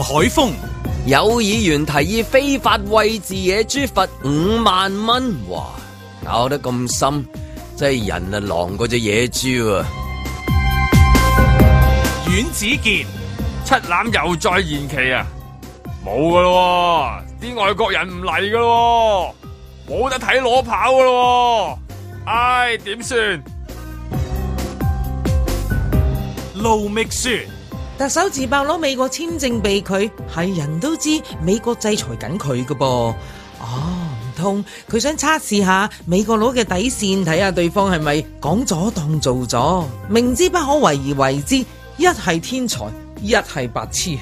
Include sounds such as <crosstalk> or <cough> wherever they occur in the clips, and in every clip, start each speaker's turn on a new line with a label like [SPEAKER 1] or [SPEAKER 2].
[SPEAKER 1] 海風
[SPEAKER 2] 有議員提議非法餵飼野豬罰五萬蚊，哇！咬得咁深，真係人啊狼過隻野豬啊！
[SPEAKER 1] 阮子健
[SPEAKER 3] 七攬又再延期啊！冇噶咯，啲外國人唔嚟噶咯，冇得睇裸跑噶咯，唉，點算？
[SPEAKER 1] 盧覓雪
[SPEAKER 4] 特首自爆攞美國簽證被拒，係人都知美國制裁緊佢嘅噃。哦，唔通佢想測試下美國佬嘅底線，睇下對方係咪講咗當做咗，明知不可為而為之，一係天才，一係白痴。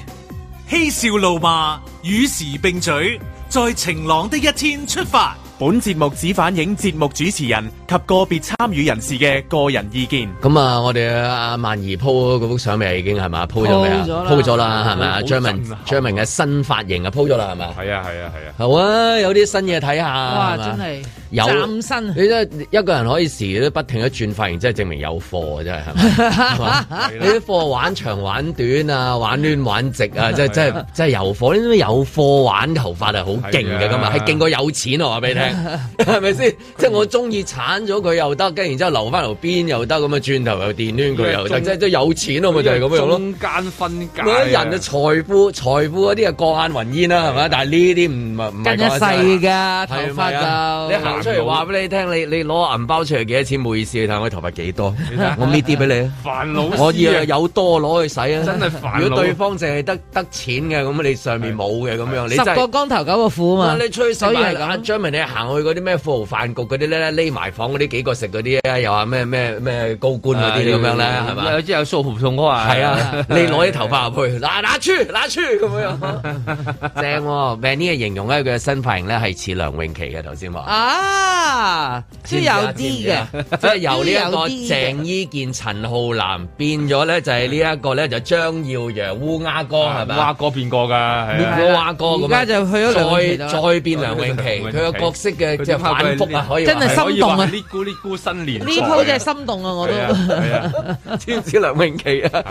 [SPEAKER 1] 嬉笑怒罵，與時並舉，在晴朗的一天出發。
[SPEAKER 5] 本節目只反映節目主持人及個別參與人士嘅個人意見。
[SPEAKER 2] 咁啊，我哋阿曼兒 po 嗰幅相未已經係嘛？po 咗未啊
[SPEAKER 3] 鋪咗啦
[SPEAKER 2] ？po 咗啦，係咪啊
[SPEAKER 3] 好
[SPEAKER 2] 張文
[SPEAKER 3] 震撼
[SPEAKER 2] 張文嘅新髮型啊，po 咗啦，係咪啊？
[SPEAKER 3] 係啊係啊係啊！
[SPEAKER 2] 好啊，有啲新嘢睇下。
[SPEAKER 4] 哇，
[SPEAKER 2] 係嘛
[SPEAKER 4] 真啊係
[SPEAKER 2] 有
[SPEAKER 4] 嶄新
[SPEAKER 2] <laughs> 你真係一個人可以時都不停咁轉髮型，真係證明有貨啊！真係係咪係嘛？你啲貨玩長玩短啊，玩攣玩直啊，真係真係真係有貨。呢啲有貨玩頭髮係好勁嘅
[SPEAKER 3] 係
[SPEAKER 2] 咁啊，
[SPEAKER 3] 啊
[SPEAKER 2] 係勁過有錢我話俾你聽，係咪先？即係我中意剷咗佢又得，跟住然之後留翻條邊又得，咁樣轉頭又電攣佢又得，
[SPEAKER 3] 因為中
[SPEAKER 2] 即係都有錢啊咯，咪就係咁樣咯。
[SPEAKER 3] 中間分界啊，
[SPEAKER 2] 每一人嘅財富財富嗰啲係啊過眼雲煙啦，係咪？但係呢啲唔係唔係
[SPEAKER 4] 跟一
[SPEAKER 2] 講真啊
[SPEAKER 4] 世噶頭
[SPEAKER 2] 係咪啊
[SPEAKER 4] 髮
[SPEAKER 2] 你
[SPEAKER 4] 就。
[SPEAKER 2] 行出嚟話俾你聽，你你攞銀包出嚟幾多錢冇意思，你睇我頭髮幾多，我搣啲俾你啊。
[SPEAKER 3] 煩惱
[SPEAKER 2] 我要
[SPEAKER 3] 絲啊，
[SPEAKER 2] 有多攞去使啊！
[SPEAKER 3] 真係煩惱
[SPEAKER 2] 如果對方淨係得得錢嘅，咁你上面冇嘅咁樣，你真
[SPEAKER 4] 十個
[SPEAKER 2] 係。
[SPEAKER 4] 光頭九個富啊嘛，
[SPEAKER 2] 你出去食
[SPEAKER 4] 所以係
[SPEAKER 2] 埋
[SPEAKER 4] 咁
[SPEAKER 2] 阿張明，你行去嗰啲咩富豪飯局嗰啲咧，匿埋房嗰啲幾個食嗰啲咧，又話咩咩咩高官嗰啲咁樣咧，係嘛？
[SPEAKER 3] 有啲有數紅送我啊
[SPEAKER 2] 係啊，你攞啲頭髮入去，嗱嗱出嗱出咁樣，正喎。Vanny 形容咧佢嘅新髮型咧係似梁詠琪嘅頭先話。
[SPEAKER 4] 啊，都有啲嘅，
[SPEAKER 2] 即係由呢一個
[SPEAKER 4] 都有啲嘅
[SPEAKER 2] 鄭伊健、陳浩南變咗咧，就係呢一個咧就張耀揚、烏鴉哥係咪
[SPEAKER 3] 哇
[SPEAKER 2] 啊？
[SPEAKER 3] 哥變過㗎，係啊
[SPEAKER 2] 變咗蛙哥咁樣
[SPEAKER 4] 而家就去咗梁詠琪
[SPEAKER 2] 再
[SPEAKER 4] 啦
[SPEAKER 2] 再變 <laughs> 梁詠琪，佢個角色嘅即係反覆啊，可以話
[SPEAKER 4] 真係
[SPEAKER 2] 係
[SPEAKER 4] 心動啊
[SPEAKER 3] 呢咕呢咕新年
[SPEAKER 4] 呢鋪真係心動啊！我都
[SPEAKER 3] 係
[SPEAKER 4] <laughs>
[SPEAKER 3] 啊係啊，
[SPEAKER 2] 知唔知梁詠琪啊？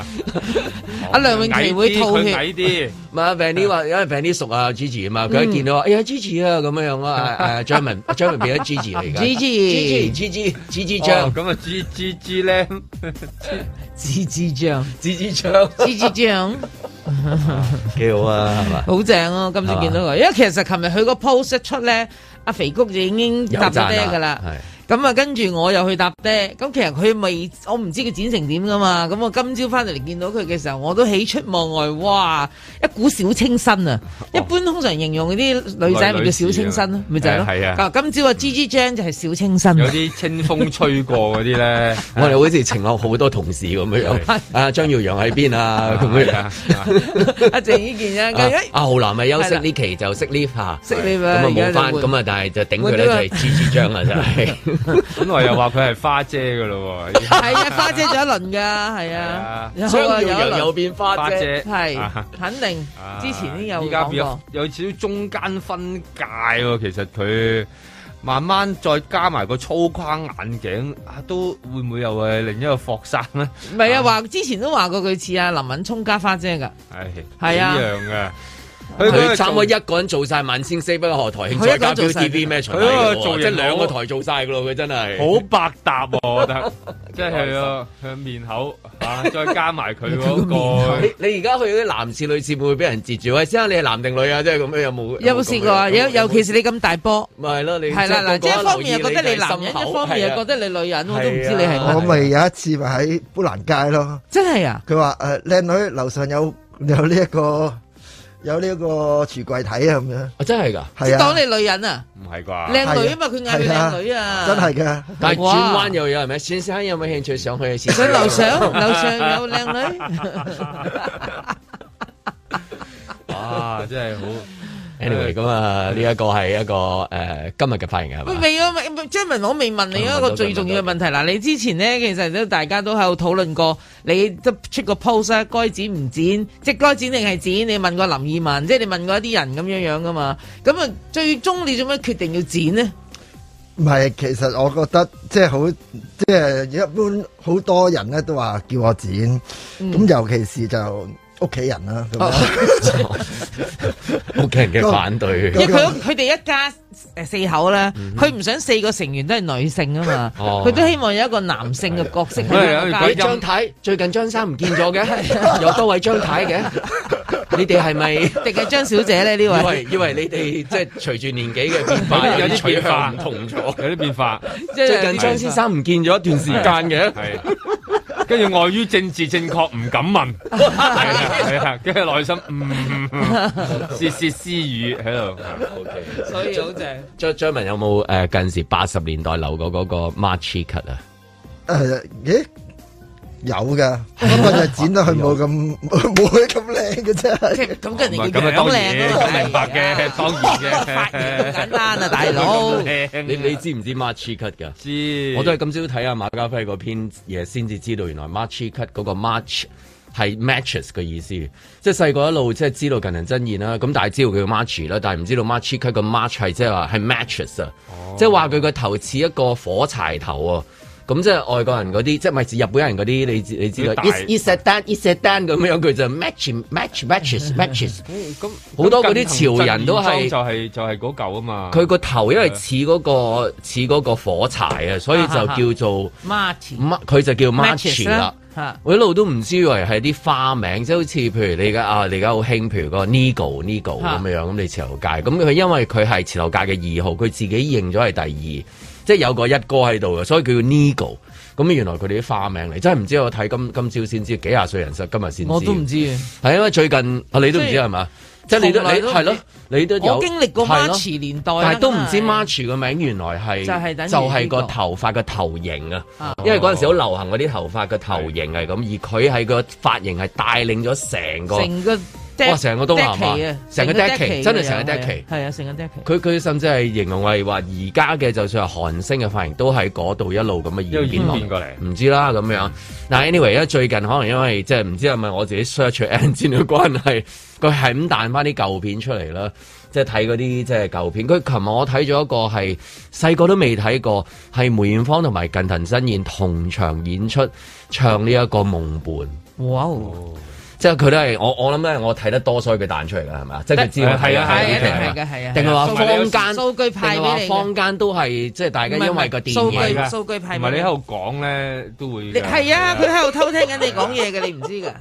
[SPEAKER 4] 阿梁詠琪會吐
[SPEAKER 3] 矮
[SPEAKER 4] 血，
[SPEAKER 3] 啲，
[SPEAKER 2] <laughs> 唔係 Vanny 話，因為 Vanny 熟啊 Gigi 啊嘛，佢
[SPEAKER 4] 嗯
[SPEAKER 2] 一見到話，哎呀 Gigi 啊咁樣樣
[SPEAKER 4] <laughs>
[SPEAKER 2] 啊，誒張文張文變咗 Gigi 啦而家
[SPEAKER 4] Gigi
[SPEAKER 2] Gigi Gigi
[SPEAKER 3] 哦
[SPEAKER 2] 張
[SPEAKER 3] 咁啊知知知咧，
[SPEAKER 4] 支支醬，
[SPEAKER 2] Gigi 張
[SPEAKER 4] 支支醬，
[SPEAKER 2] 幾好啊，係嘛？
[SPEAKER 4] 好正啊！今次見到佢，因為其實琴日佢個 post 一出咧，阿肥谷就已經
[SPEAKER 2] 有
[SPEAKER 4] 搭咗
[SPEAKER 2] 讚
[SPEAKER 4] 爹
[SPEAKER 2] 啊
[SPEAKER 4] 噶啦。
[SPEAKER 2] 係
[SPEAKER 4] 咁啊，跟住我又去搭爹，咁其實佢未，我唔知佢剪成點噶嘛。咁我今朝翻嚟見到佢嘅時候，我都喜出望外，哇！一股小清新啊！一般通常形容嗰啲女仔咪叫小清新咯，咪就係咯。
[SPEAKER 3] 係啊係
[SPEAKER 4] 今朝啊，G G Jane 就係小清新
[SPEAKER 3] 有
[SPEAKER 4] 啊。
[SPEAKER 3] 啲清風吹過嗰啲
[SPEAKER 4] <laughs>
[SPEAKER 3] 咧，
[SPEAKER 2] <laughs> 我哋好似情落好多同事咁樣樣
[SPEAKER 4] 係，
[SPEAKER 2] 啊張耀揚喺邊啊
[SPEAKER 4] <laughs>
[SPEAKER 2] 咁樣
[SPEAKER 3] 係
[SPEAKER 2] 樣
[SPEAKER 3] 啊，
[SPEAKER 4] 阿鄭伊健啊，
[SPEAKER 2] 啊
[SPEAKER 4] 佢
[SPEAKER 2] 阿浩南咪休息
[SPEAKER 4] 係啦
[SPEAKER 2] 呢期就識 lift 下，
[SPEAKER 4] 識 lift
[SPEAKER 2] 咁
[SPEAKER 4] 啊
[SPEAKER 2] 啊
[SPEAKER 4] 而
[SPEAKER 2] 冇
[SPEAKER 4] 家
[SPEAKER 2] 翻，
[SPEAKER 4] 就換
[SPEAKER 2] 咁啊但係就頂佢咧就係支支張啊真
[SPEAKER 4] <laughs>
[SPEAKER 2] 係，
[SPEAKER 3] 本來又話佢係花姐噶咯喎，
[SPEAKER 4] 係啊，花姐咗一輪噶，係啊，有
[SPEAKER 2] 張耀
[SPEAKER 4] 啊，有一
[SPEAKER 2] 揚又
[SPEAKER 4] 輪，
[SPEAKER 2] 變花
[SPEAKER 3] 花
[SPEAKER 2] 姐，
[SPEAKER 3] 姐
[SPEAKER 4] 係肯定
[SPEAKER 3] 啊
[SPEAKER 4] 之前已經有
[SPEAKER 3] 依家
[SPEAKER 4] 講
[SPEAKER 3] 變
[SPEAKER 4] 過。
[SPEAKER 3] 有少少中間分界喎，其實佢。慢慢再加埋個粗框眼鏡，啊，都會唔會又係另一個霍生咧？
[SPEAKER 4] 唔係啊，話之前都話過佢似啊林敏聰加花姐噶，
[SPEAKER 3] 係
[SPEAKER 4] 係啊
[SPEAKER 3] 一樣嘅。
[SPEAKER 2] 佢
[SPEAKER 3] 嗰
[SPEAKER 2] 差唔
[SPEAKER 3] 個做
[SPEAKER 2] 多一個人做晒萬千四不可台慶，
[SPEAKER 4] 佢
[SPEAKER 2] 再
[SPEAKER 4] 一個
[SPEAKER 2] 加
[SPEAKER 4] 人做
[SPEAKER 2] Viu
[SPEAKER 4] 晒
[SPEAKER 2] TV 咩巡禮
[SPEAKER 3] 佢嗰個
[SPEAKER 2] 嘅喎
[SPEAKER 3] 造
[SPEAKER 2] 即
[SPEAKER 3] 型
[SPEAKER 2] 係兩
[SPEAKER 3] 好
[SPEAKER 2] 個台做晒噶咯，佢真係
[SPEAKER 3] 好百搭喎，我覺得，即係佢佢面口啊，再加埋佢嗰個
[SPEAKER 2] 你你而家去嗰啲男士女士會唔會俾人截住？喂，先生你係男定女啊？即係咁樣有冇？
[SPEAKER 4] 有冇試過啊？
[SPEAKER 2] 咁樣
[SPEAKER 4] 尤尤其是你咁大波。
[SPEAKER 2] 咪係咯，你
[SPEAKER 4] 係啦，嗱，即
[SPEAKER 2] 個個
[SPEAKER 4] 係一方
[SPEAKER 2] 留
[SPEAKER 4] 面又
[SPEAKER 2] 意
[SPEAKER 4] 覺得你
[SPEAKER 2] 嘅
[SPEAKER 4] 男人，
[SPEAKER 2] 心口
[SPEAKER 4] 一方面
[SPEAKER 2] 係啊
[SPEAKER 4] 又覺得你女人，我都唔知
[SPEAKER 2] 係啊
[SPEAKER 4] 你係
[SPEAKER 2] 我
[SPEAKER 4] 乜
[SPEAKER 6] 我咪有一次咪喺砵蘭街咯，
[SPEAKER 4] 真係啊！
[SPEAKER 6] 佢話誒靚女樓上有有呢、一個有呢一個櫥櫃睇啊咁樣，
[SPEAKER 2] 啊真係㗎。
[SPEAKER 4] 即
[SPEAKER 6] 係
[SPEAKER 4] 係當
[SPEAKER 6] 啊，
[SPEAKER 4] 你女人啊，
[SPEAKER 3] 唔係啩？
[SPEAKER 4] 靚女啊嘛，佢嗌佢靚女啊，
[SPEAKER 6] 真係嘅，
[SPEAKER 2] 但係
[SPEAKER 4] 哇
[SPEAKER 2] 轉彎又有人咩？先生有冇興趣上去試試？
[SPEAKER 4] 上樓上樓上有靚女，
[SPEAKER 3] 啊，真係好
[SPEAKER 2] anyway 咁啊，呢一個係一個誒、呃今日嘅髮型係
[SPEAKER 4] 喂
[SPEAKER 2] 嘛？
[SPEAKER 4] 未啊？咪張文，我未問你一
[SPEAKER 2] 問到
[SPEAKER 4] 個最重要嘅問題嗱，你之前呢，其實都大家都喺度討論過，你都出個 post 啊，該剪唔剪，即係該剪定係剪？你問過林二汶，即係你問過一啲人咁樣樣噶嘛？咁啊，最終你做咩決定要剪呢？
[SPEAKER 6] 唔係其實我覺得即係好即係一般好多人咧都話叫我剪，咁、尤其是就屋企人啦，咁 <laughs> 樣
[SPEAKER 2] 屋企人嘅反對。
[SPEAKER 4] 因為佢佢哋一家誒四口咧，佢唔想四個成員都係女性啊嘛，
[SPEAKER 2] 哦
[SPEAKER 4] 佢都希望有一個男性嘅角色喺
[SPEAKER 3] 係啊
[SPEAKER 4] 個
[SPEAKER 3] 佢
[SPEAKER 2] 咦
[SPEAKER 4] 家
[SPEAKER 3] 有
[SPEAKER 4] 族。
[SPEAKER 2] 張太最近張生唔見咗嘅，有多位張太嘅，你哋
[SPEAKER 4] <laughs>
[SPEAKER 2] 係咪？
[SPEAKER 4] 定係張小姐咧
[SPEAKER 2] 以
[SPEAKER 4] 呢
[SPEAKER 2] 為
[SPEAKER 4] 位，
[SPEAKER 2] 以為你哋即係隨住年紀嘅變
[SPEAKER 3] <laughs>
[SPEAKER 2] 化，
[SPEAKER 3] 有
[SPEAKER 2] 有
[SPEAKER 3] 啲
[SPEAKER 2] 啲取
[SPEAKER 3] 變化
[SPEAKER 2] 向唔同咗。
[SPEAKER 3] 有啲變化，
[SPEAKER 4] 即係
[SPEAKER 2] <laughs> 最近張先生唔見咗一段時間嘅，
[SPEAKER 3] 係。跟住礙於政治正確唔敢問，係啦係啦，跟住內心嗯，竊竊私語喺度。
[SPEAKER 4] 所以好正。
[SPEAKER 2] 張張文有冇誒近時八十年代留過嗰個 March cut 啊？
[SPEAKER 6] 誒，咦？有
[SPEAKER 4] <laughs>
[SPEAKER 6] 嘅，不過就剪得佢冇咁 <laughs> 冇佢咁靚嘅啫。
[SPEAKER 4] 即係咁跟人
[SPEAKER 3] 唔係
[SPEAKER 4] 哋
[SPEAKER 3] 咁啊，
[SPEAKER 4] 個
[SPEAKER 3] 當
[SPEAKER 4] 樣靚
[SPEAKER 3] 然
[SPEAKER 4] 啊嘛，
[SPEAKER 3] 咁明白
[SPEAKER 4] 係
[SPEAKER 3] 嘅，
[SPEAKER 4] 啊
[SPEAKER 3] 當然嘅。
[SPEAKER 4] 發言咁簡單啊，大佬。
[SPEAKER 2] 你你知唔知 March cut 㗎？
[SPEAKER 3] 知
[SPEAKER 2] 我都係今朝睇下馬家輝嗰篇嘢先至知道，原來 March cut 嗰個 March 係 matches 嘅意思，即係細個一路即係知道近人真言啦，咁但係知道佢叫 March 啦，但係唔知道 March cut 個 March 係即係話係 matches 啊，即係話佢個頭似一個火柴頭啊。咁即係外國人嗰啲，即係咪似日本人嗰啲？你知你知道
[SPEAKER 3] 大
[SPEAKER 2] ，is is a dan is a dan 咁樣，佢就 match match matches <laughs> matches。
[SPEAKER 3] 咁
[SPEAKER 2] 好多嗰啲潮人都係
[SPEAKER 3] 就係就係嗰嚿啊嘛。
[SPEAKER 2] 佢個頭因為似嗰個似嗰個火柴啊，所以就叫做
[SPEAKER 4] Martin
[SPEAKER 2] 乜佢就叫
[SPEAKER 4] Matches
[SPEAKER 2] match 啦。
[SPEAKER 4] 嚇
[SPEAKER 2] 我一路都唔知以為係啲花名，即係好似譬如你而家啊，你而家好興，譬如個 Nigo Nigo
[SPEAKER 4] 啊
[SPEAKER 2] 咁樣，咁你前頭界，咁佢因為佢係前頭界嘅二號，佢自己認咗係第二，即係有個一哥喺度嘅，所以佢叫 Nigo。咁原來佢哋啲花名嚟，真係唔知我睇今今朝先知，幾廿歲人實今日先知。
[SPEAKER 4] 我都唔知啊，
[SPEAKER 2] 係因為最近啊，你都唔知係嘛？即係你都你
[SPEAKER 4] 從來都唔知
[SPEAKER 2] 係咯，你都有
[SPEAKER 4] 我經歷過
[SPEAKER 2] 係咯
[SPEAKER 4] March 年代啊，
[SPEAKER 2] 但係都唔知
[SPEAKER 4] 真係
[SPEAKER 2] March 個名原來係
[SPEAKER 4] 就係等於
[SPEAKER 2] 就係個
[SPEAKER 4] 呢個
[SPEAKER 2] 頭髮個頭型啊
[SPEAKER 4] 啊，
[SPEAKER 2] 因為嗰陣時好流行嗰啲頭髮個頭型係咁，而佢係個髮型係帶領咗成個，
[SPEAKER 4] 成個
[SPEAKER 2] 哇成個都話嘛
[SPEAKER 4] decade 啊
[SPEAKER 2] 成個 decade，真係成個 decade
[SPEAKER 4] 係啊，成個 decade。
[SPEAKER 2] 佢佢甚至係形容係話而家嘅就算係韓星嘅髮型都喺嗰度一路咁嘅
[SPEAKER 3] 一路
[SPEAKER 2] 演變
[SPEAKER 3] 演
[SPEAKER 2] 落
[SPEAKER 3] 變過嚟
[SPEAKER 2] 唔知啦咁樣。但係 anyway 咧，最近可能因為即係唔知係咪我自己 search engine 嘅關係，佢係咁彈翻啲舊片出嚟啦。即係睇嗰啲即係舊片。佢琴日我睇咗一個係細個都未睇過，係梅艷芳同埋近藤真彥同場演出唱呢一個夢伴。
[SPEAKER 4] 哇哦！
[SPEAKER 2] 即係佢都係我我諗咧，我睇得多，所以佢彈出嚟㗎係嘛？即係佢知我睇
[SPEAKER 3] 係啊
[SPEAKER 4] 係
[SPEAKER 2] 呢
[SPEAKER 4] 一
[SPEAKER 2] 啲
[SPEAKER 4] 定
[SPEAKER 2] 係嘛
[SPEAKER 4] 係嘅，係啊。
[SPEAKER 2] 定係話
[SPEAKER 4] 數
[SPEAKER 2] 坊間
[SPEAKER 4] 數據派
[SPEAKER 2] 定係話哦
[SPEAKER 4] 俾你嘅
[SPEAKER 2] 坊間都係即係大家因為個電
[SPEAKER 4] 唔係唔係數據
[SPEAKER 2] 影
[SPEAKER 4] 係數據派
[SPEAKER 3] 唔
[SPEAKER 4] 咪
[SPEAKER 3] 係你喺度講咧都會
[SPEAKER 4] 你
[SPEAKER 3] 㗎。
[SPEAKER 4] 係啊，佢喺度偷聽緊你講嘢嘅，你唔知㗎。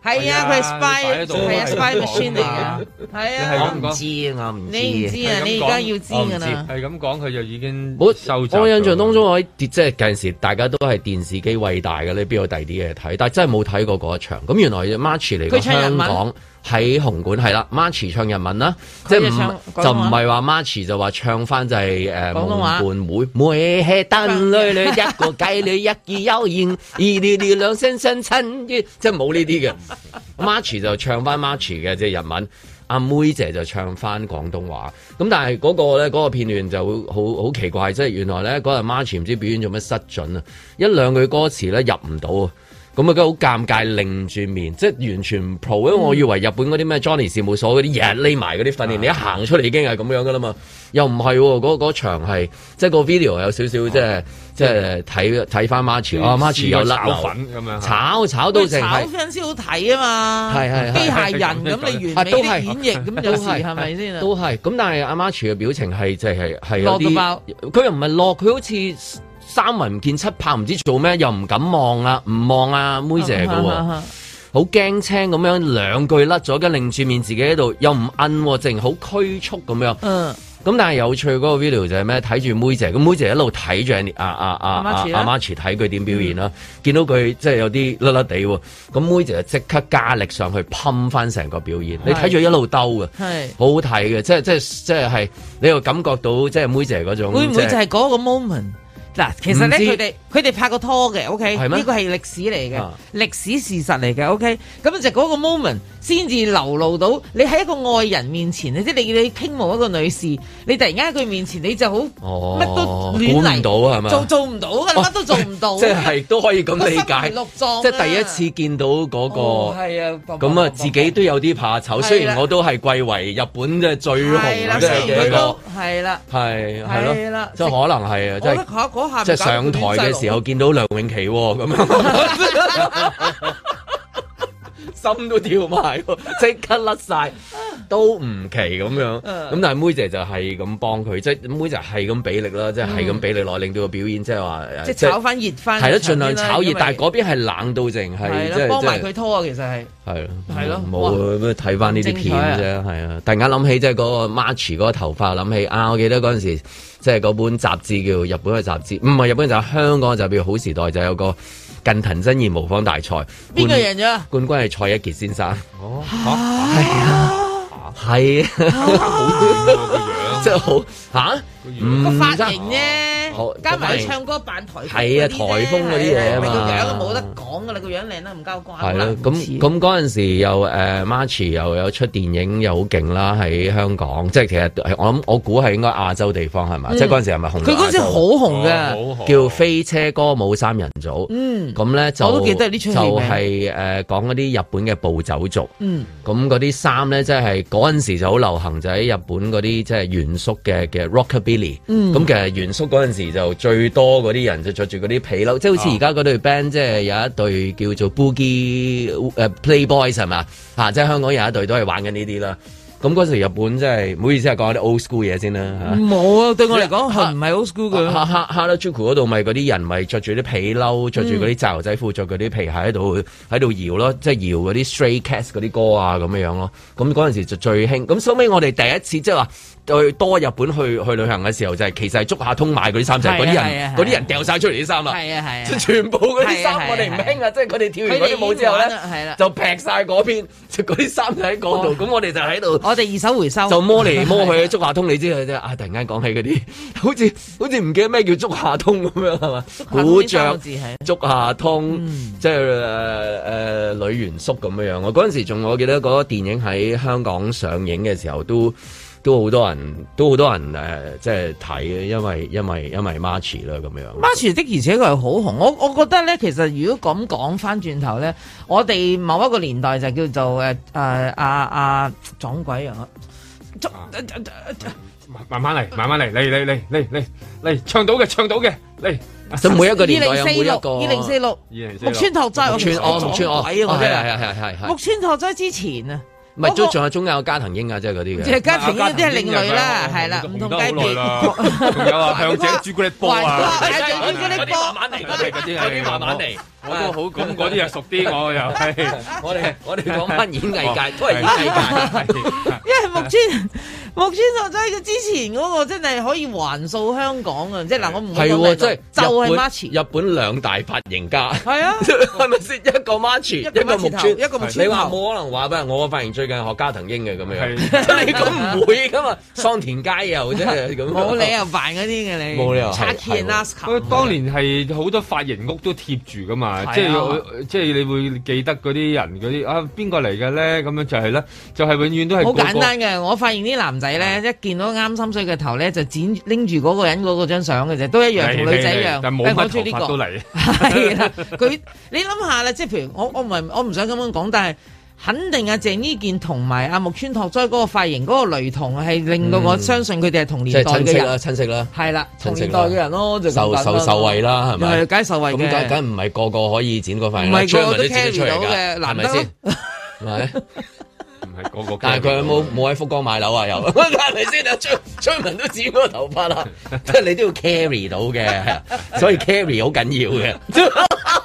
[SPEAKER 4] 係啊，
[SPEAKER 3] 係啊
[SPEAKER 4] 佢係 spy，係啊
[SPEAKER 3] 你擺喺
[SPEAKER 4] ，spy
[SPEAKER 3] 度
[SPEAKER 4] machine 嚟㗎。
[SPEAKER 3] 你
[SPEAKER 4] 係
[SPEAKER 3] 係
[SPEAKER 4] 啊
[SPEAKER 3] 咁，
[SPEAKER 2] 我唔知我唔
[SPEAKER 4] 你唔
[SPEAKER 2] 知。
[SPEAKER 4] 知啊，你而家要知㗎啦。
[SPEAKER 3] 係咁講，佢就已經
[SPEAKER 2] 我
[SPEAKER 3] 收集咗
[SPEAKER 2] 我印象當中，我喺即係近時大家都係電視機餵大嘅，你邊有第二啲嘢睇？但係真係冇睇過嗰一場。咁原來 March 嚟
[SPEAKER 4] 佢
[SPEAKER 2] 講
[SPEAKER 4] 唱日
[SPEAKER 2] 香
[SPEAKER 4] 文
[SPEAKER 2] 港喺紅館係啦，March 唱日文啦，即
[SPEAKER 4] 佢
[SPEAKER 2] 係
[SPEAKER 4] 就
[SPEAKER 2] 唔
[SPEAKER 4] 唱廣東話
[SPEAKER 2] 就唔係話 March 就話唱翻就係誒
[SPEAKER 4] 啊廣東話
[SPEAKER 2] 夢伴妹妹吃蛋女女一個雞女一兒幽
[SPEAKER 4] <laughs>
[SPEAKER 2] 然二聊聊兩聲相親於，即係冇呢啲嘅。March 就唱翻 March 嘅即係日文。阿妹姐就唱翻廣東話，咁但係嗰個咧嗰、個片段就好好好奇怪，即係原來咧嗰日 March 唔知表演做乜失準啊，一兩句歌詞咧入唔到啊，咁啊梗係好尷尬，擰住面，即係完全唔 pro，因為我以為日本嗰啲咩 Johnny 事務所嗰啲日日匿埋嗰啲訓練，你一行出嚟已經係咁樣噶啦嘛，又唔係喎，嗰嗰場係即係個 video 有少少即係即係睇睇翻 March 啊，March 有甩
[SPEAKER 3] 嗯炒
[SPEAKER 2] 漏，
[SPEAKER 3] 粉咁 <laughs> 樣。
[SPEAKER 2] 炒炒到
[SPEAKER 4] 佢
[SPEAKER 2] 成
[SPEAKER 4] 炒
[SPEAKER 2] 係。
[SPEAKER 4] 嗰陣先好睇啊嘛，
[SPEAKER 2] 係係係
[SPEAKER 4] 機械人咁
[SPEAKER 2] 啊
[SPEAKER 4] 你完美
[SPEAKER 2] 都係
[SPEAKER 4] 啲演繹咁有時係咪先啊？
[SPEAKER 2] 都係咁，但係阿 March 嘅表情係就係係有
[SPEAKER 4] 落到
[SPEAKER 2] 啲
[SPEAKER 4] 爆，
[SPEAKER 2] 佢又唔係落，佢好似三文唔見七拍，唔知做咩，又唔敢望啊，唔望啊妹姐嘅喎，好驚青咁樣兩句甩咗，跟擰住面自己喺度，又唔摁喎，淨好拘束咁樣。
[SPEAKER 4] 嗯，
[SPEAKER 2] 咁但係有趣嗰個 video 就係咩？睇住妹姐，咁妹姐一路睇住啊阿阿阿
[SPEAKER 4] 阿
[SPEAKER 2] 阿
[SPEAKER 4] March 啦
[SPEAKER 2] 阿 March 睇佢點表現啦，見到佢即係有啲甩甩地喎，咁妹姐就即刻加力上去噴翻成個表現。你睇住一路兜嘅，
[SPEAKER 4] 係
[SPEAKER 2] 好好睇嘅，即係即係即係係你又感覺到即係妹姐嗰種，
[SPEAKER 4] 會唔會
[SPEAKER 2] 即
[SPEAKER 4] 就係嗰個 moment？嗱，其實咧
[SPEAKER 2] 唔知
[SPEAKER 4] 佢哋佢哋拍過拖嘅，OK，
[SPEAKER 2] 係咩
[SPEAKER 4] 呢個係歷史嚟嘅
[SPEAKER 2] 啊，
[SPEAKER 4] 歷史事實嚟嘅，OK，咁就嗰個 moment 先至流露到你喺一個愛人面前，即係你你傾慕一個女士，你突然間喺佢面前你就好
[SPEAKER 2] 哦
[SPEAKER 4] 乜都
[SPEAKER 2] 估
[SPEAKER 4] 亂
[SPEAKER 2] 唔
[SPEAKER 4] 嚟，
[SPEAKER 2] 到啊係嘛
[SPEAKER 4] 做做唔到㗎，
[SPEAKER 2] 哦
[SPEAKER 4] 乜都做唔
[SPEAKER 2] <laughs>
[SPEAKER 4] 到，
[SPEAKER 2] 即係係都可以咁理
[SPEAKER 4] 個
[SPEAKER 2] 解
[SPEAKER 4] 心如鹿撞啊，
[SPEAKER 2] 即係第一次見到嗰
[SPEAKER 4] 哦
[SPEAKER 2] 個。
[SPEAKER 4] 係啊，
[SPEAKER 2] 咁啊，自己都有啲怕醜，雖
[SPEAKER 4] 係
[SPEAKER 2] 然
[SPEAKER 4] 啦
[SPEAKER 2] 我都係貴為日本嘅最
[SPEAKER 4] 係啦，
[SPEAKER 2] 紅
[SPEAKER 4] 雖
[SPEAKER 2] 嘅
[SPEAKER 4] 然
[SPEAKER 2] 一
[SPEAKER 4] 佢
[SPEAKER 2] 個
[SPEAKER 4] 都，係啦，
[SPEAKER 2] 係係
[SPEAKER 4] 係
[SPEAKER 2] 咯
[SPEAKER 4] 啦，
[SPEAKER 2] 即係可能係啊，
[SPEAKER 4] 我
[SPEAKER 2] 即
[SPEAKER 4] 覺
[SPEAKER 2] 係
[SPEAKER 4] 得嗰嗰下
[SPEAKER 2] 即係上
[SPEAKER 4] <laughs>
[SPEAKER 2] 台嘅時候見到梁詠琪喎咁樣，心都跳埋喎， <laughs> 即刻甩晒，
[SPEAKER 4] 啊
[SPEAKER 2] 都唔奇咁樣。咁但係妹姐就係咁幫佢，即係妹姐係咁俾力啦，即係係咁俾力落，令到個表演即係話
[SPEAKER 4] 嗯即係炒翻熱翻，
[SPEAKER 2] 係咯，盡量炒熱，但係
[SPEAKER 4] 係
[SPEAKER 2] 嗰邊係冷到淨係
[SPEAKER 4] 係
[SPEAKER 2] 即
[SPEAKER 4] 啦，幫埋
[SPEAKER 2] 係
[SPEAKER 4] 佢拖啊，其實係
[SPEAKER 2] 係咯，
[SPEAKER 4] 係咯
[SPEAKER 2] 冇
[SPEAKER 4] 哇
[SPEAKER 2] 啊咁啊睇翻呢啲片
[SPEAKER 4] 咁精
[SPEAKER 2] 啫，係啊！突然間諗起即係嗰個 March 嗰個頭髮，諗起啊！我記得嗰陣時即係嗰本雜誌叫日本嘅雜誌，唔係日本就係香港嘅雜誌《好時代》，就有個近藤真彥模仿大賽，
[SPEAKER 4] 邊個
[SPEAKER 2] 冠
[SPEAKER 4] 贏咗？
[SPEAKER 2] 冠軍係蔡一傑先生。哦，係啊，係啊，即係好嚇，唔
[SPEAKER 4] 個髮
[SPEAKER 2] 得
[SPEAKER 4] 型
[SPEAKER 2] 好
[SPEAKER 4] 啫，加埋佢唱歌扮台
[SPEAKER 2] 係啊颱風嗰啲嘢啊嘛
[SPEAKER 4] 個樣冇得講噶啦，個樣靚啊啦，唔交關
[SPEAKER 2] 係咯，咁咁嗰陣時又誒 March 又有出電影又好勁啦，喺香港，即係其實我諗我估係應該亞洲地方係嘛？即係嗰陣時係咪紅咗亞洲？
[SPEAKER 4] 嗯佢嗰陣時好紅嘅，
[SPEAKER 3] 好好
[SPEAKER 2] 叫飛車歌舞三人組，
[SPEAKER 4] 哦嗯
[SPEAKER 2] 咁咧就
[SPEAKER 4] 我都記得呢出戲
[SPEAKER 2] 就
[SPEAKER 4] 名
[SPEAKER 2] 係誒講嗰啲日本嘅暴走族，
[SPEAKER 4] 嗯，
[SPEAKER 2] 咁嗰啲衫咧即係嗰陣時就好流行，就喺日本嗰啲即係原宿嘅嘅 rockabilly，咁
[SPEAKER 4] 嗯
[SPEAKER 2] 其實原宿嗰陣時就最多嗰啲人就着住嗰啲皮褸，即係
[SPEAKER 4] 啊
[SPEAKER 2] 好似而家嗰隊 band 即係有一隊叫做 Boogie 誒 Playboys 係嘛嚇，啊即係香港有一隊都係玩緊呢啲啦。咁嗰時日本真係唔好意思係啊講啲 old school 嘢先啦嚇。
[SPEAKER 4] 冇啊，對我嚟講佢唔係 old school
[SPEAKER 2] 哈
[SPEAKER 4] 嘅，
[SPEAKER 2] 哈哈啦朱古嗰度咪嗰啲人咪着住啲皮褸，着住嗰啲炸牛仔褲，着嗰啲皮鞋喺度喺度搖咯，即係搖嗰啲 Stray Cats 嗰啲歌啊咁樣樣咯。咁嗰陣時就最興。咁收尾我哋第一次即係話去多日本去去旅行嘅時候，就係、其實係捉下通賣嗰啲衫，就係嗰啲
[SPEAKER 4] 係啊係啊
[SPEAKER 2] 人
[SPEAKER 4] 係
[SPEAKER 2] 嗰
[SPEAKER 4] 啊
[SPEAKER 2] 啲人掉晒出嚟啲衫啦。
[SPEAKER 4] 係啊係
[SPEAKER 2] 即係
[SPEAKER 4] 啊，
[SPEAKER 2] 全部嗰啲
[SPEAKER 4] 係啊
[SPEAKER 2] 衫
[SPEAKER 4] 係啊
[SPEAKER 2] 我哋唔興啊！即係佢哋跳完
[SPEAKER 4] 佢哋
[SPEAKER 2] 嗰啲舞之後
[SPEAKER 4] 已經玩啦係
[SPEAKER 2] 咧
[SPEAKER 4] 啦，
[SPEAKER 2] 就劈晒嗰邊，就嗰啲衫就喺嗰度。咁我哋就喺度。
[SPEAKER 4] 我哋二手回收
[SPEAKER 2] 就摸嚟 <laughs> 摸去，竹下通你知佢啫。啊，突然間講起嗰啲， <laughs> 好似好似唔記得咩叫竹下通咁樣係嘛？古
[SPEAKER 4] 着
[SPEAKER 2] 着
[SPEAKER 4] 字係
[SPEAKER 2] 竹下通，
[SPEAKER 4] 嗯
[SPEAKER 2] 即係誒誒女元宿咁樣樣。我嗰陣時仲我記得嗰個電影喺香港上映嘅時候都。都好多人，都好多人誒、呃即係睇嘅，因為因為因為 March 啦咁樣。
[SPEAKER 4] March 的而且確係好紅，我我覺得咧，其實如果咁講翻轉頭咧，我哋某一個年代就叫做誒誒啊啊撞鬼啊！呃捉
[SPEAKER 3] 慢慢嚟，慢慢嚟，嚟嚟嚟嚟嚟嚟，唱到嘅，唱到嘅，嚟。
[SPEAKER 2] 所以每一個
[SPEAKER 4] 二
[SPEAKER 2] 年代有
[SPEAKER 4] 零四
[SPEAKER 2] 每一
[SPEAKER 4] 六，
[SPEAKER 2] 個
[SPEAKER 4] 二零四六，
[SPEAKER 3] 2046
[SPEAKER 4] 木村拓哉，
[SPEAKER 2] 穿
[SPEAKER 4] 我其實
[SPEAKER 2] 哦，木村哦，
[SPEAKER 4] 撞鬼啊我真
[SPEAKER 2] 係
[SPEAKER 4] 係
[SPEAKER 2] 係係係係
[SPEAKER 4] 木，村拓哉之前啊，
[SPEAKER 2] 唔係
[SPEAKER 4] 嗰個
[SPEAKER 2] 都仲有中間有家藤英啊，即係嗰啲
[SPEAKER 4] 即
[SPEAKER 2] 嘅
[SPEAKER 4] 係。家庭呢啲係另類啦，係啦，唔同
[SPEAKER 3] 雞
[SPEAKER 4] 界
[SPEAKER 3] 皮
[SPEAKER 4] <laughs> 別。
[SPEAKER 3] 啦，仲有啊，向者朱古力波啊，
[SPEAKER 4] 係仲要嗰啲波
[SPEAKER 2] 慢嚟，
[SPEAKER 3] 嗰啲係
[SPEAKER 2] 嗰啲慢慢嚟。
[SPEAKER 3] 我都好咁嗰啲又熟啲，我
[SPEAKER 4] <laughs>
[SPEAKER 3] 又係。
[SPEAKER 2] 我哋我哋講翻演藝界，都係演藝界。
[SPEAKER 4] 因為木村木村拓哉佢之前嗰個真係可以橫掃香港啊！即係嗱，我唔會
[SPEAKER 2] 係
[SPEAKER 4] 講咩
[SPEAKER 2] 喎，即係
[SPEAKER 4] 就係 March，
[SPEAKER 2] 日本日本兩大髮型家，
[SPEAKER 4] 係啊，
[SPEAKER 2] 係咪先？一個 March，
[SPEAKER 4] 一
[SPEAKER 2] 一
[SPEAKER 4] 個
[SPEAKER 2] 個木
[SPEAKER 4] March 頭
[SPEAKER 2] 村，
[SPEAKER 4] 一個木
[SPEAKER 2] 你
[SPEAKER 4] 村
[SPEAKER 2] 話
[SPEAKER 4] 頭
[SPEAKER 2] 冇可能話俾我個髮型最近學加藤英嘅咁樣，
[SPEAKER 3] 係
[SPEAKER 2] 即係你咁唔會噶嘛？桑田佳佑啫咁。
[SPEAKER 4] <laughs> 冇理由扮嗰啲嘅你，
[SPEAKER 2] 冇理由
[SPEAKER 4] 拆
[SPEAKER 2] 係
[SPEAKER 4] key
[SPEAKER 2] 係
[SPEAKER 4] and ask
[SPEAKER 3] 不過當年係好多髮型屋都貼住噶嘛，
[SPEAKER 4] 啊
[SPEAKER 3] 即係我即係你會記得嗰啲人嗰啲啊邊個嚟嘅咧？咁樣就係咧，就係永遠都係
[SPEAKER 4] 好
[SPEAKER 3] 個個
[SPEAKER 4] 簡單嘅，我發現啲男仔
[SPEAKER 2] 啊
[SPEAKER 4] 咧，一見到啱心水嘅頭咧，就剪拎住嗰個人嗰個張相嘅啫，都一樣同女仔一樣。
[SPEAKER 3] 但冇乜
[SPEAKER 4] 誒我
[SPEAKER 3] 頭
[SPEAKER 4] 中意呢
[SPEAKER 3] 髮
[SPEAKER 4] 個
[SPEAKER 3] 都。
[SPEAKER 4] <laughs>
[SPEAKER 3] 嚟。
[SPEAKER 4] 係啦，佢你諗下啦，即係譬如我我唔係我唔想咁樣講，但係肯定阿鄭伊健同埋阿木村拓哉嗰個髮型嗰個雷同，係令到我相信佢哋係同
[SPEAKER 2] 嗯即
[SPEAKER 4] 年
[SPEAKER 2] 係啊
[SPEAKER 4] 代
[SPEAKER 2] 親戚
[SPEAKER 4] 嘅人
[SPEAKER 2] 啦，，親戚啦，
[SPEAKER 4] 係啦，
[SPEAKER 2] 親
[SPEAKER 4] 同
[SPEAKER 2] 戚啦
[SPEAKER 4] 年代嘅人咯，就咁
[SPEAKER 2] 啊受
[SPEAKER 4] 簡單
[SPEAKER 2] 受
[SPEAKER 4] 咯
[SPEAKER 2] 受惠啦，係咪
[SPEAKER 4] 係？梗係受惠
[SPEAKER 2] 咁梗
[SPEAKER 4] 嘅，
[SPEAKER 2] 梗唔係個個可以剪個髮型
[SPEAKER 4] 唔
[SPEAKER 2] 啦，
[SPEAKER 4] 係個
[SPEAKER 2] 張
[SPEAKER 4] 個
[SPEAKER 2] 文
[SPEAKER 4] 都
[SPEAKER 2] 都剪得出
[SPEAKER 4] carry
[SPEAKER 2] 嚟
[SPEAKER 4] 到嘅
[SPEAKER 2] 㗎，係
[SPEAKER 4] 難
[SPEAKER 2] 咪
[SPEAKER 4] 得
[SPEAKER 2] 先？係咪？
[SPEAKER 3] 唔係個個，
[SPEAKER 2] 但係佢有冇冇喺福江買樓 <laughs> 啊？又係咪先啊？張張文都剪過頭髮 <laughs> 啦，即係你都要 carry 到嘅，所以 carry 好緊要嘅。 <laughs>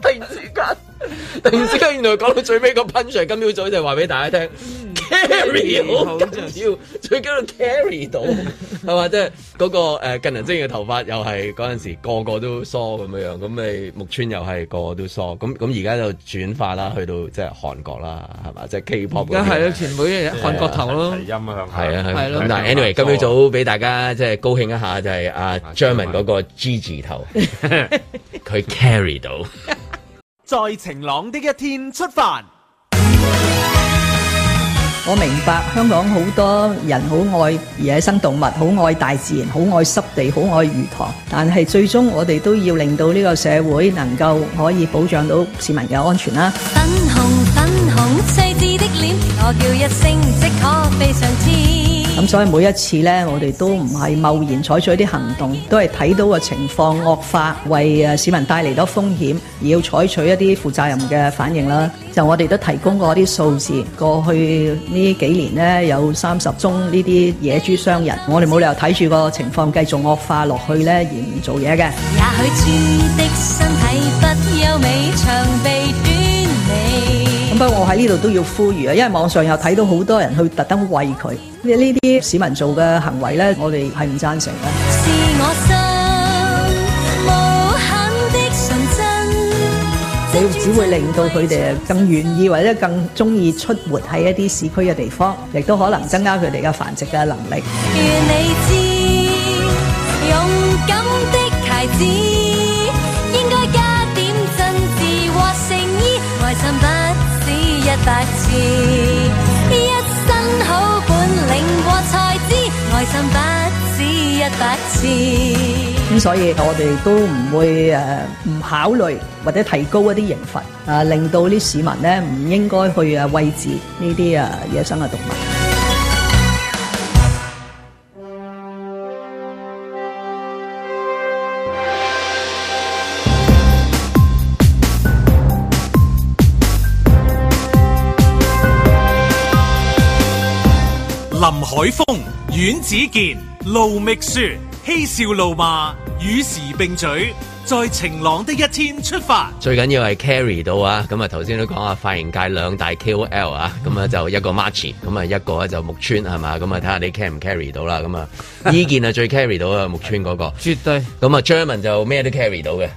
[SPEAKER 2] 突然之間，突然之間，原來講到最尾個 punch 係今朝早就話俾大家聽，carry 好緊要，最緊要 carry 到係嘛？即係嗰個誒近人精嘅頭髮又係嗰陣時個個都梳咁樣樣，咁你木村又係個個都梳，咁咁而家就轉化啦，去到即係韓國啦，係嘛？即係 K-pop
[SPEAKER 4] 梗
[SPEAKER 2] 嗰
[SPEAKER 4] 係
[SPEAKER 2] 啲
[SPEAKER 4] 啦，。全部都係韓國頭咯
[SPEAKER 3] 提。音啊，
[SPEAKER 2] 係啊，
[SPEAKER 4] 係
[SPEAKER 2] 係
[SPEAKER 4] 咯
[SPEAKER 2] 咁但係 anyway，今朝早俾大家即係高興一下，就係阿張文嗰個 G 字頭，佢 carry 到。
[SPEAKER 5] 在晴朗的一天出發。
[SPEAKER 7] 我明白香港好多人好愛野生動物，好愛大自然，好愛濕地，好愛魚塘。但係最終我哋都要令到呢個社會能夠可以保障到市民嘅安全啦。
[SPEAKER 8] 粉紅粉紅細緻的臉，我叫一聲即可飛上天。
[SPEAKER 7] 咁所以每一次呢，我哋都唔係貿然採取一啲行動，都係睇到個情況惡化，為呃誒市民帶嚟咗風險，而要採取一啲負責任嘅反應啦。就我哋都提供過一啲數字，過去呢幾年呢，有三十宗呢啲野豬傷人，我哋冇理由睇住個情況繼續惡化落去呢，而唔做嘢嘅。
[SPEAKER 8] 也許豬的身體不優美，長臂短
[SPEAKER 7] 咁
[SPEAKER 8] 尾。
[SPEAKER 7] 不過我喺呢度都要呼籲啊，因為網上又睇到好多人去特登喂佢，呢呢啲市民做嘅行為呢，我哋係唔贊成嘅。
[SPEAKER 8] 是我心無限的純
[SPEAKER 7] 你
[SPEAKER 8] 真，
[SPEAKER 7] 只會令到佢哋更願意或者更中意出沒喺一啲市區嘅地方，亦都可能增加佢哋嘅繁殖嘅能力。
[SPEAKER 8] 願你知，勇敢的孩子應該加點真摯和誠意，愛心不止一百次，一身好本領和才智，愛心不止一百次。
[SPEAKER 7] 咁所以我哋都唔會誒唔考慮或者提高一啲刑罰，啊令到啲市民呢唔應該去誒餵飼呢啲啊野生嘅動物。
[SPEAKER 1] 林海峰、阮子健、路觅雪，嬉笑怒罵，與時並舉，在晴朗的一天出發。
[SPEAKER 2] 最緊要係 carry 到啊！咁啊頭先都講啊，髮型界兩大 KOL 啊，咁啊就一個 March，咁啊一個咧就木村係嘛，咁啊睇下你 carry 唔 carry 到啦，咁
[SPEAKER 4] <laughs>
[SPEAKER 2] 啊呢件啊最 carry 到啊木村嗰個，
[SPEAKER 4] 絕對。
[SPEAKER 2] 咁啊 German 就咩都 carry 到嘅，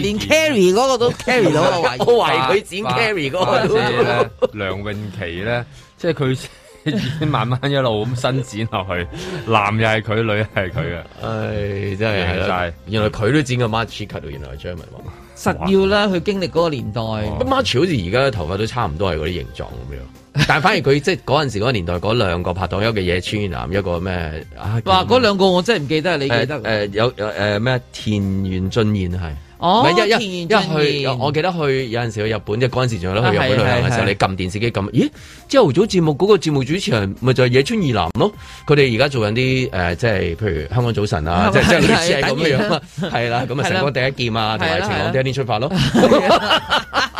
[SPEAKER 4] <laughs> 連 carry 嗰個都 carry 到啊！
[SPEAKER 2] <laughs>
[SPEAKER 4] 懷疑
[SPEAKER 2] 我懷疑佢剪 carry 嗰個都
[SPEAKER 3] 即係咧，梁咏琪咧，即係佢已經慢慢一路咁伸展落去，男又係佢，女又係佢啊！
[SPEAKER 2] 唉真係係
[SPEAKER 3] 贏
[SPEAKER 2] 啦
[SPEAKER 3] 晒，
[SPEAKER 2] 原來佢都剪個 March cut 到，原來係 German 喎。
[SPEAKER 4] 實要啦，佢經歷嗰個年代，
[SPEAKER 2] 咁 March 好似而家頭髮都差唔多係嗰啲形狀咁樣，但係反而佢即係嗰陣時嗰個年代嗰兩個拍檔，一個野村男，一個咩啊？
[SPEAKER 4] 哇！嗰兩個我真係唔記得，你記
[SPEAKER 2] 誒
[SPEAKER 4] 得？
[SPEAKER 2] 誒有有誒咩啊田園俊彥係。唔
[SPEAKER 4] 哦，
[SPEAKER 2] 係一一
[SPEAKER 4] 田園俊
[SPEAKER 2] 一去，
[SPEAKER 4] 彥
[SPEAKER 2] 我記得去有陣時去日本，即係嗰陣時仲有得去日本旅行
[SPEAKER 4] 啊係
[SPEAKER 2] 嘅時候，
[SPEAKER 4] 係係
[SPEAKER 2] 你撳電視機撳，咦？朝頭早節目嗰個節目主持人咪就係野村二男咯。佢哋而家做緊啲誒，即係譬如香港早晨啊，即係即係類似係咁樣啊，係啦，咁啊成光第一劍啊，同埋晴朗第一天出發咯。
[SPEAKER 4] <laughs>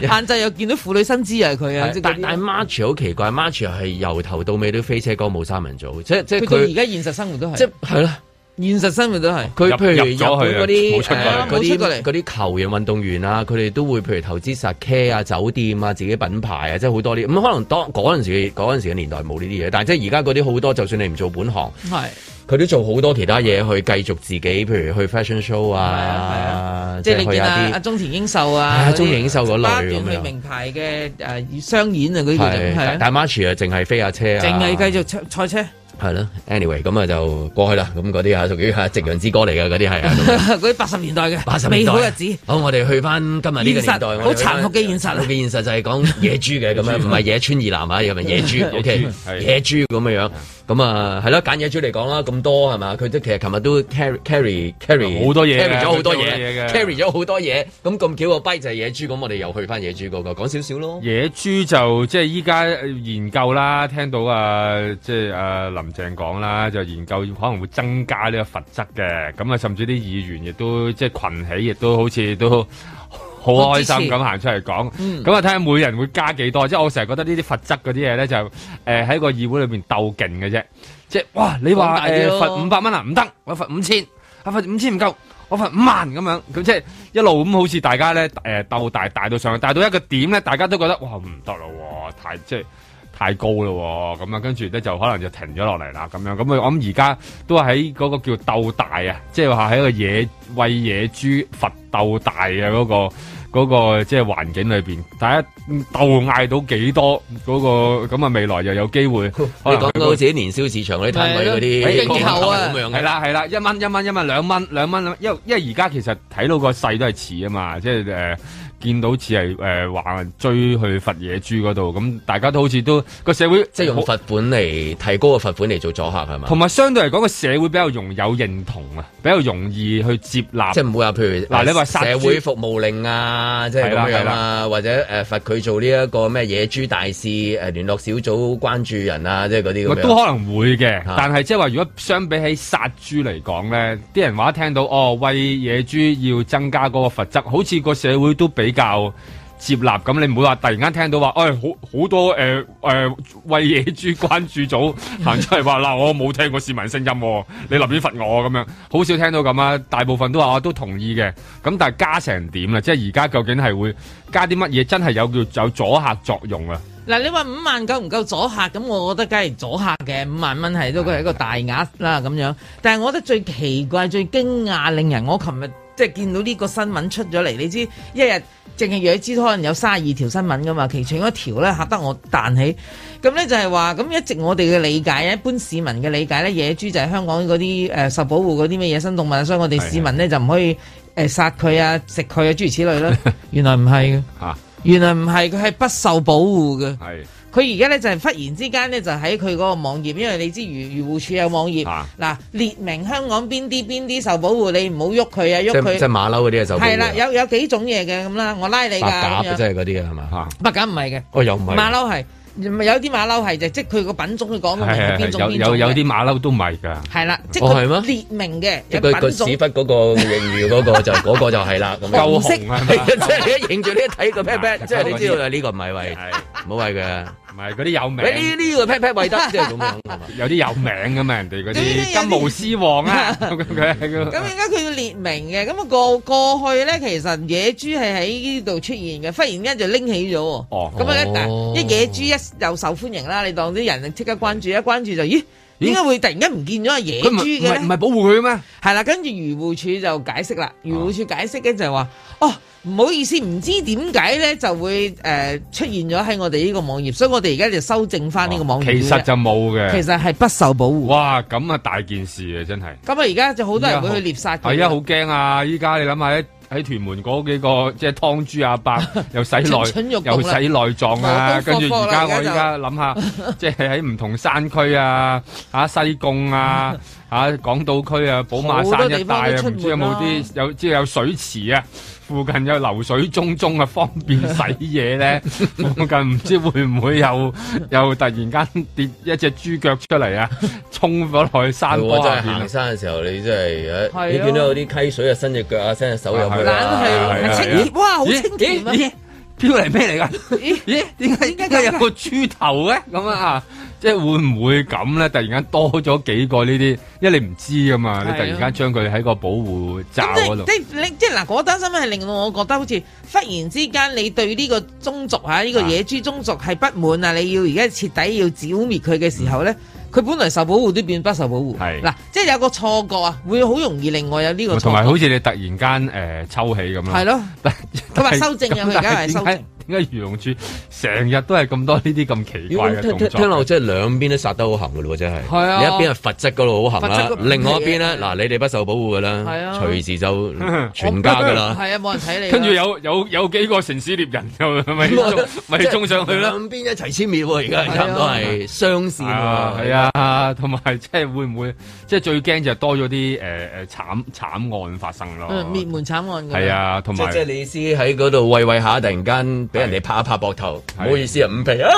[SPEAKER 4] 限制又見到婦女新姿啊！佢啊，即
[SPEAKER 2] 但
[SPEAKER 4] 係嗰啲
[SPEAKER 2] 但 March 好奇怪，March 係由頭到尾都飛車歌冇三人組，即即係
[SPEAKER 4] 佢到而
[SPEAKER 2] 佢
[SPEAKER 4] 家現實生活都係，
[SPEAKER 2] 即係係啦。
[SPEAKER 4] 現實生活都係。
[SPEAKER 2] 佢
[SPEAKER 3] 入
[SPEAKER 2] 譬如
[SPEAKER 3] 入咗去啊
[SPEAKER 2] 日
[SPEAKER 3] 冇出
[SPEAKER 4] 過嚟
[SPEAKER 2] 本嗰
[SPEAKER 4] 冇
[SPEAKER 2] 啲
[SPEAKER 4] 出過
[SPEAKER 2] 誒嗰啲
[SPEAKER 4] 嚟
[SPEAKER 2] 嗰啲球員、運動員啊，佢哋都會譬如投資 Sake 啊、酒店啊、自己品牌啊，即係好多啲。咁可能當嗰陣時嘅嗰陣時嘅年代冇呢啲嘢，但係即係而家嗰啲好多，就算你唔做本行，
[SPEAKER 4] 係，
[SPEAKER 2] 佢都做好多其他嘢去繼續自己，譬如去 fashion show
[SPEAKER 4] 係啊係
[SPEAKER 2] 啊，
[SPEAKER 4] 即係你
[SPEAKER 2] 去
[SPEAKER 4] 見啊
[SPEAKER 2] 一
[SPEAKER 4] 阿
[SPEAKER 2] 啲
[SPEAKER 4] 中田英壽
[SPEAKER 2] 係
[SPEAKER 4] 啊
[SPEAKER 2] 啊，中田英壽嗰類
[SPEAKER 4] 花卷
[SPEAKER 2] 咁樣
[SPEAKER 4] 佢名牌嘅誒商演啊，嗰啲叫
[SPEAKER 2] 係
[SPEAKER 4] 做係
[SPEAKER 2] 但
[SPEAKER 4] 啊，
[SPEAKER 2] 但 March 啊，淨係飛下車啊，
[SPEAKER 4] 淨係繼續賽
[SPEAKER 2] <laughs>
[SPEAKER 4] 賽車，
[SPEAKER 2] 係咯。Anyway，咁啊就過去啦。咁嗰啲啊屬於係夕陽之歌嚟嘅嗰啲係啊。咁
[SPEAKER 4] 嗰啲八十年代嘅
[SPEAKER 2] 八十
[SPEAKER 4] 美
[SPEAKER 2] 年代啊
[SPEAKER 4] 好日子。
[SPEAKER 2] 好，我哋去翻今日呢個年代，
[SPEAKER 4] 現實
[SPEAKER 2] 我哋
[SPEAKER 4] 好
[SPEAKER 2] 去返
[SPEAKER 4] 殘酷嘅現實啊
[SPEAKER 2] 殘酷嘅現實就係講野豬嘅咁
[SPEAKER 3] <laughs>
[SPEAKER 2] 樣，唔係野村二男啊，又咪野豬？OK， <laughs>
[SPEAKER 3] 係
[SPEAKER 2] 野豬咁樣樣，咁啊係咯，揀野豬嚟講啦，咁多係嘛？佢即係其實琴日都 carry carry carry
[SPEAKER 3] 好多嘢嘅
[SPEAKER 2] carry 咗好多
[SPEAKER 3] 好多嘢
[SPEAKER 2] 嘢
[SPEAKER 3] 嘅
[SPEAKER 2] ，carry 咗好多嘢。咁咁巧個跛就係野豬，咁我哋又去翻野豬嗰個，講少少咯。
[SPEAKER 3] 野豬就即係依家研究啦，聽到啊，即係啊林鄭講啦，就研究可能會增加呢個罰則嘅，咁啊甚至啲議員亦都即係群起，亦都好似都好開心咁行出嚟講，咁啊睇下每人會加幾多，即係我成日覺得呢啲罰則嗰啲嘢咧就誒喺個議會裏邊鬥勁嘅啫，即係哇你
[SPEAKER 4] 講大
[SPEAKER 3] 話
[SPEAKER 4] 啲
[SPEAKER 3] 誒
[SPEAKER 4] 咯
[SPEAKER 3] 罰五百蚊啊唔得，我罰五千，我罰五千唔夠。我罰五萬咁樣，咁即係一路咁，好似大家咧誒鬥大，大到上去，大到一個點咧，大家都覺得哇唔得咯，太即係太高咯，咁啊，跟住咧就可能就停咗落嚟啦，咁樣咁啊，我諗而家都喺嗰個叫鬥大啊，即係話喺個野餵野豬罰鬥大嘅嗰、個。嗰、個即係環境裏邊，大家鬥嗌到幾多嗰、個咁啊？未來又有機會，
[SPEAKER 2] 你
[SPEAKER 3] 可能
[SPEAKER 2] 講
[SPEAKER 3] 去
[SPEAKER 2] 到好似啲年宵市場嗰啲攤位嗰啲
[SPEAKER 4] 係咯
[SPEAKER 2] 廣告咁
[SPEAKER 3] 啊
[SPEAKER 2] 樣
[SPEAKER 3] 係
[SPEAKER 2] 嘅。
[SPEAKER 3] 啦係啦，一啊蚊一蚊一蚊兩蚊兩蚊，因為因為而家其實睇到個勢都係似啊嘛，即係誒、見到似係誒話追去罰野豬嗰度，咁大家都好似都個社會
[SPEAKER 2] 即係用啊罰款嚟提高個罰款嚟做阻嚇係嘛？
[SPEAKER 3] 同埋相對嚟講個社會比較容有認同啊，比較容易去接納。
[SPEAKER 4] 啊
[SPEAKER 2] 即係唔會話，譬如
[SPEAKER 3] 嗱你話殺豬
[SPEAKER 2] 社會服務令啊，即係
[SPEAKER 3] 係啦
[SPEAKER 2] 咁樣
[SPEAKER 3] 係
[SPEAKER 2] 啊，或者誒罰佢做呢一個咩野豬大使誒聯絡小組關注人啊，即係嗰啲咁樣。
[SPEAKER 3] 都可能會嘅
[SPEAKER 2] 啊，
[SPEAKER 3] 但係即係話，如果相比起殺豬嚟講咧，啲人話一聽到哦喂野豬要增加嗰個罰則，好似個社會都比較接納咁，你唔會話突然間聽到話，哎好好多誒誒喂野豬關注組行出嚟話嗱，我冇聽過市民聲音喎，你立亂罰我咁樣，好少聽到咁啊，大部分都話我都同意嘅，咁但係加成點啦？即係而家究竟係會加啲乜嘢真係有叫有阻嚇作用啊？
[SPEAKER 4] 嗱，你話五萬夠唔夠阻嚇？咁我覺得梗係阻嚇嘅，五萬蚊係都係一個大額啦咁樣。但係我覺得最奇怪、最驚訝、令人我琴日即係見到呢個新聞出咗嚟，你知一日淨係養知可能有三十二條新聞噶嘛，其中一條咧嚇得我彈起。咁咧就係話，咁一直我哋嘅理解，一般市民嘅理解咧，野豬就係香港嗰啲誒受保護嗰啲咩野生動物，啊所以我哋
[SPEAKER 3] 係
[SPEAKER 4] 市民咧就唔可以誒殺佢啊、食佢啊諸如此類啦。原來唔係嘅，
[SPEAKER 3] 嚇
[SPEAKER 4] 原來唔係，佢係不受保護嘅。
[SPEAKER 3] 係
[SPEAKER 4] 佢而家咧就係忽然之間咧就喺佢嗰個網頁，因為你知漁漁護署有網頁，嗱、
[SPEAKER 3] 啊
[SPEAKER 4] 列明香港邊啲邊啲受保護，你唔好喐佢啊，
[SPEAKER 2] 即係
[SPEAKER 4] 喐
[SPEAKER 2] 即係
[SPEAKER 4] 佢
[SPEAKER 2] 馬騮嗰啲嘅手錶
[SPEAKER 4] 係啦，有有幾種嘢嘅咁啦，我拉你㗎
[SPEAKER 2] 啊白鴿
[SPEAKER 4] 咁
[SPEAKER 2] 啊
[SPEAKER 4] 樣，
[SPEAKER 2] 即係嗰啲嘅係嘛？
[SPEAKER 3] 嚇。
[SPEAKER 4] 白鴿唔係嘅，
[SPEAKER 2] 哦，又唔係
[SPEAKER 4] 馬騮係有啲馬騮係就即係佢個品種，佢講到明係邊種
[SPEAKER 3] 有
[SPEAKER 4] 邊種
[SPEAKER 3] 有有
[SPEAKER 4] 嘅
[SPEAKER 3] 啲馬騮都唔係㗎，
[SPEAKER 4] 係啦，即係
[SPEAKER 2] 哦係
[SPEAKER 4] 佢
[SPEAKER 2] 咩
[SPEAKER 4] 列明嘅
[SPEAKER 2] 即係佢
[SPEAKER 4] 有
[SPEAKER 2] 個
[SPEAKER 4] 品
[SPEAKER 2] 屎
[SPEAKER 4] 種。
[SPEAKER 2] 忽嗰個形如嗰個就 <laughs> 嗰個就係啦咁樣。
[SPEAKER 3] 夠
[SPEAKER 4] 紅色
[SPEAKER 3] 紅啊係嘛，
[SPEAKER 2] <laughs> 即係你一影住呢一睇個 pat pat，即係你知道
[SPEAKER 4] <laughs>
[SPEAKER 3] 係
[SPEAKER 2] 啦，呢個唔係喂，
[SPEAKER 3] 係
[SPEAKER 2] 唔好喂佢。
[SPEAKER 3] 唔係嗰啲有
[SPEAKER 2] 喂呢
[SPEAKER 3] 名，
[SPEAKER 2] 呢個 pat pat 喂得，即係咁樣係嘛
[SPEAKER 3] 有啲有名㗎嘛，人哋嗰
[SPEAKER 4] 對呢
[SPEAKER 3] 啲
[SPEAKER 4] 啲
[SPEAKER 3] 金毛獅王啊，咁佢係嗰
[SPEAKER 4] 咁而家佢要列明嘅，咁啊過過去咧，其實野豬係喺呢度出現嘅，忽然間就拎起咗喎。
[SPEAKER 3] 哦
[SPEAKER 4] 咁啊一
[SPEAKER 2] 哦
[SPEAKER 4] 嗱，一野豬一又受歡迎啦，你當啲人即刻關注，一關注就咦？
[SPEAKER 3] 咦
[SPEAKER 4] 點解會突然間唔見咗個野
[SPEAKER 3] 佢唔
[SPEAKER 4] 豬
[SPEAKER 3] 係唔係唔
[SPEAKER 4] 嘅
[SPEAKER 3] 啊
[SPEAKER 4] 咧？
[SPEAKER 3] 係保護佢嘅咩？
[SPEAKER 4] 係啦，跟住漁護署就解釋啦。漁護署解釋嘅就係話，哦，唔好意思，唔知點解咧就會誒、呃出現咗喺我哋呢個網頁，所以我哋而家就修正翻呢個網頁。
[SPEAKER 3] 哦其實就冇
[SPEAKER 4] 其
[SPEAKER 3] 嘅，
[SPEAKER 4] 實係不受保護。
[SPEAKER 3] 哇咁啊大件事啊真係，
[SPEAKER 4] 咁啊，而家就好
[SPEAKER 3] 哎
[SPEAKER 4] 多人會去獵殺佢。
[SPEAKER 3] 係啊好驚啊！依家你諗下喺喺屯門嗰幾個即係劏豬阿
[SPEAKER 4] <laughs>
[SPEAKER 3] 伯，又洗內
[SPEAKER 4] 蠢蠢欲動
[SPEAKER 3] 又
[SPEAKER 4] 啦
[SPEAKER 3] 洗內臟啊，
[SPEAKER 4] 無
[SPEAKER 3] 跟
[SPEAKER 4] 功
[SPEAKER 3] 住而
[SPEAKER 4] 課課啦
[SPEAKER 3] 家我
[SPEAKER 4] 而
[SPEAKER 3] 依
[SPEAKER 4] 家就
[SPEAKER 3] 家諗
[SPEAKER 4] <laughs>
[SPEAKER 3] 下，即係喺唔同山區啊，啊西貢
[SPEAKER 4] <laughs>
[SPEAKER 3] 啊，啊港島區啊，寶馬
[SPEAKER 4] 好多
[SPEAKER 3] 山一帶
[SPEAKER 4] 地方
[SPEAKER 3] 啊，
[SPEAKER 4] 都出
[SPEAKER 3] 唔知有冇
[SPEAKER 4] 沒
[SPEAKER 3] 啲
[SPEAKER 4] 啦
[SPEAKER 3] 有即係有水池啊，附近有流水淙淙啊，方便洗嘢
[SPEAKER 4] <laughs>
[SPEAKER 3] 咧。附近唔知會唔會有又突然間跌一隻豬腳出嚟啊，衝咗落去山
[SPEAKER 2] 我
[SPEAKER 3] 坡
[SPEAKER 2] 真
[SPEAKER 3] 下
[SPEAKER 2] 係
[SPEAKER 3] 邊啊
[SPEAKER 2] 行。山嘅時候，你真係
[SPEAKER 4] 係啊
[SPEAKER 2] 誒你見到有啲溪水啊，伸只腳啊，伸隻手入去
[SPEAKER 4] 懶
[SPEAKER 2] 啊
[SPEAKER 3] 係係 <laughs>
[SPEAKER 4] 係
[SPEAKER 3] 啊
[SPEAKER 4] 清甜，哇，好清甜啊！
[SPEAKER 3] 咦飄嚟咩
[SPEAKER 4] <laughs>
[SPEAKER 3] 嚟㗎？
[SPEAKER 4] 咦
[SPEAKER 3] 咦？點解點解有個豬頭嘅咁啊？即係會唔會咁咧？突然間多咗幾個呢啲，因為你唔知噶嘛，你
[SPEAKER 4] 係啊
[SPEAKER 3] 突然間將佢喺個保護罩嗰
[SPEAKER 4] 咁
[SPEAKER 3] 度
[SPEAKER 4] 即。即你即嗱，嗰單新聞係令到我覺得好似忽然之間，你對呢個宗族啊嚇呢、
[SPEAKER 3] 啊
[SPEAKER 4] 個野豬宗族係不滿啊！你要而家徹底要剿滅佢嘅時候咧，佢、本來受保護都變不受保護。
[SPEAKER 3] 嗯係
[SPEAKER 4] 嗱，即係有個錯覺啊，會好容易令我有呢個錯覺。
[SPEAKER 3] 同埋好似你突然間誒、呃抽起咁啦。 <laughs>
[SPEAKER 4] 係咯，
[SPEAKER 3] 但，
[SPEAKER 4] 佢話修正啊佢而家係修正
[SPEAKER 3] 但係點解。點解漁農處成日都係咁多呢啲咁奇
[SPEAKER 2] 如
[SPEAKER 3] 怪
[SPEAKER 2] 果
[SPEAKER 3] 嘅
[SPEAKER 2] 聽
[SPEAKER 3] 動
[SPEAKER 2] 聽
[SPEAKER 3] 作？
[SPEAKER 2] 聽落，即係兩邊都殺得好行嘅咯喎，真係。
[SPEAKER 3] 係啊
[SPEAKER 2] 你一邊係罰則嗰度好行
[SPEAKER 4] 罰
[SPEAKER 2] 啦
[SPEAKER 4] 則嗰，邊
[SPEAKER 2] 另外一邊
[SPEAKER 3] <laughs>
[SPEAKER 2] 咧，嗱你哋不受保護嘅
[SPEAKER 4] 係
[SPEAKER 2] 啦
[SPEAKER 4] 啊，
[SPEAKER 2] 隨時就全家嘅
[SPEAKER 3] <laughs>
[SPEAKER 2] 啦。
[SPEAKER 4] 係啊，冇人睇你啦。
[SPEAKER 3] 跟住有有有幾個城市獵人就咪衝 <laughs> 咪衝上去啦。
[SPEAKER 2] 啊兩邊一齊殲滅喎，而家係差唔多係雙線
[SPEAKER 3] 啊，
[SPEAKER 2] 喎。
[SPEAKER 3] 係啊，同埋即係會唔會即係最驚就係多咗啲誒誒慘慘案發生咯。
[SPEAKER 4] 嗯滅門慘案㗎。
[SPEAKER 3] 係啊，同
[SPEAKER 2] 即
[SPEAKER 3] 埋
[SPEAKER 2] 即係你意思喺嗰度喂喂下，突然間俾人哋拍一拍膊頭，唔
[SPEAKER 3] 係
[SPEAKER 2] 好意思啊，五皮啊，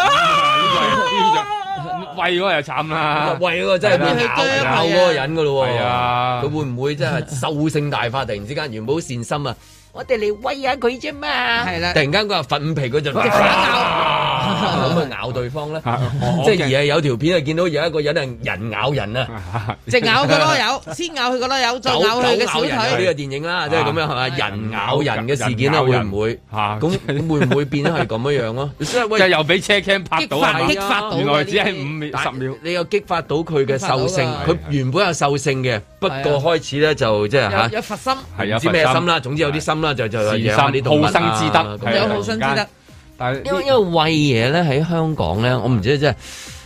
[SPEAKER 3] 喂嗰個又慘啦，
[SPEAKER 2] 喂嗰個真係會咬
[SPEAKER 4] 係啦
[SPEAKER 2] 咬嗰個人嘅咯喎。
[SPEAKER 3] 係啊
[SPEAKER 2] 佢會唔會真係獸性大發？突然之間原本好善心啊，我哋嚟威下佢啫嘛。
[SPEAKER 4] 係啦
[SPEAKER 2] 突然間佢話瞓五皮，佢就即刻咬，咁啊咬對方咧。即係而係有條片啊，見到有一個人係人咬人啊，
[SPEAKER 4] 直咬佢咯，有先咬佢個
[SPEAKER 3] <laughs>
[SPEAKER 4] 咯，有再
[SPEAKER 2] 狗
[SPEAKER 4] 咬佢嘅小
[SPEAKER 2] 狗咬人啊呢
[SPEAKER 4] 腿。
[SPEAKER 2] 個電影啦，即係咁樣係嘛，
[SPEAKER 4] 係
[SPEAKER 2] 人咬人嘅事件啦，
[SPEAKER 3] 人
[SPEAKER 2] 會
[SPEAKER 3] 咬人
[SPEAKER 2] 唔會？
[SPEAKER 3] 嚇
[SPEAKER 2] 咁會唔會變得係咁樣樣咯？即係
[SPEAKER 3] 即係
[SPEAKER 2] 喂，
[SPEAKER 3] 又俾車 cam 拍到啊
[SPEAKER 2] 激！
[SPEAKER 4] 激發到啊
[SPEAKER 3] 原來只係
[SPEAKER 4] 呢
[SPEAKER 3] 五
[SPEAKER 4] 啲
[SPEAKER 3] 秒
[SPEAKER 2] 但
[SPEAKER 3] 十秒，
[SPEAKER 2] 你又激發到佢嘅獸性，
[SPEAKER 4] 激發
[SPEAKER 3] 到
[SPEAKER 2] 佢
[SPEAKER 3] 㗎
[SPEAKER 2] 原本有獸性嘅，不過開始咧就即係
[SPEAKER 4] 有
[SPEAKER 2] 嚇。
[SPEAKER 4] 有佛心，
[SPEAKER 3] 係啊，
[SPEAKER 2] 唔知咩
[SPEAKER 3] 佛
[SPEAKER 2] 心啦，總之有啲心啦，就就
[SPEAKER 3] 慈
[SPEAKER 2] 就
[SPEAKER 3] 心
[SPEAKER 2] 養返啲動物啊
[SPEAKER 3] 好生之德
[SPEAKER 2] 咁樣
[SPEAKER 3] 係
[SPEAKER 4] 有
[SPEAKER 3] 啊
[SPEAKER 4] 好生
[SPEAKER 3] 突
[SPEAKER 4] 之
[SPEAKER 3] 然
[SPEAKER 4] 德
[SPEAKER 3] 間。但係
[SPEAKER 2] 因為因為餵嘢咧喺香港咧，我唔知即係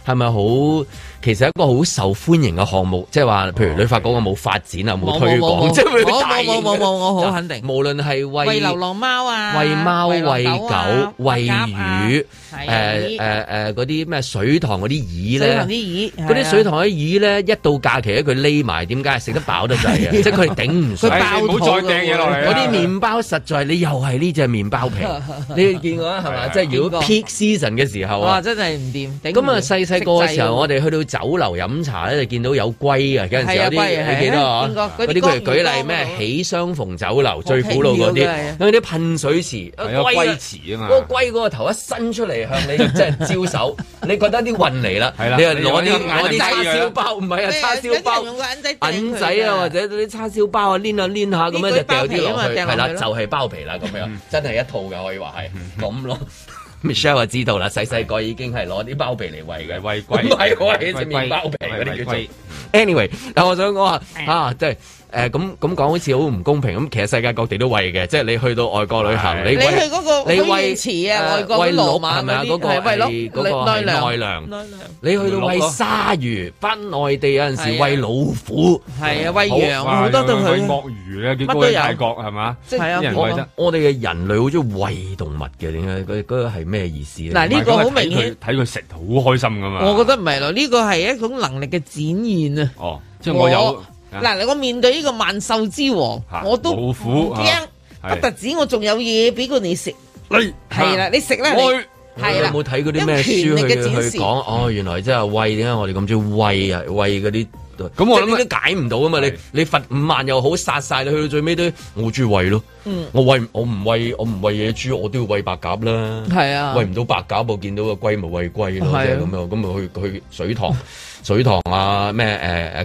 [SPEAKER 2] 係咪好？其實一個好受歡迎嘅項目，即係話譬如旅發局有冇發展啊，有冇推廣，即係佢
[SPEAKER 4] 冇
[SPEAKER 2] 大
[SPEAKER 4] 冇
[SPEAKER 2] 型嘅
[SPEAKER 4] 冇冇冇，我好肯定。
[SPEAKER 2] 無論係
[SPEAKER 4] 喂
[SPEAKER 2] 為
[SPEAKER 4] 流浪貓啊，
[SPEAKER 2] 喂貓、喂狗、喂魚，誒誒
[SPEAKER 4] 誒誒，
[SPEAKER 2] 誒嗰啲咩水塘嗰啲魚
[SPEAKER 4] 啊水塘
[SPEAKER 2] 咧
[SPEAKER 4] 啲。魚，
[SPEAKER 2] 嗰
[SPEAKER 4] 係
[SPEAKER 2] 啲
[SPEAKER 4] 啊
[SPEAKER 2] 水塘啲魚咧，一到假期咧，佢匿埋，點解食得飽得滯
[SPEAKER 4] <laughs>
[SPEAKER 2] 啊？即係佢哋頂唔順
[SPEAKER 4] 佢。
[SPEAKER 3] 唉
[SPEAKER 4] 爆
[SPEAKER 3] 你唔好
[SPEAKER 4] 肚
[SPEAKER 3] 再
[SPEAKER 4] 㗎
[SPEAKER 3] 掟嘢
[SPEAKER 4] 喎
[SPEAKER 3] 落嚟啊
[SPEAKER 2] 嗰啲麵包實在，你又係呢只麵
[SPEAKER 4] <laughs>
[SPEAKER 2] 包皮，你見過啊？係嘛？
[SPEAKER 3] 係
[SPEAKER 2] 即係如
[SPEAKER 4] 見過
[SPEAKER 2] 果 peak season 嘅時候
[SPEAKER 4] <laughs> 哇，
[SPEAKER 2] 啊，
[SPEAKER 4] 真係唔掂。頂唔
[SPEAKER 2] 咁啊
[SPEAKER 4] 順
[SPEAKER 2] 細細個嘅時候，
[SPEAKER 4] 食
[SPEAKER 2] 我哋去到酒樓飲茶咧，就見到有龜啊！有陣時有
[SPEAKER 4] 係啊龜啊
[SPEAKER 2] 啲
[SPEAKER 4] 係啊
[SPEAKER 2] 你見到啊
[SPEAKER 4] 見過，嗰
[SPEAKER 2] 嗰啲
[SPEAKER 4] 啲
[SPEAKER 2] 譬如
[SPEAKER 4] 江魚
[SPEAKER 2] 舉例
[SPEAKER 4] 缸嗰
[SPEAKER 2] 咩
[SPEAKER 4] 度
[SPEAKER 2] 喜相逢酒樓最古老嗰
[SPEAKER 4] 好奇
[SPEAKER 2] 啲
[SPEAKER 4] 妙㗎，
[SPEAKER 2] 嗰啲噴水池，啊
[SPEAKER 3] 係有
[SPEAKER 2] 龜啊
[SPEAKER 3] 龜池啊嘛
[SPEAKER 2] 嗰。個龜嗰個頭一伸出嚟向你即
[SPEAKER 4] <laughs>
[SPEAKER 2] 係招手，你覺得啲運嚟啦，
[SPEAKER 3] 係啦
[SPEAKER 2] 你又攞
[SPEAKER 3] 你
[SPEAKER 2] 啲
[SPEAKER 3] 攞啲
[SPEAKER 2] 攞啲
[SPEAKER 3] 銀
[SPEAKER 2] 叉
[SPEAKER 3] 仔㗎
[SPEAKER 2] 燒包，唔係啊
[SPEAKER 4] 仔
[SPEAKER 2] 叉
[SPEAKER 4] 有
[SPEAKER 2] 燒
[SPEAKER 4] 啲
[SPEAKER 2] 包
[SPEAKER 4] 人。用個銀仔掟
[SPEAKER 2] 銀仔
[SPEAKER 4] 佢㗎
[SPEAKER 2] 啊，或者啲叉燒包啊，攣下攣下咁樣就掉啲落去，
[SPEAKER 4] 呢個包皮啊嘛
[SPEAKER 2] 係啦，
[SPEAKER 4] 掟落去
[SPEAKER 2] 就
[SPEAKER 4] 咯
[SPEAKER 2] 係包皮啦咁樣，真係一套嘅可以話係咁咯。Michelle 就知道啦，細細個已經係攞啲包皮嚟喂嘅，
[SPEAKER 3] 喂龜
[SPEAKER 2] 唔係喂隻麵包皮嗰啲叫做。Anyway，但我想講話啊，即係。誒咁咁講好似好唔公平咁，其實世界各地都喂嘅，即係你去到外國旅行，
[SPEAKER 3] 係
[SPEAKER 2] 你
[SPEAKER 4] 你
[SPEAKER 2] 喂
[SPEAKER 4] 去嗰個
[SPEAKER 2] 你
[SPEAKER 4] 許
[SPEAKER 2] 喂
[SPEAKER 4] 願池啊，
[SPEAKER 2] 誒
[SPEAKER 4] 外國
[SPEAKER 2] 喂
[SPEAKER 4] 嗰羅
[SPEAKER 2] 鹿
[SPEAKER 4] 馬
[SPEAKER 2] 係咪啊？嗰個
[SPEAKER 4] 係喂
[SPEAKER 2] 係嗰個係奈
[SPEAKER 4] 內良，
[SPEAKER 2] 良，
[SPEAKER 4] 內良
[SPEAKER 2] 你去到
[SPEAKER 3] 鹿
[SPEAKER 2] 喂
[SPEAKER 3] 咯
[SPEAKER 2] 鯊魚，翻內地有陣
[SPEAKER 4] 係
[SPEAKER 2] 時
[SPEAKER 4] 啊
[SPEAKER 2] 喂老虎。
[SPEAKER 4] 係啊，喂羊
[SPEAKER 3] 哇
[SPEAKER 4] 好多都
[SPEAKER 3] 喂
[SPEAKER 4] 去，
[SPEAKER 3] 鱷魚咧，
[SPEAKER 4] 乜
[SPEAKER 3] 啲
[SPEAKER 4] 都有
[SPEAKER 3] 高泰國係嘛？
[SPEAKER 4] 即係
[SPEAKER 3] 啲人
[SPEAKER 4] 啊。
[SPEAKER 3] 喂
[SPEAKER 2] 我
[SPEAKER 3] 得
[SPEAKER 2] 我哋嘅人類好中意喂動物嘅，點解？嗰嗰個係咩意思咧？
[SPEAKER 4] 嗱啊呢個好明
[SPEAKER 3] 啊睇佢
[SPEAKER 4] 顯，
[SPEAKER 3] 睇佢食好開心噶嘛。
[SPEAKER 4] 我覺得唔係咯，呢個係一種能力嘅展現啊。
[SPEAKER 3] 哦，即係我有啊
[SPEAKER 4] 嗱，我面對呢個萬獸之王
[SPEAKER 3] 嚇，
[SPEAKER 4] 我都
[SPEAKER 3] 老虎
[SPEAKER 4] 唔
[SPEAKER 3] 啊
[SPEAKER 4] 驚，不特止我仲有嘢俾過你食，
[SPEAKER 3] 你
[SPEAKER 4] 係啦，
[SPEAKER 3] 啊
[SPEAKER 4] 你食啦，
[SPEAKER 3] 我
[SPEAKER 4] 你係啦
[SPEAKER 2] 你有冇睇嗰啲咩書
[SPEAKER 4] 因為權力
[SPEAKER 2] 去
[SPEAKER 4] 嘅展示
[SPEAKER 2] 去講？哦，原來真係喂，點解我哋咁中意喂啊？喂嗰啲。
[SPEAKER 3] 咁我諗
[SPEAKER 2] 即係你都解唔到啊嘛！你
[SPEAKER 3] 係
[SPEAKER 2] 你罰五萬又好，殺晒你去到最尾都，我好中意喂咯。
[SPEAKER 4] 嗯
[SPEAKER 2] 我喂我唔喂我唔喂野豬，我都要喂白鴿啦。
[SPEAKER 4] 係啊
[SPEAKER 2] 喂唔到白鴿，我見到個龜咪喂龜咯，
[SPEAKER 4] 係啊
[SPEAKER 2] 即係咁樣。咁咪去去水塘、水塘啊，咩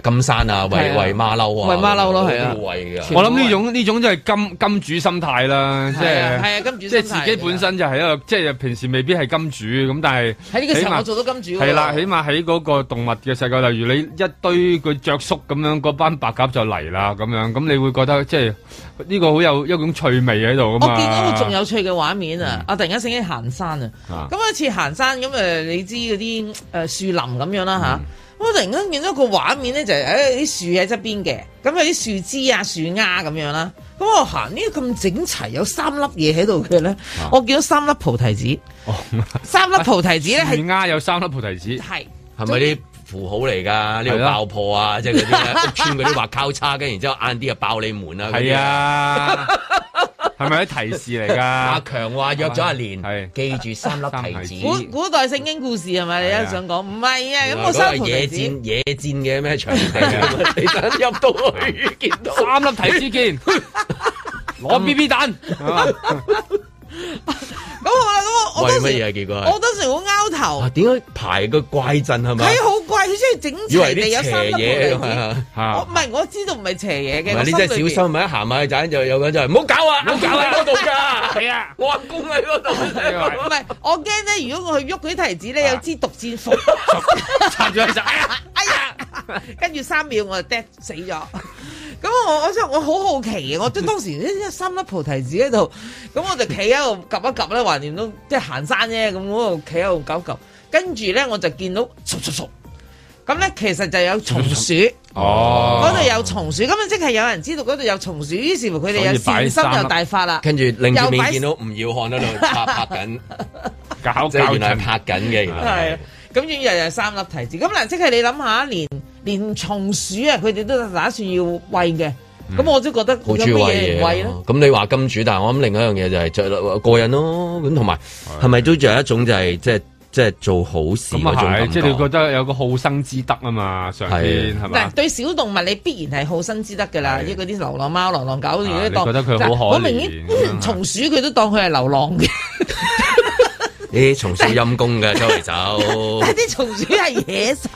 [SPEAKER 2] 誒誒金山啊，喂
[SPEAKER 4] 係啊
[SPEAKER 2] 喂馬騮啊，
[SPEAKER 4] 喂馬騮咯係啊
[SPEAKER 2] 都會喂㗎。
[SPEAKER 3] 我諗呢種呢種真係金金主心態啦，即
[SPEAKER 4] 係啊
[SPEAKER 3] 係
[SPEAKER 4] 係啊，金主
[SPEAKER 3] 即
[SPEAKER 4] 心
[SPEAKER 3] 係
[SPEAKER 4] 態
[SPEAKER 3] 自己本身就係一個，即係平時未必係金主咁，但係
[SPEAKER 4] 喺呢個時
[SPEAKER 3] 起
[SPEAKER 4] 候
[SPEAKER 3] 碼
[SPEAKER 4] 我做到金主喎
[SPEAKER 3] 係啦，起碼喺嗰個動物嘅世界，例如你一堆佢着宿咁樣，嗰班白鴿就嚟啦咁樣，咁你會覺得即係呢個好有一種趣味喺度
[SPEAKER 2] 啊
[SPEAKER 3] 噶嘛。
[SPEAKER 4] 我見到
[SPEAKER 3] <laughs>
[SPEAKER 4] 個仲有趣嘅畫面啊！
[SPEAKER 2] 嗯
[SPEAKER 4] 啊，突然間醒起行山啊！
[SPEAKER 3] 啊
[SPEAKER 4] 咁有一次行山咁誒，你知嗰啲誒樹林咁樣
[SPEAKER 2] 嗯
[SPEAKER 4] 啦吓，咁我突然間見到個畫面咧，就係誒啲樹喺側邊嘅，咁有啲樹枝啊、樹丫咁樣啦。咁我行呢咁整齊，有三粒嘢喺度嘅咧，
[SPEAKER 2] 啊
[SPEAKER 4] 我見到三粒菩提子，三粒菩提子
[SPEAKER 2] 啊
[SPEAKER 4] 咧
[SPEAKER 3] 魚
[SPEAKER 4] 係
[SPEAKER 3] 鴉有三粒菩提
[SPEAKER 4] <laughs>
[SPEAKER 3] 子，
[SPEAKER 4] 係
[SPEAKER 2] 係咪啲符號嚟㗎？呢
[SPEAKER 3] 係
[SPEAKER 2] 度
[SPEAKER 3] 啦
[SPEAKER 2] 爆破啊，即係嗰啲咧屋村嗰啲畫交叉，跟住然之後晏啲就爆你門啊！嗰啲
[SPEAKER 3] 係。啊，係咪啲提示嚟
[SPEAKER 4] <laughs>
[SPEAKER 2] 阿
[SPEAKER 3] 噶？
[SPEAKER 2] 強話約咗阿蓮，
[SPEAKER 3] 係
[SPEAKER 2] 記住三粒提
[SPEAKER 4] 古
[SPEAKER 2] 子。
[SPEAKER 4] 古代聖經故事係咪？你
[SPEAKER 3] 係啊
[SPEAKER 4] 一想講唔係啊？咁
[SPEAKER 2] 嗯原來
[SPEAKER 4] 我
[SPEAKER 2] 嗰個
[SPEAKER 4] 三
[SPEAKER 2] 係
[SPEAKER 4] 菩
[SPEAKER 2] 野
[SPEAKER 4] 提子
[SPEAKER 2] 戰野戰嘅咩場地？啊你等入到去見到
[SPEAKER 3] 三粒提子見，攞 B B 蛋，
[SPEAKER 4] 咁好啦，咁我我
[SPEAKER 2] 喂
[SPEAKER 4] 當
[SPEAKER 2] 乜嘢
[SPEAKER 4] 時
[SPEAKER 2] 啊？結果
[SPEAKER 4] 我
[SPEAKER 2] 係
[SPEAKER 4] 當時好拗頭
[SPEAKER 2] 啊，。點解排個怪陣係咪？啊
[SPEAKER 4] 佢好怪，佢真係整
[SPEAKER 2] 以為
[SPEAKER 4] 齊
[SPEAKER 2] 啲
[SPEAKER 4] 地有三
[SPEAKER 2] 邪
[SPEAKER 4] 粒
[SPEAKER 2] 嘢啊
[SPEAKER 4] 菩提
[SPEAKER 2] 咁
[SPEAKER 4] 子。
[SPEAKER 2] 啊！
[SPEAKER 3] 嚇
[SPEAKER 4] 我唔係，我知道唔係邪嘢
[SPEAKER 2] 唔
[SPEAKER 4] 嘅。
[SPEAKER 2] 係你真係小心，咪一行埋去盞就有個人就係唔好搞啊！唔好搞喺嗰度㗎，
[SPEAKER 3] 係啊，
[SPEAKER 2] 我阿公喺嗰度。
[SPEAKER 4] 唔係，我驚咧，如果我去喐佢啲提子
[SPEAKER 2] 啊
[SPEAKER 4] 咧，有支毒箭伏，
[SPEAKER 3] 插咗喺隻，哎呀
[SPEAKER 4] 哎呀， <laughs> 跟住三秒我就跌死咗。咁我我真係我好好奇嘅，我即係
[SPEAKER 2] <laughs>
[SPEAKER 4] 當時一三粒菩提子喺度，咁我就企喺度 𥄫一 𥄫 咧，橫掂都即係行山啫，咁我喺度企喺度 𥄫 一 𥄫，跟住咧我就見到唰唰唰，咁咧其實就有松鼠。
[SPEAKER 3] 哦
[SPEAKER 4] 嗰度有松鼠，咁啊即係有人知道嗰度有松鼠，於是乎佢哋
[SPEAKER 3] 所
[SPEAKER 4] 有
[SPEAKER 3] 以擺
[SPEAKER 4] 善心
[SPEAKER 3] 衫啦
[SPEAKER 4] 又大發啦。
[SPEAKER 2] 跟住另一
[SPEAKER 4] 又擺
[SPEAKER 2] 面見到吳耀漢喺度拍拍
[SPEAKER 4] <laughs>
[SPEAKER 2] 緊，
[SPEAKER 3] 搞搞
[SPEAKER 2] 即係原來係
[SPEAKER 3] 震
[SPEAKER 2] 拍緊嘅，原來
[SPEAKER 4] 係啊，咁遠又有三粒提子，咁嗱，即係你諗下，連連松鼠啊，佢哋都打算要喂嘅，
[SPEAKER 3] 嗯
[SPEAKER 4] 咁我都覺得
[SPEAKER 2] 好
[SPEAKER 4] 有
[SPEAKER 2] 中意
[SPEAKER 4] 乜
[SPEAKER 2] 喂
[SPEAKER 4] 嘢唔
[SPEAKER 2] 嘢
[SPEAKER 4] 喂咧？
[SPEAKER 2] 咯。咁你話金主，但係我諗另一樣嘢就係着過癮咯。咁同埋係咪都仲有一種就係即係即係做好事
[SPEAKER 3] 咁
[SPEAKER 2] 嗰
[SPEAKER 3] 啊
[SPEAKER 2] 種
[SPEAKER 3] 係，
[SPEAKER 2] 感
[SPEAKER 3] 即係你覺
[SPEAKER 2] 覺？
[SPEAKER 3] 得有個好生之德啊嘛，上天係嘛
[SPEAKER 4] 嗱，？對小動物你必然係好生之得㗎啦，
[SPEAKER 3] 係啊
[SPEAKER 4] 依嗰啲流浪貓、流浪狗，如果
[SPEAKER 3] 你
[SPEAKER 4] 當
[SPEAKER 3] 覺得佢好
[SPEAKER 4] 嗱
[SPEAKER 3] 可憐啊
[SPEAKER 4] 我明顯
[SPEAKER 3] 咁樣
[SPEAKER 4] <coughs> 松鼠佢都當佢係流浪嘅，
[SPEAKER 2] 你從小陰公嘅周圍
[SPEAKER 3] <laughs>
[SPEAKER 2] 走
[SPEAKER 4] 但，係啲松鼠係野生，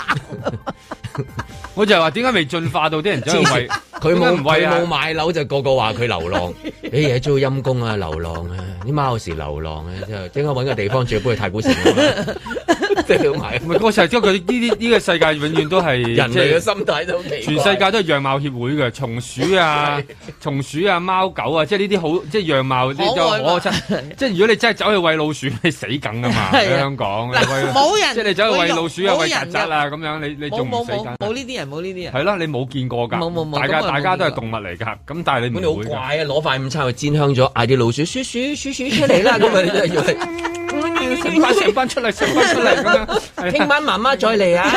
[SPEAKER 3] 我就係話點解未進化到啲人走去
[SPEAKER 2] <laughs>
[SPEAKER 3] 喂？
[SPEAKER 2] 佢
[SPEAKER 3] 點解
[SPEAKER 2] 冇
[SPEAKER 3] 唔喂
[SPEAKER 2] 佢
[SPEAKER 3] 啊
[SPEAKER 2] 冇買樓就個個話佢流
[SPEAKER 3] <laughs>
[SPEAKER 2] 浪，你嘢做
[SPEAKER 3] <laughs>
[SPEAKER 2] 陰公啊流浪啊，啲貓有時流浪啊，之後點解揾個地方住，搬去太古城啊？掉埋
[SPEAKER 3] 唔係嗰個世界，因為佢呢啲呢個世界永遠都係
[SPEAKER 2] <laughs> 人
[SPEAKER 3] 即
[SPEAKER 2] 類
[SPEAKER 3] 係
[SPEAKER 2] 嘅心態都好奇怪
[SPEAKER 3] 全世界都係樣貌協會嘅，松鼠啊、松鼠啊、貓狗啊，即係呢啲好即係樣貌呢啲
[SPEAKER 4] 可愛
[SPEAKER 3] 都
[SPEAKER 4] 嘛
[SPEAKER 3] 可
[SPEAKER 2] <laughs>
[SPEAKER 3] 真。即係如果你真係走去喂老鼠，你死梗噶嘛？
[SPEAKER 4] 係啊
[SPEAKER 3] 喺香港，你喂
[SPEAKER 4] 冇人
[SPEAKER 3] 即係你走去
[SPEAKER 4] 會
[SPEAKER 3] 喂
[SPEAKER 4] 用
[SPEAKER 3] 老鼠啊、
[SPEAKER 4] 冇
[SPEAKER 3] 喂曱
[SPEAKER 4] 人
[SPEAKER 3] 甴啊咁樣，你你
[SPEAKER 4] 冇
[SPEAKER 3] 仲唔
[SPEAKER 4] 冇
[SPEAKER 3] 死梗
[SPEAKER 4] 冇
[SPEAKER 3] 啊？
[SPEAKER 4] 冇呢啲人，冇呢啲人。
[SPEAKER 3] 係啦，你冇見過㗎，
[SPEAKER 4] 冇冇冇
[SPEAKER 3] 大家
[SPEAKER 4] 咁我
[SPEAKER 3] 大家都係
[SPEAKER 4] 冇見過
[SPEAKER 3] 動物嚟㗎，咁但係
[SPEAKER 2] 咁
[SPEAKER 3] 你
[SPEAKER 2] 你好
[SPEAKER 3] 嗯唔會㗎。
[SPEAKER 2] 怪啊！攞塊午餐去煎香咗，嗌啲老鼠鼠鼠鼠鼠出嚟啦！咁啊，你真係要係
[SPEAKER 3] 成班成班出嚟，成班出嚟咁樣，係啊
[SPEAKER 2] 聽晚媽媽再嚟啊！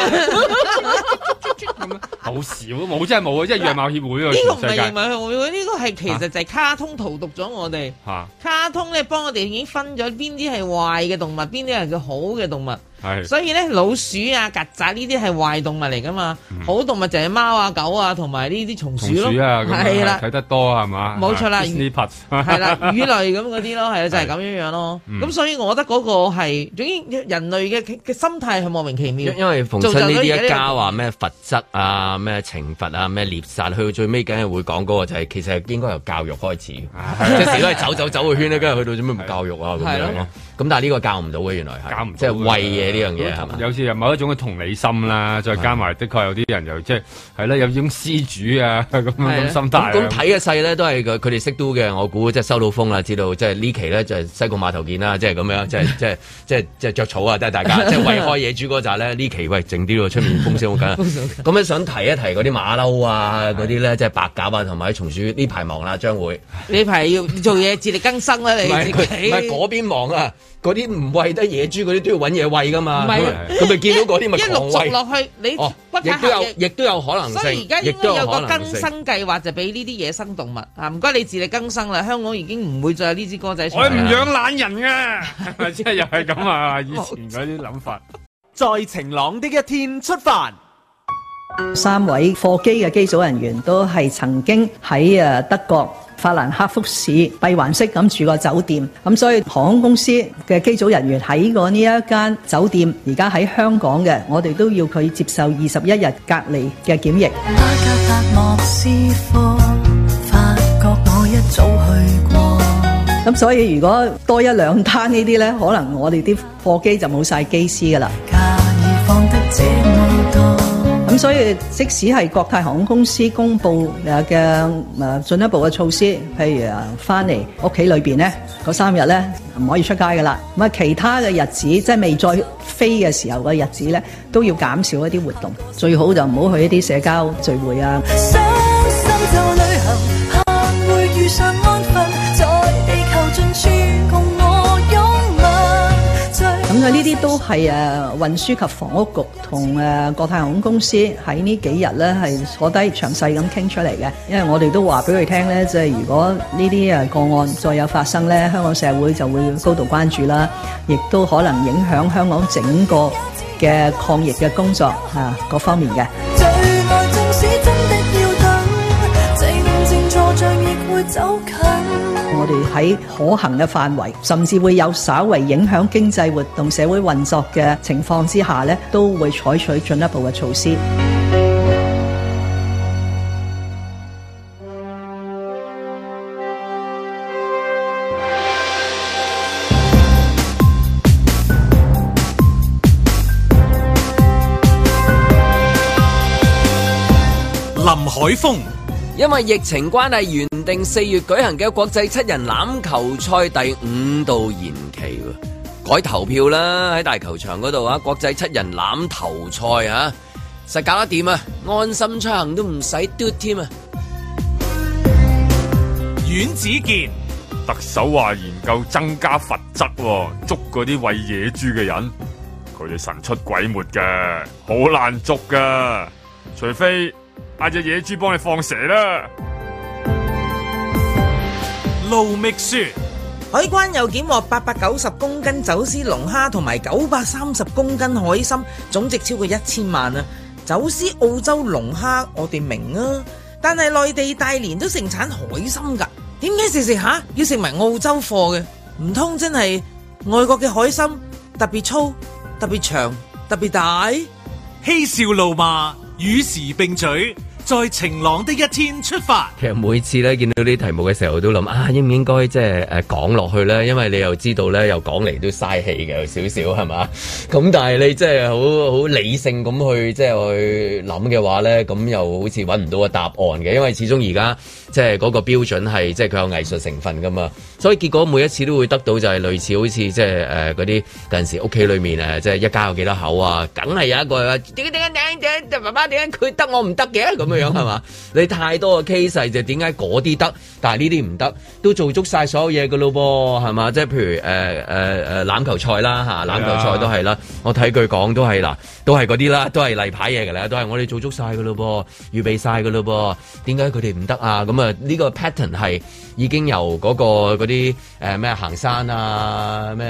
[SPEAKER 3] 好少，冇真係冇啊！即係樣貌協會
[SPEAKER 4] 呢個
[SPEAKER 3] 啊，
[SPEAKER 4] 唔
[SPEAKER 3] 全世
[SPEAKER 4] 係
[SPEAKER 3] 界
[SPEAKER 4] 認為佢會，呢個係其實就係卡通荼毒咗我哋。
[SPEAKER 3] 嚇
[SPEAKER 4] 卡通咧幫我哋已經分咗邊啲係壞嘅動物，邊啲係叫好嘅動物。
[SPEAKER 3] 係
[SPEAKER 4] 所以咧，老鼠啊、曱甴呢啲係壞動物嚟噶嘛，好動物就係貓啊、狗啊，同埋呢啲松
[SPEAKER 3] 松
[SPEAKER 4] 鼠咯，
[SPEAKER 3] 鼠啊，咁樣
[SPEAKER 4] 係啦
[SPEAKER 3] 睇，得多係嘛？
[SPEAKER 4] 冇錯啦
[SPEAKER 3] 呢
[SPEAKER 2] <laughs>
[SPEAKER 3] part <laughs>
[SPEAKER 4] 係啦，魚類咁嗰啲咯，係啊，就係咁樣樣咯。咁所以我覺得嗰個係，總之人類嘅嘅嘅心態係莫名其妙
[SPEAKER 2] 因。因為逢親呢啲一家話咩罰則啊、咩懲罰啊、咩獵殺，去到最尾梗係會講嗰個就係其實應該由教育開始， <laughs> 即係時都係走走走個圈咧，跟住去到做咩唔教育啊咁
[SPEAKER 4] 係
[SPEAKER 2] 樣
[SPEAKER 4] 咯
[SPEAKER 2] 咯。咁但係呢個教唔到嘅原來係，
[SPEAKER 3] 教唔到
[SPEAKER 2] 即係
[SPEAKER 3] 㗎
[SPEAKER 2] 餵嘢呢樣嘢係嘛？
[SPEAKER 3] 有時有某一種嘅同理心啦，再加埋的確有啲人又即係係啦，有種施主啊咁樣
[SPEAKER 4] 係啊
[SPEAKER 3] 咁心態
[SPEAKER 2] 咁
[SPEAKER 3] 啊。
[SPEAKER 2] 咁睇嘅勢咧，都係佢佢哋識都嘅，我估即係收到風啦，知道即係呢期咧就係西貢碼頭見啦，即係咁樣， <laughs> 即係即係即係即係著草啊！即係大 <laughs> 家即係為開野豬嗰扎咧，呢期喂靜啲喎，出面 <laughs> 風聲好緊啊。咁樣想提一提嗰啲馬騮啊，嗰啲咧即係白鴿啊，同埋啲松鼠呢排忙啦，將會
[SPEAKER 4] 呢排要做嘢自力更生啦，你
[SPEAKER 2] 唔係
[SPEAKER 4] 自
[SPEAKER 2] 佢唔係
[SPEAKER 4] 己。
[SPEAKER 2] 嗰邊忙啊，嗰啲唔喂得野豬嗰啲都要揾嘢喂噶嘛，
[SPEAKER 4] 唔係
[SPEAKER 2] 咁咪見到嗰啲咪
[SPEAKER 4] 一
[SPEAKER 2] 狂
[SPEAKER 4] 陸續
[SPEAKER 2] 喂。
[SPEAKER 4] 落去，你
[SPEAKER 2] 哦
[SPEAKER 4] 骨，
[SPEAKER 2] 亦
[SPEAKER 4] 牌
[SPEAKER 2] 都
[SPEAKER 4] 效
[SPEAKER 2] 有
[SPEAKER 4] 應，
[SPEAKER 2] 亦都有可能
[SPEAKER 4] 所以
[SPEAKER 2] 性
[SPEAKER 4] 而家，
[SPEAKER 2] 亦
[SPEAKER 4] 應該
[SPEAKER 2] 都
[SPEAKER 4] 有
[SPEAKER 2] 可
[SPEAKER 4] 個
[SPEAKER 2] 能
[SPEAKER 4] 更
[SPEAKER 2] 性。
[SPEAKER 4] 生計劃，就俾呢啲野生動物啊！唔該，你自力更生啦。香港已經唔會再有呢支歌仔出
[SPEAKER 3] 我唔
[SPEAKER 4] 嚟啦。
[SPEAKER 3] 養懶人嘅，即係又係咁啊！以前嗰啲諗法。
[SPEAKER 5] 在晴朗的一天出發。
[SPEAKER 7] 三位貨機嘅機組人員都係曾經喺誒德國法蘭克福市閉環式咁住過酒店，咁所以航空公司嘅機組人員喺過呢一間酒店，而家喺香港嘅，我哋都要佢接受二十一日隔離嘅檢疫。
[SPEAKER 9] 巴格達莫斯科，法國我一早去過。
[SPEAKER 7] 咁所以如果多一兩單呢啲呢，可能我哋啲貨機就冇晒機師㗎啦。
[SPEAKER 9] 假意放得這麼多，
[SPEAKER 7] 咁所以即使係國泰航空公司公布誒嘅誒進一步嘅措施，譬如誒翻嚟屋企裏邊咧，嗰三日咧唔可以出街噶啦。咁啊，其他嘅日子即係未再飛嘅時候嘅日子咧，都要減少一啲活動，最好就唔好去一啲社交聚會啊。
[SPEAKER 9] 傷心就旅行，盼會遇上安分，在地球盡處共我擁吻。最
[SPEAKER 7] 咁所以呢啲都係誒呃運輸及房屋局同誒國泰航空公司喺呢幾日咧係坐低詳細咁傾出嚟嘅，因為我哋都話俾佢聽咧，即係如果呢啲誒呃個案再有發生咧，香港社會就會高度關注啦，亦都可能影響香港整個嘅抗疫嘅工作啊各方面嘅。
[SPEAKER 9] 最愛縱使真的要等，靜靜坐着亦會走近。
[SPEAKER 7] 我哋喺可行嘅範圍，甚至會有稍為影響經濟活動、社會運作嘅情況之下咧，都會採取進一步嘅措施。
[SPEAKER 1] 林海峰、
[SPEAKER 2] 因為疫情關係，原定四月舉行嘅國際七人欖球賽第五度延期喎，改投票啦喺大球場嗰度啊！國際七人欖球賽啊，實搞得掂啊！安心出行都唔使嘟添啊！
[SPEAKER 1] 阮子健、
[SPEAKER 3] 特首話研究增加罰則喎，捉嗰啲喂野豬嘅人，佢哋神出鬼沒嘅，好難捉噶，除非嗌只野豬幫你放蛇啦。
[SPEAKER 1] 路觅雪、
[SPEAKER 4] 海關又檢獲八百九十公斤走私龍蝦同埋九百三十公斤海參，總值超過一千萬啊！走私澳洲龍蝦我哋明啊，但係內地大連都盛產海參㗎，點解食食下要食埋澳洲貨嘅？唔通真係外國嘅海參特別粗、特別長、特別大？
[SPEAKER 1] 嬉笑怒罵，與時並舉，在晴朗的一天出發。
[SPEAKER 2] 其實每次咧見到呢啲題目嘅時候，我都諗啊，應唔應該即係誒講落去咧？因為你又知道咧，又講嚟都嘥氣嘅，有少少係嘛？ <laughs> 咁但係你即係好好理性咁去即係去諗嘅話咧，咁又好似揾唔到個答案嘅，因為始終而家即係嗰個標準係即係佢有藝術成分噶嘛，所以結果每一次都會得到就係類似好似即係誒嗰啲有陣時屋企裏面誒即係一家有幾多口啊，梗係有一個點解點解點解爸爸點解佢得我唔得嘅咁樣樣係嘛？ <laughs> 你太多嘅 case 就點解嗰啲得，但係呢啲唔得，都做足晒所有嘢嘅咯噃係嘛？即係譬如誒呃誒誒欖球賽啦嚇，欖球賽都係啦，我睇佢講都係嗱，都係嗰啲啦，都係例牌嘢㗎啦，都係我哋做足晒㗎咯噃，預備晒㗎咯噃，點解佢哋唔得啊？咁啊呢個 pattern 係已經由嗰、個嗰啲誒咩行山啊咩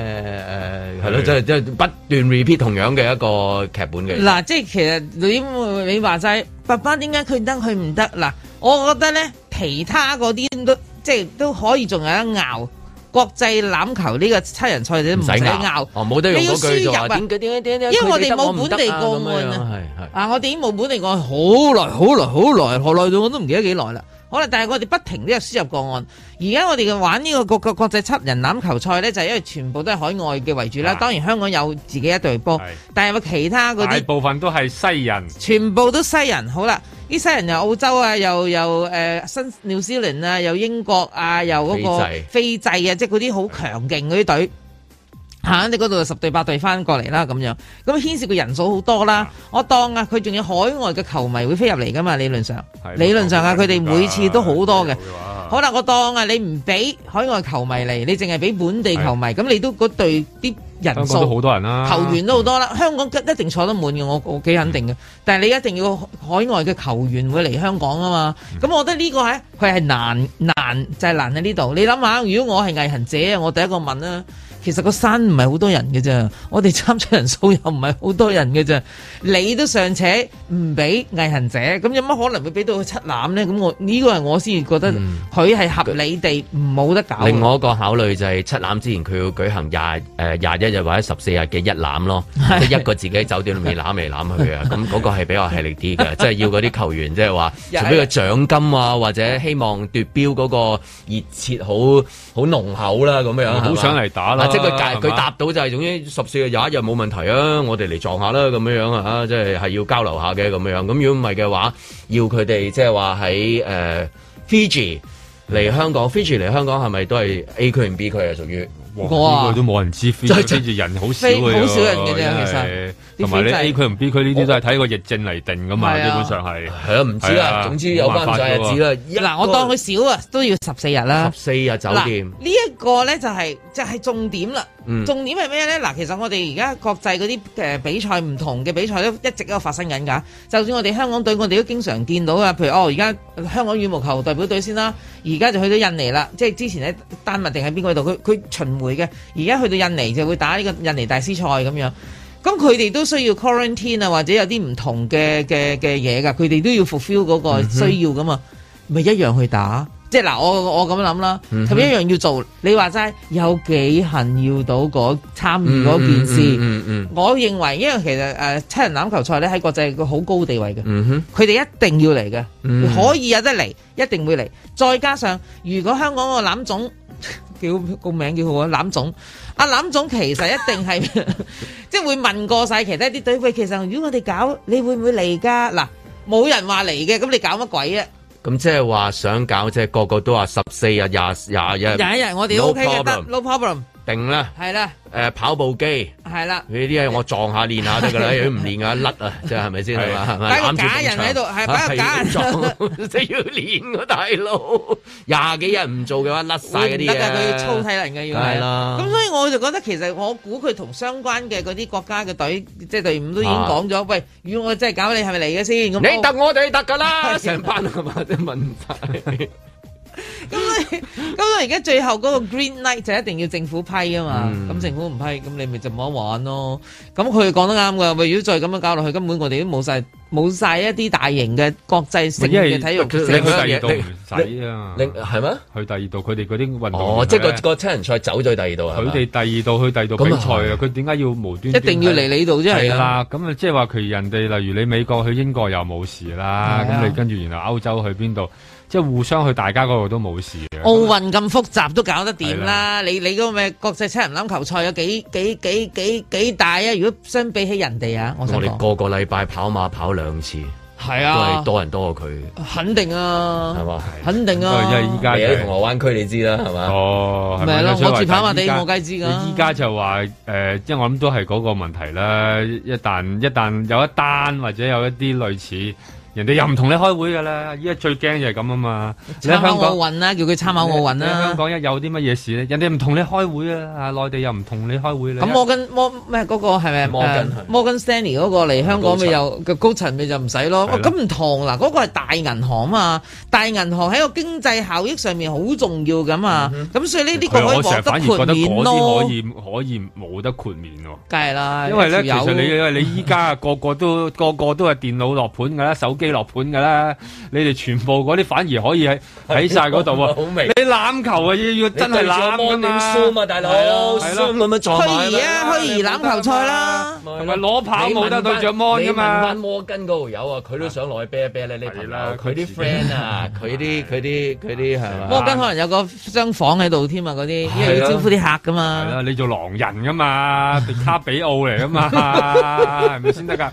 [SPEAKER 2] 誒係
[SPEAKER 4] 嗯
[SPEAKER 2] 咯，即係即係不斷 repeat 同樣嘅一個劇本嘅。
[SPEAKER 4] 嗱，即係其實你你話齋，爸爸點解佢得佢唔得？嗱，我覺得咧，其他嗰啲都即係都可以仲有得拗。國際欖球呢個七人賽你都唔使拗，
[SPEAKER 2] 哦冇得用
[SPEAKER 4] 你要
[SPEAKER 2] 嗰句
[SPEAKER 4] 輸
[SPEAKER 2] 就話
[SPEAKER 4] 入啊
[SPEAKER 2] 點！解點解點解，
[SPEAKER 4] 因為我
[SPEAKER 2] 佢
[SPEAKER 4] 哋
[SPEAKER 2] 哋得
[SPEAKER 4] 冇本地
[SPEAKER 2] 我唔得
[SPEAKER 4] 個案
[SPEAKER 2] 啊咁樣
[SPEAKER 4] 啊
[SPEAKER 2] 係係。
[SPEAKER 4] 啊！我哋已經冇本地個案好耐好耐好耐，何耐到我都唔記得幾耐啦。好啦，但係我哋不停都有輸入個案。而家我哋嘅玩呢個國國國際七人欖球賽呢，就係因為全部都係海外嘅為主啦。
[SPEAKER 3] 啊
[SPEAKER 4] 當然香港有自己一隊波
[SPEAKER 3] 係，
[SPEAKER 4] 但係有其他嗰
[SPEAKER 3] 大
[SPEAKER 4] 啲
[SPEAKER 3] 部分都係西人，
[SPEAKER 4] 全部都西人。好啦，啲西人又澳洲啊，又又誒、呃新紐西蘭啊，又英國啊，又嗰個非制啊，即係嗰啲好強勁嗰啲隊。嚇！你嗰度就十隊八隊翻過嚟啦，咁樣咁牽涉嘅人數好多啦。我當啊，佢仲有海外嘅球迷會飛入嚟噶嘛？理論上
[SPEAKER 3] 係，
[SPEAKER 4] 理論上啊，佢哋每次都好多嘅。
[SPEAKER 3] 好
[SPEAKER 4] 好啦，我當啊，你唔俾海外球迷嚟，你淨係俾本地球迷，咁你都嗰隊啲
[SPEAKER 3] 香
[SPEAKER 4] 人
[SPEAKER 3] 港都
[SPEAKER 4] 數
[SPEAKER 3] 好多人
[SPEAKER 2] 啊
[SPEAKER 3] 啦，
[SPEAKER 4] 球員都好多
[SPEAKER 2] 嗯
[SPEAKER 4] 啦。香港一定坐得滿嘅，我我幾肯定嘅。但係你一定要海外嘅球員會嚟香港啊嘛。
[SPEAKER 2] 嗯
[SPEAKER 4] 咁我覺得呢個係佢係難難就係、難喺呢度。你諗下，如果我係毅行者啊，我第一個問啦。其實個山唔係好多人嘅啫，我哋參賽人數又唔係好多人嘅啫。你都尚且唔俾毅行者，咁有乜可能會俾到佢七攬呢？咁我呢個係我先覺得佢係合理地唔冇得搞啊嘅。
[SPEAKER 2] 嗯另外一個考慮就係七攬之前佢要舉行廿誒廿一日或者十四日嘅一攬咯，即係一個自己喺酒店裏面攬嚟攬去啊，咁嗰個係比較吃力啲嘅，即係要嗰啲球員即係話，
[SPEAKER 4] 日日
[SPEAKER 2] 除非個獎金啊或者希望奪標嗰個熱切好好濃厚啦咁樣，係
[SPEAKER 3] 好
[SPEAKER 2] 嘛
[SPEAKER 3] 想嚟打啦
[SPEAKER 2] 啊即係佢
[SPEAKER 3] 係嘛
[SPEAKER 2] 解佢答到就係總之十四日廿一日冇問題啊，我哋嚟撞下啦咁樣樣啊，即係係要交流下嘅咁樣樣，咁如果唔係嘅話，要佢哋即係話喺誒 Fiji。嚟香港，Fiji 嚟香港係咪都係 A 區定 B 區啊？屬於
[SPEAKER 4] 啊
[SPEAKER 3] 哇！呢個都冇人
[SPEAKER 4] <laughs>
[SPEAKER 3] 知，非
[SPEAKER 2] 真係
[SPEAKER 3] 跟住人好少
[SPEAKER 4] 非
[SPEAKER 3] 嘅，
[SPEAKER 4] 好少人嘅啫其實
[SPEAKER 3] 實
[SPEAKER 4] 啲
[SPEAKER 3] 同埋你
[SPEAKER 4] 非制
[SPEAKER 3] A 區同 B 區呢啲都係睇個疫症嚟定噶嘛，
[SPEAKER 4] 係
[SPEAKER 3] 基
[SPEAKER 4] 啊
[SPEAKER 3] 本上係
[SPEAKER 2] 係啊，唔知
[SPEAKER 3] 係
[SPEAKER 2] 啦。
[SPEAKER 3] 啊
[SPEAKER 2] 總之有關晒日子啦。一
[SPEAKER 4] 嗱，我當佢少啊，都要十四日啦。
[SPEAKER 2] 十四日酒
[SPEAKER 4] 嗱，
[SPEAKER 2] 店，
[SPEAKER 4] 呢一個呢就係、就係、重點啦。
[SPEAKER 2] 嗯
[SPEAKER 4] 重點係咩呢？嗱，其實我哋而家國際嗰啲誒比賽唔同嘅比賽都一直都有發生緊㗎。就算我哋香港隊，我哋都經常見到啊。譬如哦，而家香港羽毛球代表隊先啦，而家就去到印尼啦。即係之前喺丹麥定喺邊個度，佢佢巡迴嘅，而家去到印尼就會打呢個印尼大師賽咁樣。咁佢哋都需要 quarantine 啊，或者有啲唔同嘅嘅嘅嘢㗎，佢哋都要 fulfill 嗰
[SPEAKER 2] 嗯
[SPEAKER 4] 個需要㗎嘛，咪、一樣去打。即係嗱，我我咁諗啦，
[SPEAKER 2] 嗯
[SPEAKER 4] 咁一樣要做。你話齋有幾恨要到嗰參與嗰件事？
[SPEAKER 2] 嗯嗯
[SPEAKER 4] 我認為，因為其實誒、呃七人欖球賽咧喺國際個好高地位嘅，
[SPEAKER 2] 嗯哼，
[SPEAKER 4] 佢哋一定要嚟嘅，
[SPEAKER 2] 嗯
[SPEAKER 4] 可以有得嚟，一定會嚟。再加上如果香港個欖總 <laughs> 叫個名叫好啊，欖總，阿欖總其實一定係 <laughs> 即係會問過晒其他啲隊，喂，其實如果我哋搞，你會唔會嚟㗎？嗱，冇人話嚟嘅，咁你搞乜鬼啊？
[SPEAKER 2] 咁即係話想搞，即係個個都話十四日廿廿一
[SPEAKER 4] 有一日我哋
[SPEAKER 2] No
[SPEAKER 4] O K 嘅得
[SPEAKER 2] problem
[SPEAKER 4] ，no problem，
[SPEAKER 2] 定啦。
[SPEAKER 4] 係啦，
[SPEAKER 2] 誒跑步機
[SPEAKER 4] 係啦。
[SPEAKER 2] 呢啲係我撞下練下得
[SPEAKER 4] <laughs>
[SPEAKER 2] 㗎啦，如果唔練嘅甩啊，即係係咪先係嘛？係咪
[SPEAKER 4] 擺個
[SPEAKER 2] 攬住
[SPEAKER 4] 假人喺度
[SPEAKER 2] 埲牆
[SPEAKER 4] 係擺個假
[SPEAKER 2] 係要
[SPEAKER 4] 人
[SPEAKER 2] <laughs> 撞，即係要練㗎大佬。廿幾日唔做嘅話，甩晒嗰啲
[SPEAKER 4] 唔得㗎，佢
[SPEAKER 2] 嘢
[SPEAKER 4] 要操體能嘅要
[SPEAKER 2] 梗係
[SPEAKER 4] 係
[SPEAKER 2] 啦
[SPEAKER 4] 咁所以我就覺得其實我估佢同相關嘅嗰啲國家嘅隊，即係隊伍都已經講咗，喂，如果我真係搞你，係咪嚟嘅先？咁
[SPEAKER 2] 你
[SPEAKER 4] 我
[SPEAKER 2] 得我哋得㗎
[SPEAKER 4] <laughs>
[SPEAKER 2] 啦，成班係嘛？即係問 <laughs> 晒。
[SPEAKER 4] 咁所以咁所以而家最後嗰個 green light 就一定要政府批啊嘛。咁、政府唔批，咁你咪就冇得玩咯。咁佢講得啱㗎。喂，如果再咁樣搞落去，根本我哋都冇晒冇晒一啲大型嘅國際性
[SPEAKER 3] 因
[SPEAKER 4] 嘅
[SPEAKER 3] 為
[SPEAKER 4] 體育
[SPEAKER 2] 佢
[SPEAKER 3] 你去
[SPEAKER 2] 佢
[SPEAKER 4] 盛
[SPEAKER 2] 佢
[SPEAKER 3] 第
[SPEAKER 4] 事
[SPEAKER 3] 二度唔使啊，
[SPEAKER 2] 另係咩？
[SPEAKER 3] 去第二度佢哋嗰啲運動
[SPEAKER 2] 哦，即係
[SPEAKER 3] 係
[SPEAKER 2] 個個七人賽走咗去第二度係
[SPEAKER 3] 佢
[SPEAKER 2] 嘛
[SPEAKER 3] 哋第二度去第二度
[SPEAKER 2] 咁
[SPEAKER 3] 比
[SPEAKER 2] 啊
[SPEAKER 3] 賽啊，佢點解要無端
[SPEAKER 4] 一
[SPEAKER 3] 端
[SPEAKER 4] 定要嚟你度啫，
[SPEAKER 3] 係
[SPEAKER 4] 係啊，
[SPEAKER 3] 啦，咁啊，即係話佢人哋，例如你美國去英國又冇事啦，
[SPEAKER 4] 係啊
[SPEAKER 3] 咁你跟住然後歐洲去邊度，即係互相去大家嗰度都冇事嘅。
[SPEAKER 4] 奧運咁複雜都搞得掂
[SPEAKER 3] 係
[SPEAKER 4] 啦，你你嗰個咩國際七人欖球賽有幾幾幾幾幾大啊？如果相比起人哋啊，我想
[SPEAKER 2] 我哋
[SPEAKER 4] 講
[SPEAKER 2] 個個禮拜跑馬跑兩次，
[SPEAKER 4] 係
[SPEAKER 2] 都
[SPEAKER 4] 啊
[SPEAKER 2] 係，多人多過佢，
[SPEAKER 4] 肯定
[SPEAKER 2] 係
[SPEAKER 4] 啊，
[SPEAKER 2] 嘛？
[SPEAKER 4] 肯定啊，
[SPEAKER 3] 因為依家
[SPEAKER 2] 你
[SPEAKER 3] 就
[SPEAKER 2] 喺
[SPEAKER 3] 係
[SPEAKER 2] 銅鑼灣區你知啦，係嘛？
[SPEAKER 3] 哦，係
[SPEAKER 4] 咪係
[SPEAKER 3] 咪
[SPEAKER 4] 咯
[SPEAKER 3] 所以話
[SPEAKER 4] 我住跑馬
[SPEAKER 3] 但係
[SPEAKER 4] 地
[SPEAKER 3] 依家
[SPEAKER 4] 我梗係知㗎
[SPEAKER 3] 你依家就話誒，即係我諗都係嗰個問題啦。一旦一旦有一單或者有一啲類似，人哋又唔同你開會㗎啦。依家最驚就係咁啊嘛。你喺
[SPEAKER 4] 參考
[SPEAKER 3] 香港
[SPEAKER 4] 奧。運啊啦，叫佢參考奧運
[SPEAKER 3] 你喺
[SPEAKER 4] 啦
[SPEAKER 3] 香。港一有啲乜嘢事咧，人哋唔同你開會啊，啊內地又唔同你開會啦。
[SPEAKER 4] 咁摩根摩咩嗰個係咪
[SPEAKER 2] 摩根
[SPEAKER 4] 誒
[SPEAKER 2] 係咪
[SPEAKER 4] 摩根 Stanley 嗰個嚟香港咪又個高層咪就唔使
[SPEAKER 3] 係
[SPEAKER 4] 咯？哇
[SPEAKER 3] 咯
[SPEAKER 4] 咁唔同嗱，嗰個係大銀行啊嘛，大銀行喺個經濟效益上面好重要噶嘛，
[SPEAKER 3] 嗯
[SPEAKER 4] 咁所以呢啲個可
[SPEAKER 3] 啊
[SPEAKER 4] 以
[SPEAKER 3] 我成
[SPEAKER 4] 獲
[SPEAKER 3] 日反而
[SPEAKER 4] 得豁
[SPEAKER 3] 覺得
[SPEAKER 4] 免
[SPEAKER 3] 嗰
[SPEAKER 4] 咯
[SPEAKER 3] 啲可，以可以冇得豁免喎。
[SPEAKER 4] 梗係
[SPEAKER 2] 啊
[SPEAKER 4] 啦，
[SPEAKER 3] 因為咧，其
[SPEAKER 4] 有
[SPEAKER 3] 實你因為你依家個個都個個都係電腦落盤㗎啦，手機落盤㗎啦，你哋全部嗰啲反而可
[SPEAKER 2] <laughs>
[SPEAKER 3] 以喺喺晒嗰度喎。
[SPEAKER 2] 好明
[SPEAKER 3] 你攬球啊，要要真係攬㗎
[SPEAKER 2] 點
[SPEAKER 3] 嘛，
[SPEAKER 2] Zoom 啊，大佬
[SPEAKER 3] 係咯係咯
[SPEAKER 2] ，Zoom 咁樣撞
[SPEAKER 4] 虛
[SPEAKER 2] 埋
[SPEAKER 4] 擬啊，虛擬欖球賽啦，
[SPEAKER 3] 同埋攞跑冇得對着 mon 㗎
[SPEAKER 2] 你問
[SPEAKER 3] 嘛
[SPEAKER 2] 翻。摩根嗰度友啊，佢都想落去啤一啤咧，呢朋
[SPEAKER 3] 係
[SPEAKER 2] 友
[SPEAKER 3] 啦
[SPEAKER 2] 佢
[SPEAKER 3] 佢
[SPEAKER 2] 啲
[SPEAKER 3] 自己
[SPEAKER 2] friend à, 啊，佢啲佢啲佢啲係嘛？
[SPEAKER 4] 摩根可能有個商房喺度添啊，嗰啲因為要招呼啲客噶
[SPEAKER 3] 係
[SPEAKER 4] 嘛，
[SPEAKER 3] 啦，你做狼人㗎
[SPEAKER 4] <laughs>
[SPEAKER 3] 嘛，迪卡比奧嚟㗎嘛，係咪先得㗎？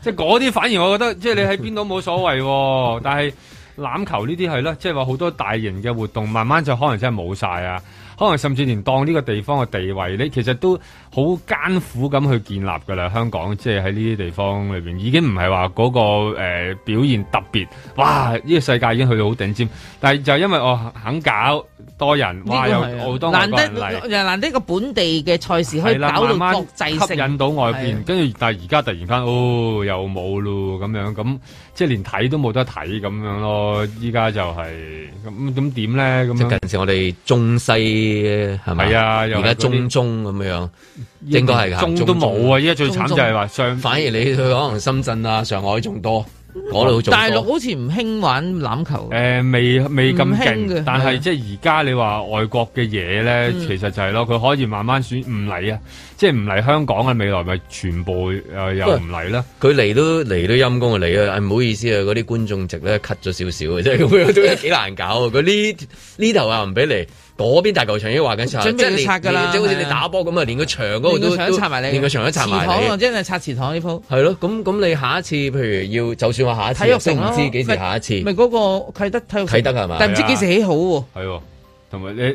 [SPEAKER 3] 即係嗰啲反而我覺得，即係你喺邊度冇所謂喎，但係攬球呢啲係啦，即係話好多大型嘅活動，慢慢就可能真係冇晒啊，可能甚至連當呢個地方嘅地位，你其實都好艱苦咁去建立㗎啦。香港即係喺呢啲地方裏邊，已經唔係話嗰個、呃、表現特別，哇！呢、個世界已經去到好頂尖，但係就因為我肯搞多人，哇！
[SPEAKER 4] 呢
[SPEAKER 3] 有
[SPEAKER 4] 個係啊
[SPEAKER 3] 好多外
[SPEAKER 4] 難
[SPEAKER 3] 國人嚟
[SPEAKER 4] 得。又難得個本地嘅賽事可以
[SPEAKER 3] 係啦
[SPEAKER 4] 搞到
[SPEAKER 3] 慢慢
[SPEAKER 4] 國際
[SPEAKER 3] 吸
[SPEAKER 4] 性。
[SPEAKER 3] 引到外
[SPEAKER 4] 係啊
[SPEAKER 3] 邊，跟住但係而家突然間哦又冇咯咁樣，咁即係連睇都冇得睇咁樣咯。依家就係咁咁點咧咁
[SPEAKER 2] 即係
[SPEAKER 3] 樣？
[SPEAKER 2] 近時我哋中西係咪
[SPEAKER 3] 係啊又係
[SPEAKER 2] 而家
[SPEAKER 3] 嗰啲
[SPEAKER 2] 中中咁樣，應該係㗎
[SPEAKER 3] 中
[SPEAKER 2] 中
[SPEAKER 3] 都冇啊！依家最慘就係話上
[SPEAKER 2] 反而你去可能深圳啊、上海仲多，嗰度仲多
[SPEAKER 4] 大陸好似唔興玩欖球，
[SPEAKER 3] 誒未未咁
[SPEAKER 4] 唔興嘅嗯
[SPEAKER 3] 勁，但
[SPEAKER 4] 係啊
[SPEAKER 3] 係即係而家你話外國嘅嘢咧，其實就係咯，佢可以慢慢選唔嚟啊，即係唔嚟香港嘅未來咪全部誒又唔嚟啦。
[SPEAKER 2] 佢嚟都嚟都陰公啊嚟啊！哎唔好意思啊，嗰啲觀眾席咧 cut 咗少少 <laughs> 嘅，即係咁
[SPEAKER 4] <laughs>
[SPEAKER 2] 樣都幾難搞啊！佢呢呢頭啊唔俾嚟，嗰邊大球場已經話緊拆，
[SPEAKER 4] 準備
[SPEAKER 2] 即係
[SPEAKER 4] 要
[SPEAKER 2] 連
[SPEAKER 4] 拆㗎啦
[SPEAKER 2] 連即係好似你
[SPEAKER 4] 係啊
[SPEAKER 2] 打波咁啊，連個場嗰度
[SPEAKER 4] 連
[SPEAKER 2] 都
[SPEAKER 4] 個牆都插埋你嘅，
[SPEAKER 2] 連個牆都插埋
[SPEAKER 4] 祠堂啊
[SPEAKER 2] 你。
[SPEAKER 4] 真係拆祠堂呢鋪。
[SPEAKER 2] 係咯，咁咁你下一次譬如要，就算話下
[SPEAKER 4] 體育
[SPEAKER 2] 一次，啊
[SPEAKER 4] 城
[SPEAKER 2] 都唔
[SPEAKER 4] 咯
[SPEAKER 2] 知幾時下一次。
[SPEAKER 4] 咪嗰個啟德體育城
[SPEAKER 2] 啟德係嘛
[SPEAKER 4] 但唔知幾時起好喎，
[SPEAKER 3] 係喎，同埋你誒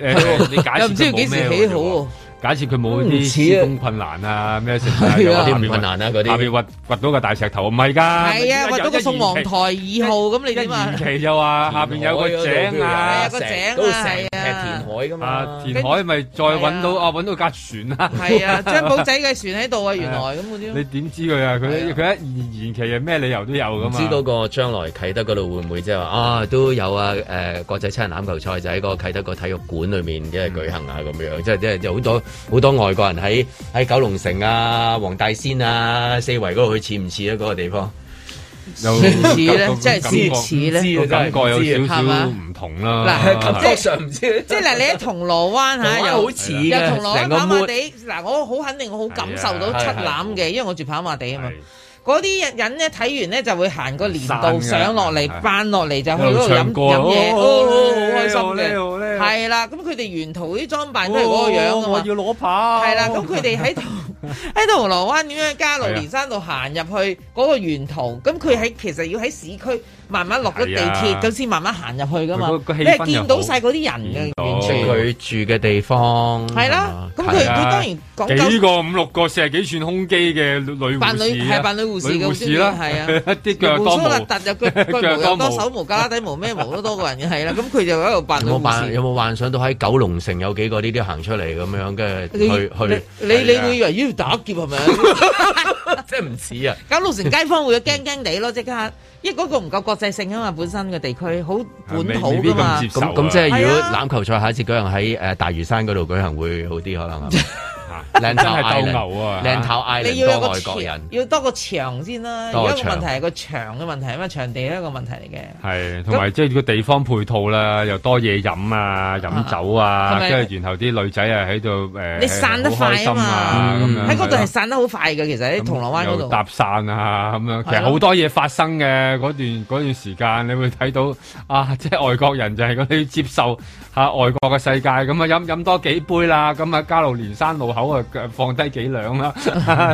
[SPEAKER 3] 你解釋
[SPEAKER 4] <laughs> 又唔知
[SPEAKER 3] 佢
[SPEAKER 4] 要幾
[SPEAKER 3] 冇咩
[SPEAKER 4] 時
[SPEAKER 3] 喎
[SPEAKER 4] 起
[SPEAKER 3] 其實
[SPEAKER 4] 好喎。
[SPEAKER 3] 假設佢冇
[SPEAKER 2] 唔
[SPEAKER 3] 啲
[SPEAKER 2] 似啊
[SPEAKER 3] 施工困難
[SPEAKER 4] <laughs>
[SPEAKER 3] 啊，咩成啊，
[SPEAKER 4] 嗯係啊
[SPEAKER 3] 又話
[SPEAKER 2] 嗰
[SPEAKER 3] 下
[SPEAKER 2] 啲
[SPEAKER 3] 邊
[SPEAKER 2] 唔困難啊，嗰
[SPEAKER 3] 下邊
[SPEAKER 2] 啲
[SPEAKER 3] 掘掘到個大石頭，唔係㗎。
[SPEAKER 4] 係啊，
[SPEAKER 3] 一
[SPEAKER 4] 或到個
[SPEAKER 3] 一
[SPEAKER 4] 宋皇
[SPEAKER 3] 延
[SPEAKER 4] 台二
[SPEAKER 3] 期
[SPEAKER 4] 號咁，你
[SPEAKER 3] 一
[SPEAKER 4] <laughs> 點
[SPEAKER 3] 延
[SPEAKER 4] 啊？
[SPEAKER 3] 期就
[SPEAKER 2] <laughs>
[SPEAKER 3] 話下邊有個井
[SPEAKER 4] 係
[SPEAKER 3] 啊
[SPEAKER 4] 啊，個井啊
[SPEAKER 2] 嗰度成
[SPEAKER 4] 係
[SPEAKER 2] 劈
[SPEAKER 4] 啊
[SPEAKER 2] 填海噶
[SPEAKER 3] 啊
[SPEAKER 2] 嘛，
[SPEAKER 3] 填海咪再揾到
[SPEAKER 4] 係啊
[SPEAKER 3] 啊揾到架船啊。
[SPEAKER 4] <laughs> 係啊，張寶仔嘅船喺度啊，原來咁嗰啲
[SPEAKER 3] 你
[SPEAKER 4] 咯。
[SPEAKER 3] 點知佢啊？
[SPEAKER 4] 係
[SPEAKER 3] 佢
[SPEAKER 4] 啊
[SPEAKER 3] 佢一延期係咩理由都有㗎
[SPEAKER 2] 唔
[SPEAKER 3] 嘛。
[SPEAKER 2] 知嗰個將來啟德嗰度會唔會即係話啊都有啊誒、國際七人欖球賽就喺個啟德個體育館裏面即係舉行啊咁樣，即係即係有好多好多外國人喺喺九龍城啊、黃大仙啊、四圍嗰度，佢似唔似啊嗰個地方？
[SPEAKER 3] 有
[SPEAKER 4] 似咧
[SPEAKER 3] 個
[SPEAKER 4] 即係
[SPEAKER 3] 感覺
[SPEAKER 4] 似咧
[SPEAKER 3] 個感覺有少
[SPEAKER 4] 係嘛
[SPEAKER 3] 少唔同啦。
[SPEAKER 2] 嗱，感覺上啊唔知，啊
[SPEAKER 4] 即係嗱，你喺銅鑼灣嚇，又
[SPEAKER 2] 好似啊
[SPEAKER 4] 又
[SPEAKER 2] 嘅，成
[SPEAKER 4] 銅鑼灣
[SPEAKER 2] 個
[SPEAKER 4] 跑馬
[SPEAKER 2] mood
[SPEAKER 4] 地嗱，我好肯定，我好感受到
[SPEAKER 2] 係啊
[SPEAKER 4] 七
[SPEAKER 2] 係係
[SPEAKER 4] 攬嘅，因為我住跑馬地啊嘛
[SPEAKER 3] 係。
[SPEAKER 4] 嗰啲人咧睇完咧就會行個連道
[SPEAKER 3] 散嘅
[SPEAKER 4] 上落嚟
[SPEAKER 3] 係，
[SPEAKER 4] 扮落嚟就去
[SPEAKER 3] 一路
[SPEAKER 4] 嗰度飲
[SPEAKER 3] 唱歌
[SPEAKER 4] 飲嘢，
[SPEAKER 3] 哦
[SPEAKER 4] 哦
[SPEAKER 3] 哦
[SPEAKER 4] 好開心
[SPEAKER 3] 哦
[SPEAKER 4] 嘅。
[SPEAKER 3] 哦哦
[SPEAKER 4] 係啦，咁佢哋沿途啲裝扮都係嗰個樣噶啊
[SPEAKER 3] 我
[SPEAKER 4] 嘛。
[SPEAKER 3] 要攞跑。
[SPEAKER 4] 係啦，咁佢哋喺度喺銅鑼灣點樣加路連山度行入去嗰個沿途，咁佢喺其實要喺市區慢慢落咗地
[SPEAKER 3] 係
[SPEAKER 4] 鐵，
[SPEAKER 3] 啊
[SPEAKER 4] 咁先慢慢行入去噶嘛
[SPEAKER 3] 佢個。個氣
[SPEAKER 4] 你
[SPEAKER 3] 氛
[SPEAKER 4] 係見到晒嗰啲人
[SPEAKER 3] 見
[SPEAKER 4] 嘅
[SPEAKER 3] 到
[SPEAKER 4] 完
[SPEAKER 2] 即係
[SPEAKER 4] 全
[SPEAKER 2] 佢住嘅地方
[SPEAKER 4] 係啦。咁
[SPEAKER 2] 係嘛
[SPEAKER 4] 佢佢
[SPEAKER 3] 係啊
[SPEAKER 4] 當然講
[SPEAKER 3] 幾
[SPEAKER 4] 究
[SPEAKER 3] 個五六個四十幾寸胸肌嘅女女
[SPEAKER 4] 扮
[SPEAKER 3] 護
[SPEAKER 4] 女
[SPEAKER 3] 士
[SPEAKER 4] 係
[SPEAKER 3] 啊，
[SPEAKER 4] 扮女護士
[SPEAKER 3] 女
[SPEAKER 4] 嘅，
[SPEAKER 3] 護士啦，
[SPEAKER 4] 係啊。
[SPEAKER 3] <laughs> 啲腳
[SPEAKER 4] 胡
[SPEAKER 3] 多
[SPEAKER 4] 鬚
[SPEAKER 3] 毛
[SPEAKER 4] 立，突入腳
[SPEAKER 3] 腳
[SPEAKER 4] 腳毛又
[SPEAKER 3] 多
[SPEAKER 4] 多
[SPEAKER 3] 毛
[SPEAKER 4] 手毛、加拉底毛、咩毛都多過人嘅係啦，咁佢就喺度扮
[SPEAKER 2] 有冇
[SPEAKER 4] 女護
[SPEAKER 2] 幻有
[SPEAKER 4] 士。
[SPEAKER 2] 冇幻想到喺九龍城有幾個呢啲行出嚟咁樣，跟住
[SPEAKER 4] 你
[SPEAKER 2] 去去，
[SPEAKER 4] 你你你會以為要打劫係咪？
[SPEAKER 2] <laughs> 即係唔似啊！
[SPEAKER 4] 搞到成街坊會驚驚地咯，即刻，因為嗰個唔夠國際性啊嘛，本身嘅地區好本土
[SPEAKER 3] 未必
[SPEAKER 4] 噶嘛
[SPEAKER 3] 咁接。受
[SPEAKER 2] 咁
[SPEAKER 3] 啊。
[SPEAKER 2] 咁即係如
[SPEAKER 4] 係
[SPEAKER 2] 果
[SPEAKER 4] 啊
[SPEAKER 2] 欖球賽下一次舉行喺誒大嶼山嗰度舉行會好啲可能係嘛？
[SPEAKER 3] 啊
[SPEAKER 2] 靚頭
[SPEAKER 3] <laughs> 真係鬥
[SPEAKER 2] Island
[SPEAKER 3] 牛啊
[SPEAKER 2] 靚頭 Island
[SPEAKER 4] 你要有
[SPEAKER 2] 多
[SPEAKER 4] 個
[SPEAKER 2] 外
[SPEAKER 4] 牆
[SPEAKER 2] 國人，
[SPEAKER 4] 要多個牆先啦。
[SPEAKER 2] 多個
[SPEAKER 4] 而家個問
[SPEAKER 2] 牆
[SPEAKER 4] 題係個牆嘅問題啊嘛，場地一個問題嚟嘅。
[SPEAKER 3] 係，同埋即係個地方配套啦，又多嘢飲啊，飲酒啊，
[SPEAKER 4] 同埋
[SPEAKER 3] 跟住然後啲女仔啊喺度誒，
[SPEAKER 4] 你散得快
[SPEAKER 3] 好
[SPEAKER 4] 啊嘛
[SPEAKER 3] 開心啊咁樣
[SPEAKER 4] 喺嗰度係散得好快嘅，其實喺銅鑼灣嗰
[SPEAKER 3] 又
[SPEAKER 4] 度。
[SPEAKER 3] 搭散啊咁樣，其
[SPEAKER 4] 係
[SPEAKER 3] 實
[SPEAKER 4] 咯
[SPEAKER 3] 好多嘢發生嘅嗰段嗰段時間，你會睇到啊，即係外國人就係咁你要接受下外國嘅世界，咁啊飲飲多幾杯啦，咁啊加路連山路口啊放低幾兩
[SPEAKER 4] <laughs>
[SPEAKER 3] 啦，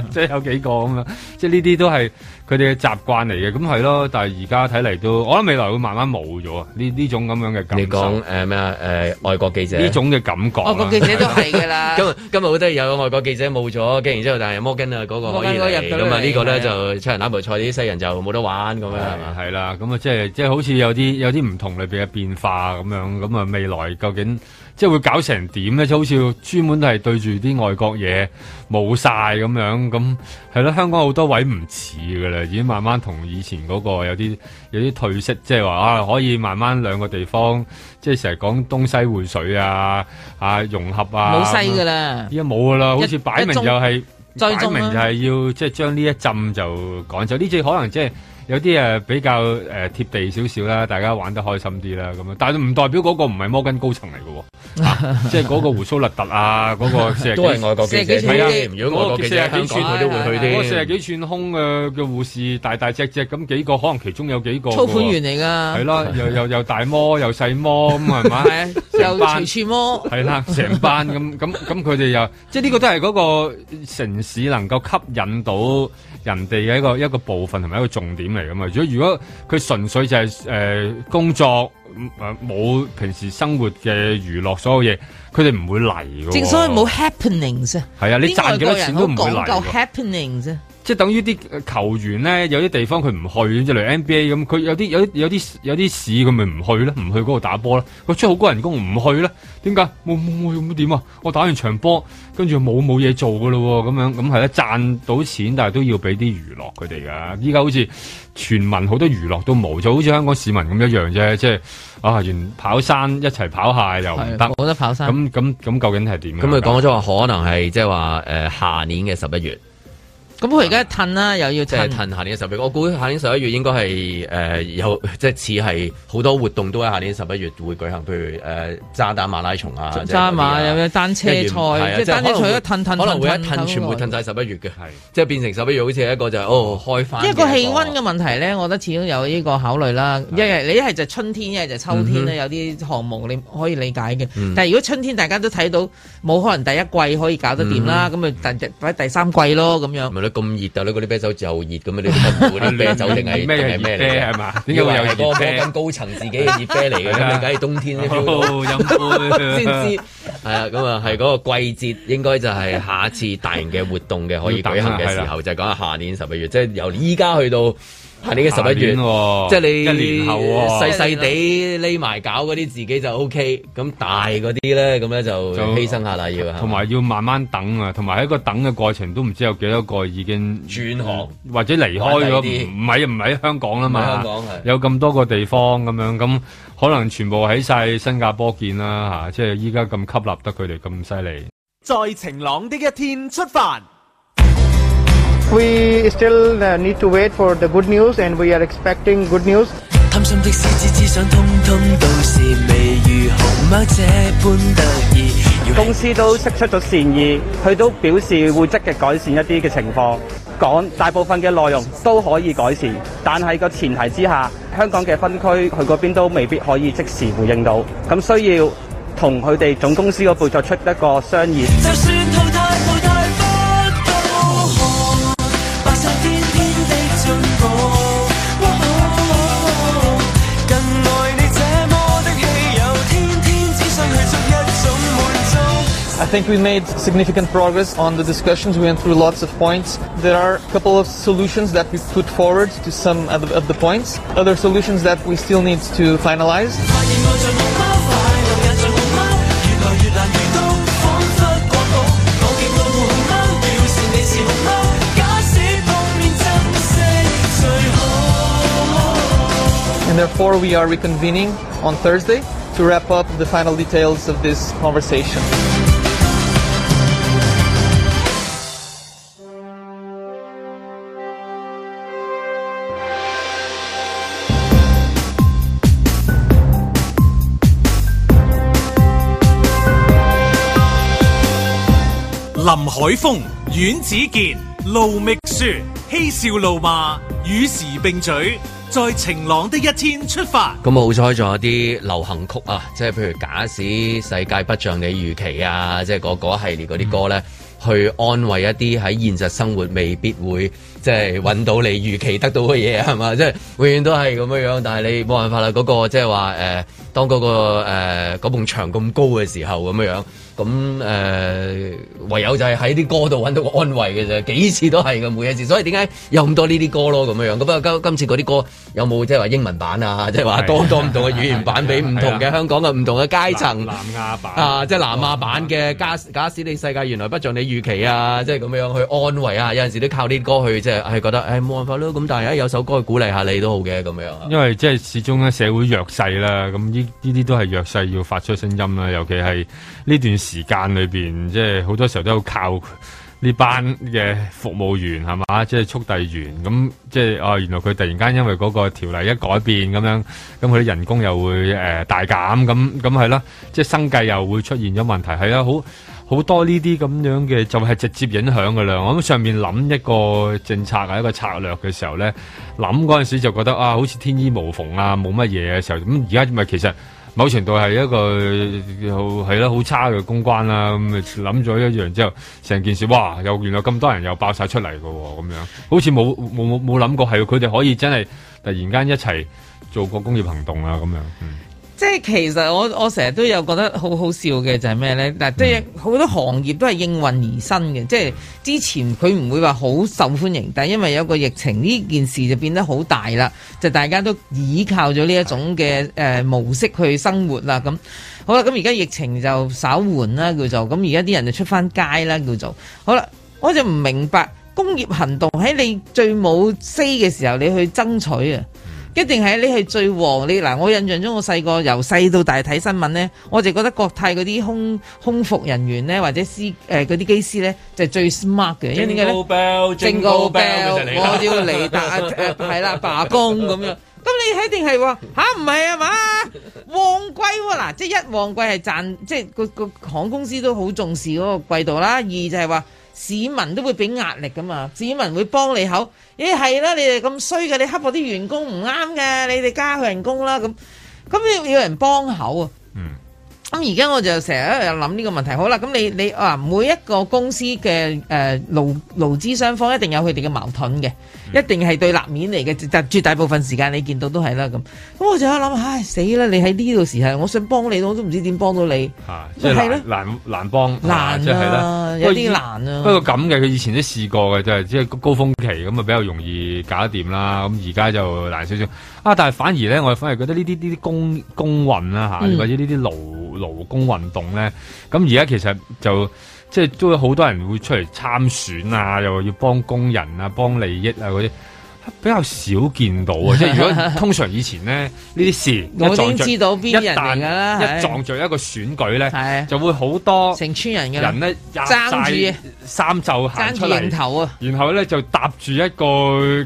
[SPEAKER 3] 即係有幾個咁啊，即係呢啲都係佢哋嘅習慣嚟嘅，咁係咯。但係而家睇嚟都，我諗未來會慢慢冇咗啊，呢呢種咁樣嘅感
[SPEAKER 2] 你
[SPEAKER 3] 受
[SPEAKER 2] 講，誒咩啊？誒外國記者
[SPEAKER 3] 呢。種嘅感覺啦。啊
[SPEAKER 4] 外國記者都係㗎啦。
[SPEAKER 2] 今日今日好得意有個外國記者冇咗，跟住然之後，但係摩根啊嗰個可以
[SPEAKER 4] 摩根嗰
[SPEAKER 2] 嚟
[SPEAKER 4] 日
[SPEAKER 2] 咁啊呢個
[SPEAKER 4] 佢
[SPEAKER 2] 咧
[SPEAKER 4] 嚟
[SPEAKER 2] 就出人打排賽啲西人就冇得玩咁樣係嘛？
[SPEAKER 3] 係啦，咁啊，即係即係好似有啲有啲唔同裏邊嘅變化咁樣，咁啊未來究竟即係會搞成點咧？即係好似專門係對住啲外國嘢冇晒咁樣，咁係咯，香港好多位唔似噶啦，已經慢慢同以前嗰個有啲有啲退色，即係話啊可以慢慢兩個地方，即係成日講東西匯水啊啊融合啊，
[SPEAKER 4] 冇西㗎啦。
[SPEAKER 3] 依家冇噶啦，好似擺明就係
[SPEAKER 4] 再中
[SPEAKER 3] 擺明就係要即係將呢一浸就趕走。呢隻可能即係有啲誒比較誒、呃、貼地少少啦，大家玩得開心啲啦咁樣。但係唔代表嗰個唔係摩根高層嚟嘅喎，
[SPEAKER 4] <laughs>
[SPEAKER 3] 啊即係嗰個胡鬚勒特啊，嗰、個四十幾
[SPEAKER 2] 都係外國記者，
[SPEAKER 4] 四十幾
[SPEAKER 3] 啊
[SPEAKER 4] 寸
[SPEAKER 2] 如果外國記者喺香港，啊佢都會去
[SPEAKER 3] 嗰個
[SPEAKER 2] 啲
[SPEAKER 3] 四十幾寸胸嘅嘅護士大大隻隻咁幾個，可能其中有幾個
[SPEAKER 4] 操盤員啊
[SPEAKER 3] 嘅喎係
[SPEAKER 4] 嚟㗎，
[SPEAKER 3] 啦，又又又大魔又細魔咁係咪？
[SPEAKER 4] 係啊， <laughs> 又
[SPEAKER 3] 成班啊
[SPEAKER 4] 隨處摸。
[SPEAKER 3] 係啦，成班咁 <laughs> 咁咁，佢哋又即係呢個都係嗰個城市能夠吸引到人哋嘅一個一個部分同埋一個重點嚟噶嘛。如果如果佢純粹就係、誒、工作嗯誒冇、平時生活嘅娛樂所有嘢，佢哋唔會嚟嘅喎。
[SPEAKER 4] 正所謂冇 happenings 啊，
[SPEAKER 3] 係啊，你
[SPEAKER 4] 啲
[SPEAKER 3] 賺
[SPEAKER 4] 外
[SPEAKER 3] 幾
[SPEAKER 4] 國
[SPEAKER 3] 多錢
[SPEAKER 4] 人
[SPEAKER 3] 都
[SPEAKER 4] 好
[SPEAKER 3] 唔會嚟
[SPEAKER 4] 講
[SPEAKER 3] 㗎
[SPEAKER 4] 究。happenings 啊。
[SPEAKER 3] 即係等於啲呃球員咧，有啲地方佢唔去，即係例如 NBA 咁，佢有啲有啲有啲有啲市佢咪唔去咧，唔去嗰度打波啦。佢出好高人工唔去咧，點解？冇冇冇咁點啊？我打完場波，跟住冇冇嘢做噶咯喎，咁樣咁係啦，賺到錢，但係都要俾啲娛樂佢哋噶。依家好似全民好多娛樂都冇，就好似香港市民咁一樣啫，即係啊，原跑山一齊跑下又唔得，
[SPEAKER 4] 冇得跑山。
[SPEAKER 3] 咁咁咁究竟係點㗎？啊
[SPEAKER 2] 咁佢講咗話可能係即係話誒下年嘅十一月，
[SPEAKER 4] 咁佢而家褪啦，又要
[SPEAKER 2] 即係褪
[SPEAKER 4] 褪。
[SPEAKER 2] 下年嘅十一月。我估下年十一月應該係誒有 <laughs> 即係似係好多活動都喺下年十一月會舉行，譬如誒渣打馬拉松啊，即係嗰啲啊
[SPEAKER 4] 揸馬有咩單車賽，即
[SPEAKER 2] 係啊
[SPEAKER 4] 係單車賽一褪褪
[SPEAKER 2] 可能會一
[SPEAKER 4] 褪
[SPEAKER 2] 褪，全部
[SPEAKER 4] 嗰個
[SPEAKER 2] 褪晒十一月嘅，
[SPEAKER 3] 係
[SPEAKER 2] 即係變成十一月好似一個就係哦開翻
[SPEAKER 4] 因為個氣温嘅問題咧，我覺得始終有呢個考慮啦。一係你一係就春天，一係就秋天咧，有啲項目你可以理解嘅。但係如果春天大家都睇到冇可能第一季可以搞得掂啦，咁咪第第第三季咯咁樣。
[SPEAKER 2] 咪咯咁熱但你嗰啲啤酒就熱咁啊！你分唔到啲
[SPEAKER 4] <laughs>
[SPEAKER 2] 啤酒定係
[SPEAKER 3] 咩
[SPEAKER 2] 定
[SPEAKER 3] 係咩
[SPEAKER 2] 係咩嚟
[SPEAKER 3] 嚟
[SPEAKER 4] 啊
[SPEAKER 2] 㗎
[SPEAKER 3] 係嘛？點
[SPEAKER 2] 點
[SPEAKER 3] 解會
[SPEAKER 2] 解會
[SPEAKER 3] 有
[SPEAKER 2] 有
[SPEAKER 3] 熱
[SPEAKER 2] 個
[SPEAKER 3] 啤？
[SPEAKER 2] 咁高層自己嘅熱啤嚟
[SPEAKER 4] <laughs>
[SPEAKER 2] 嘅？
[SPEAKER 4] 啊
[SPEAKER 2] 咁你梗係冬天先 feel
[SPEAKER 3] 哦
[SPEAKER 2] 到。
[SPEAKER 3] <laughs> 飲杯。
[SPEAKER 2] 係啊，咁啊係嗰個季節，應該就係下一次大型嘅活動嘅可以舉行嘅時候，就係講下下年十一月，即係由依家去到下年嘅十一月。
[SPEAKER 3] 啊喎，
[SPEAKER 2] 即係你
[SPEAKER 3] 哦一年後
[SPEAKER 2] 細
[SPEAKER 3] 喎，
[SPEAKER 2] 細地匿埋搞嗰啲自己就 O K，咁大嗰啲咧，咁咧就
[SPEAKER 3] 就
[SPEAKER 2] 犧牲下啦要。係嘛
[SPEAKER 3] 同埋要慢慢等啊，同埋喺個等嘅過程都唔知有幾多個已經
[SPEAKER 2] 轉行
[SPEAKER 3] 或者離開咗，唔係唔喺香港啦
[SPEAKER 2] 唔喺
[SPEAKER 3] 嘛。
[SPEAKER 2] 香港係
[SPEAKER 3] 有咁多個地方咁樣，咁可能全部喺晒新加坡見啦嚇、即係依家咁吸納得佢哋咁犀利。
[SPEAKER 5] 在晴朗的一天出發。
[SPEAKER 10] We still uh, need to wait for the good news, and we are expecting good news.
[SPEAKER 11] 貪心的獅子只想通通都是，未如熊貓這般得意。要
[SPEAKER 10] 公司都釋出咗善意，佢都表示會積極改善一啲嘅情況，講大部分嘅內容都可以改善，但係個前提之下，香港嘅分區佢嗰邊都未必可以即時回應到，咁需要同佢哋總公司嗰度作出一個商議。
[SPEAKER 11] 就算淘汰淘汰不到看，白手天天的進步。哇哦更愛你這麼的稀有，天天只想去捉一種滿足。
[SPEAKER 10] I think we made significant progress on the discussions. We went through lots of points. There are a couple of solutions that we put forward to some of the, of the points. Other solutions that we still need to finalize.
[SPEAKER 11] 發現愛像熊貓，快樂也像熊貓，越來越難遇到，彷彿國寶。我極愛護熊貓，表示你是熊貓，假使碰面珍惜最好。
[SPEAKER 10] And therefore, we are reconvening on Thursday to wrap up the final details of this conversation.
[SPEAKER 1] 林海峰、阮子健、路觅雪，嬉笑怒罵，與時並舉，在晴朗的一天出發。
[SPEAKER 2] 咁好彩仲有啲流行曲啊，即係譬如假使世界不像你預期啊，即係嗰嗰系列嗰啲歌咧。去安慰一啲喺現實生活未必會即係揾到你預期得到嘅嘢係嘛？即係永遠都係咁樣樣，但係你冇辦法啦。嗰、個即係話誒，當嗰、個誒嗰埲牆咁高嘅時候咁樣樣，咁誒、唯有就係喺啲歌度揾到個安慰嘅啫。幾次都係嘅，每一次。所以點解有咁多呢啲歌咯咁樣樣？咁啊，今今次嗰啲歌有冇即係話英文版啊？即係話多多唔同嘅語言版俾唔同嘅香港嘅唔同嘅階層。
[SPEAKER 3] 亞版
[SPEAKER 2] 啊，即係南亞版嘅假假使你世界原來不像你預期啊，即係咁樣去安慰啊，有陣時都靠呢啲歌去即係係覺得誒冇辦法咯，咁但係有首歌去鼓勵下你都好嘅咁樣。
[SPEAKER 3] 因為即係始終咧社會弱勢啦，咁呢呢啲都係弱勢要發出聲音啦。尤其係呢段時間裏邊，即係好多時候都要靠呢班嘅服務員係嘛，即係速遞員咁，即係哦，原來佢突然間因為嗰個條例一改變咁樣，咁佢啲人工又會誒、呃大減，咁咁係啦，即係生計又會出現咗問題，係啦，好。好多呢啲咁樣嘅就係直接影響㗎啦。我諗上面諗一個政策啊，一個策略嘅時候咧，諗嗰陣時就覺得啊，好似天衣無縫啊，冇乜嘢嘅時候。咁而家咪其實某程度係一個好係啦，好差嘅公關啦。咁咪諗咗一樣之後，成件事哇，又原來咁多人又爆晒出嚟㗎喎，咁樣好似冇冇冇冇諗過係佢哋可以真係突然間一齊做個工業行動啊咁樣。嗯
[SPEAKER 4] 即係其實我我成日都有覺得好好笑嘅就係咩咧？嗱，即係好多行業都係應運而生嘅。即係之前佢唔會話好受歡迎，但係因為有個疫情呢件事就變得好大啦，就大家都依靠咗呢一種嘅誒、呃模式去生活啦。咁好啦，咁而家疫情就稍緩啦，叫做咁而家啲人就出翻街啦，叫做好啦。我就唔明白工業行動喺你最冇 say 嘅時候，你去爭取啊！一定係你係最旺。你嗱，我印象中我細個由細到大睇新聞呢，我就覺得國泰嗰啲空空服人員呢，或者司誒呃嗰啲機師呢，就係最 smart 嘅，因為點解呢
[SPEAKER 11] Jingle bell,
[SPEAKER 4] 正
[SPEAKER 11] jingle
[SPEAKER 4] 告
[SPEAKER 11] bell，咪就係
[SPEAKER 4] bell，
[SPEAKER 11] 你啦
[SPEAKER 4] 我要
[SPEAKER 11] <laughs>
[SPEAKER 4] 嚟打誒係啦罷工咁樣。咁你一定係話吓唔係啊嘛？旺季喎嗱，即係一旺季係賺，即係個個航空公司都好重視嗰個季度啦。二就係話市民都會俾壓力噶嘛，市民會幫你口。咦係啦，你哋咁衰嘅，你恰我啲員工唔啱嘅，你哋加佢人工啦咁。咁要要有人幫口啊。咁而家我就成日喺度諗呢個問題。好啦，咁你你啊，每一個公司嘅誒勞勞資雙方一定有佢哋嘅矛盾嘅，
[SPEAKER 3] 嗯
[SPEAKER 4] 一定係對立面嚟嘅。但絕大部分時間你見到都係啦咁。咁我就喺度諗，唉死啦！你喺呢度時候，我想幫你，我都唔知點幫到你。
[SPEAKER 3] 啊即係
[SPEAKER 4] 係咯
[SPEAKER 3] 難難難幫，
[SPEAKER 4] 難啊
[SPEAKER 3] 即係啦，
[SPEAKER 4] 有啲難啊
[SPEAKER 3] 不過咁嘅，佢以前都試過嘅，就係即係高峰期咁啊，比較容易搞掂啦。咁而家就難少少啊。但係反而咧，我反而覺得呢啲呢啲工工運啦嚇，
[SPEAKER 5] 嗯
[SPEAKER 3] 或者呢啲勞勞工運動咧，咁而家其實就。即係都有好多人會出嚟參選啊，又話要幫工人啊、幫利益啊嗰啲，比較少見到啊。
[SPEAKER 4] <laughs>
[SPEAKER 3] 即係如果通常以前咧呢啲事，
[SPEAKER 4] 我
[SPEAKER 3] 一
[SPEAKER 4] 已經
[SPEAKER 3] 撞着
[SPEAKER 4] 知道邊
[SPEAKER 3] 一
[SPEAKER 4] 人
[SPEAKER 3] 旦
[SPEAKER 4] 嚟㗎啦係
[SPEAKER 3] 一撞着一個選舉咧，就會好多
[SPEAKER 4] 成村人嘅啦
[SPEAKER 3] 人咧
[SPEAKER 4] 爭住
[SPEAKER 3] 衫袖行出
[SPEAKER 4] 爭住
[SPEAKER 3] 嚟
[SPEAKER 4] 迎頭啊，
[SPEAKER 3] 然後咧就搭住一個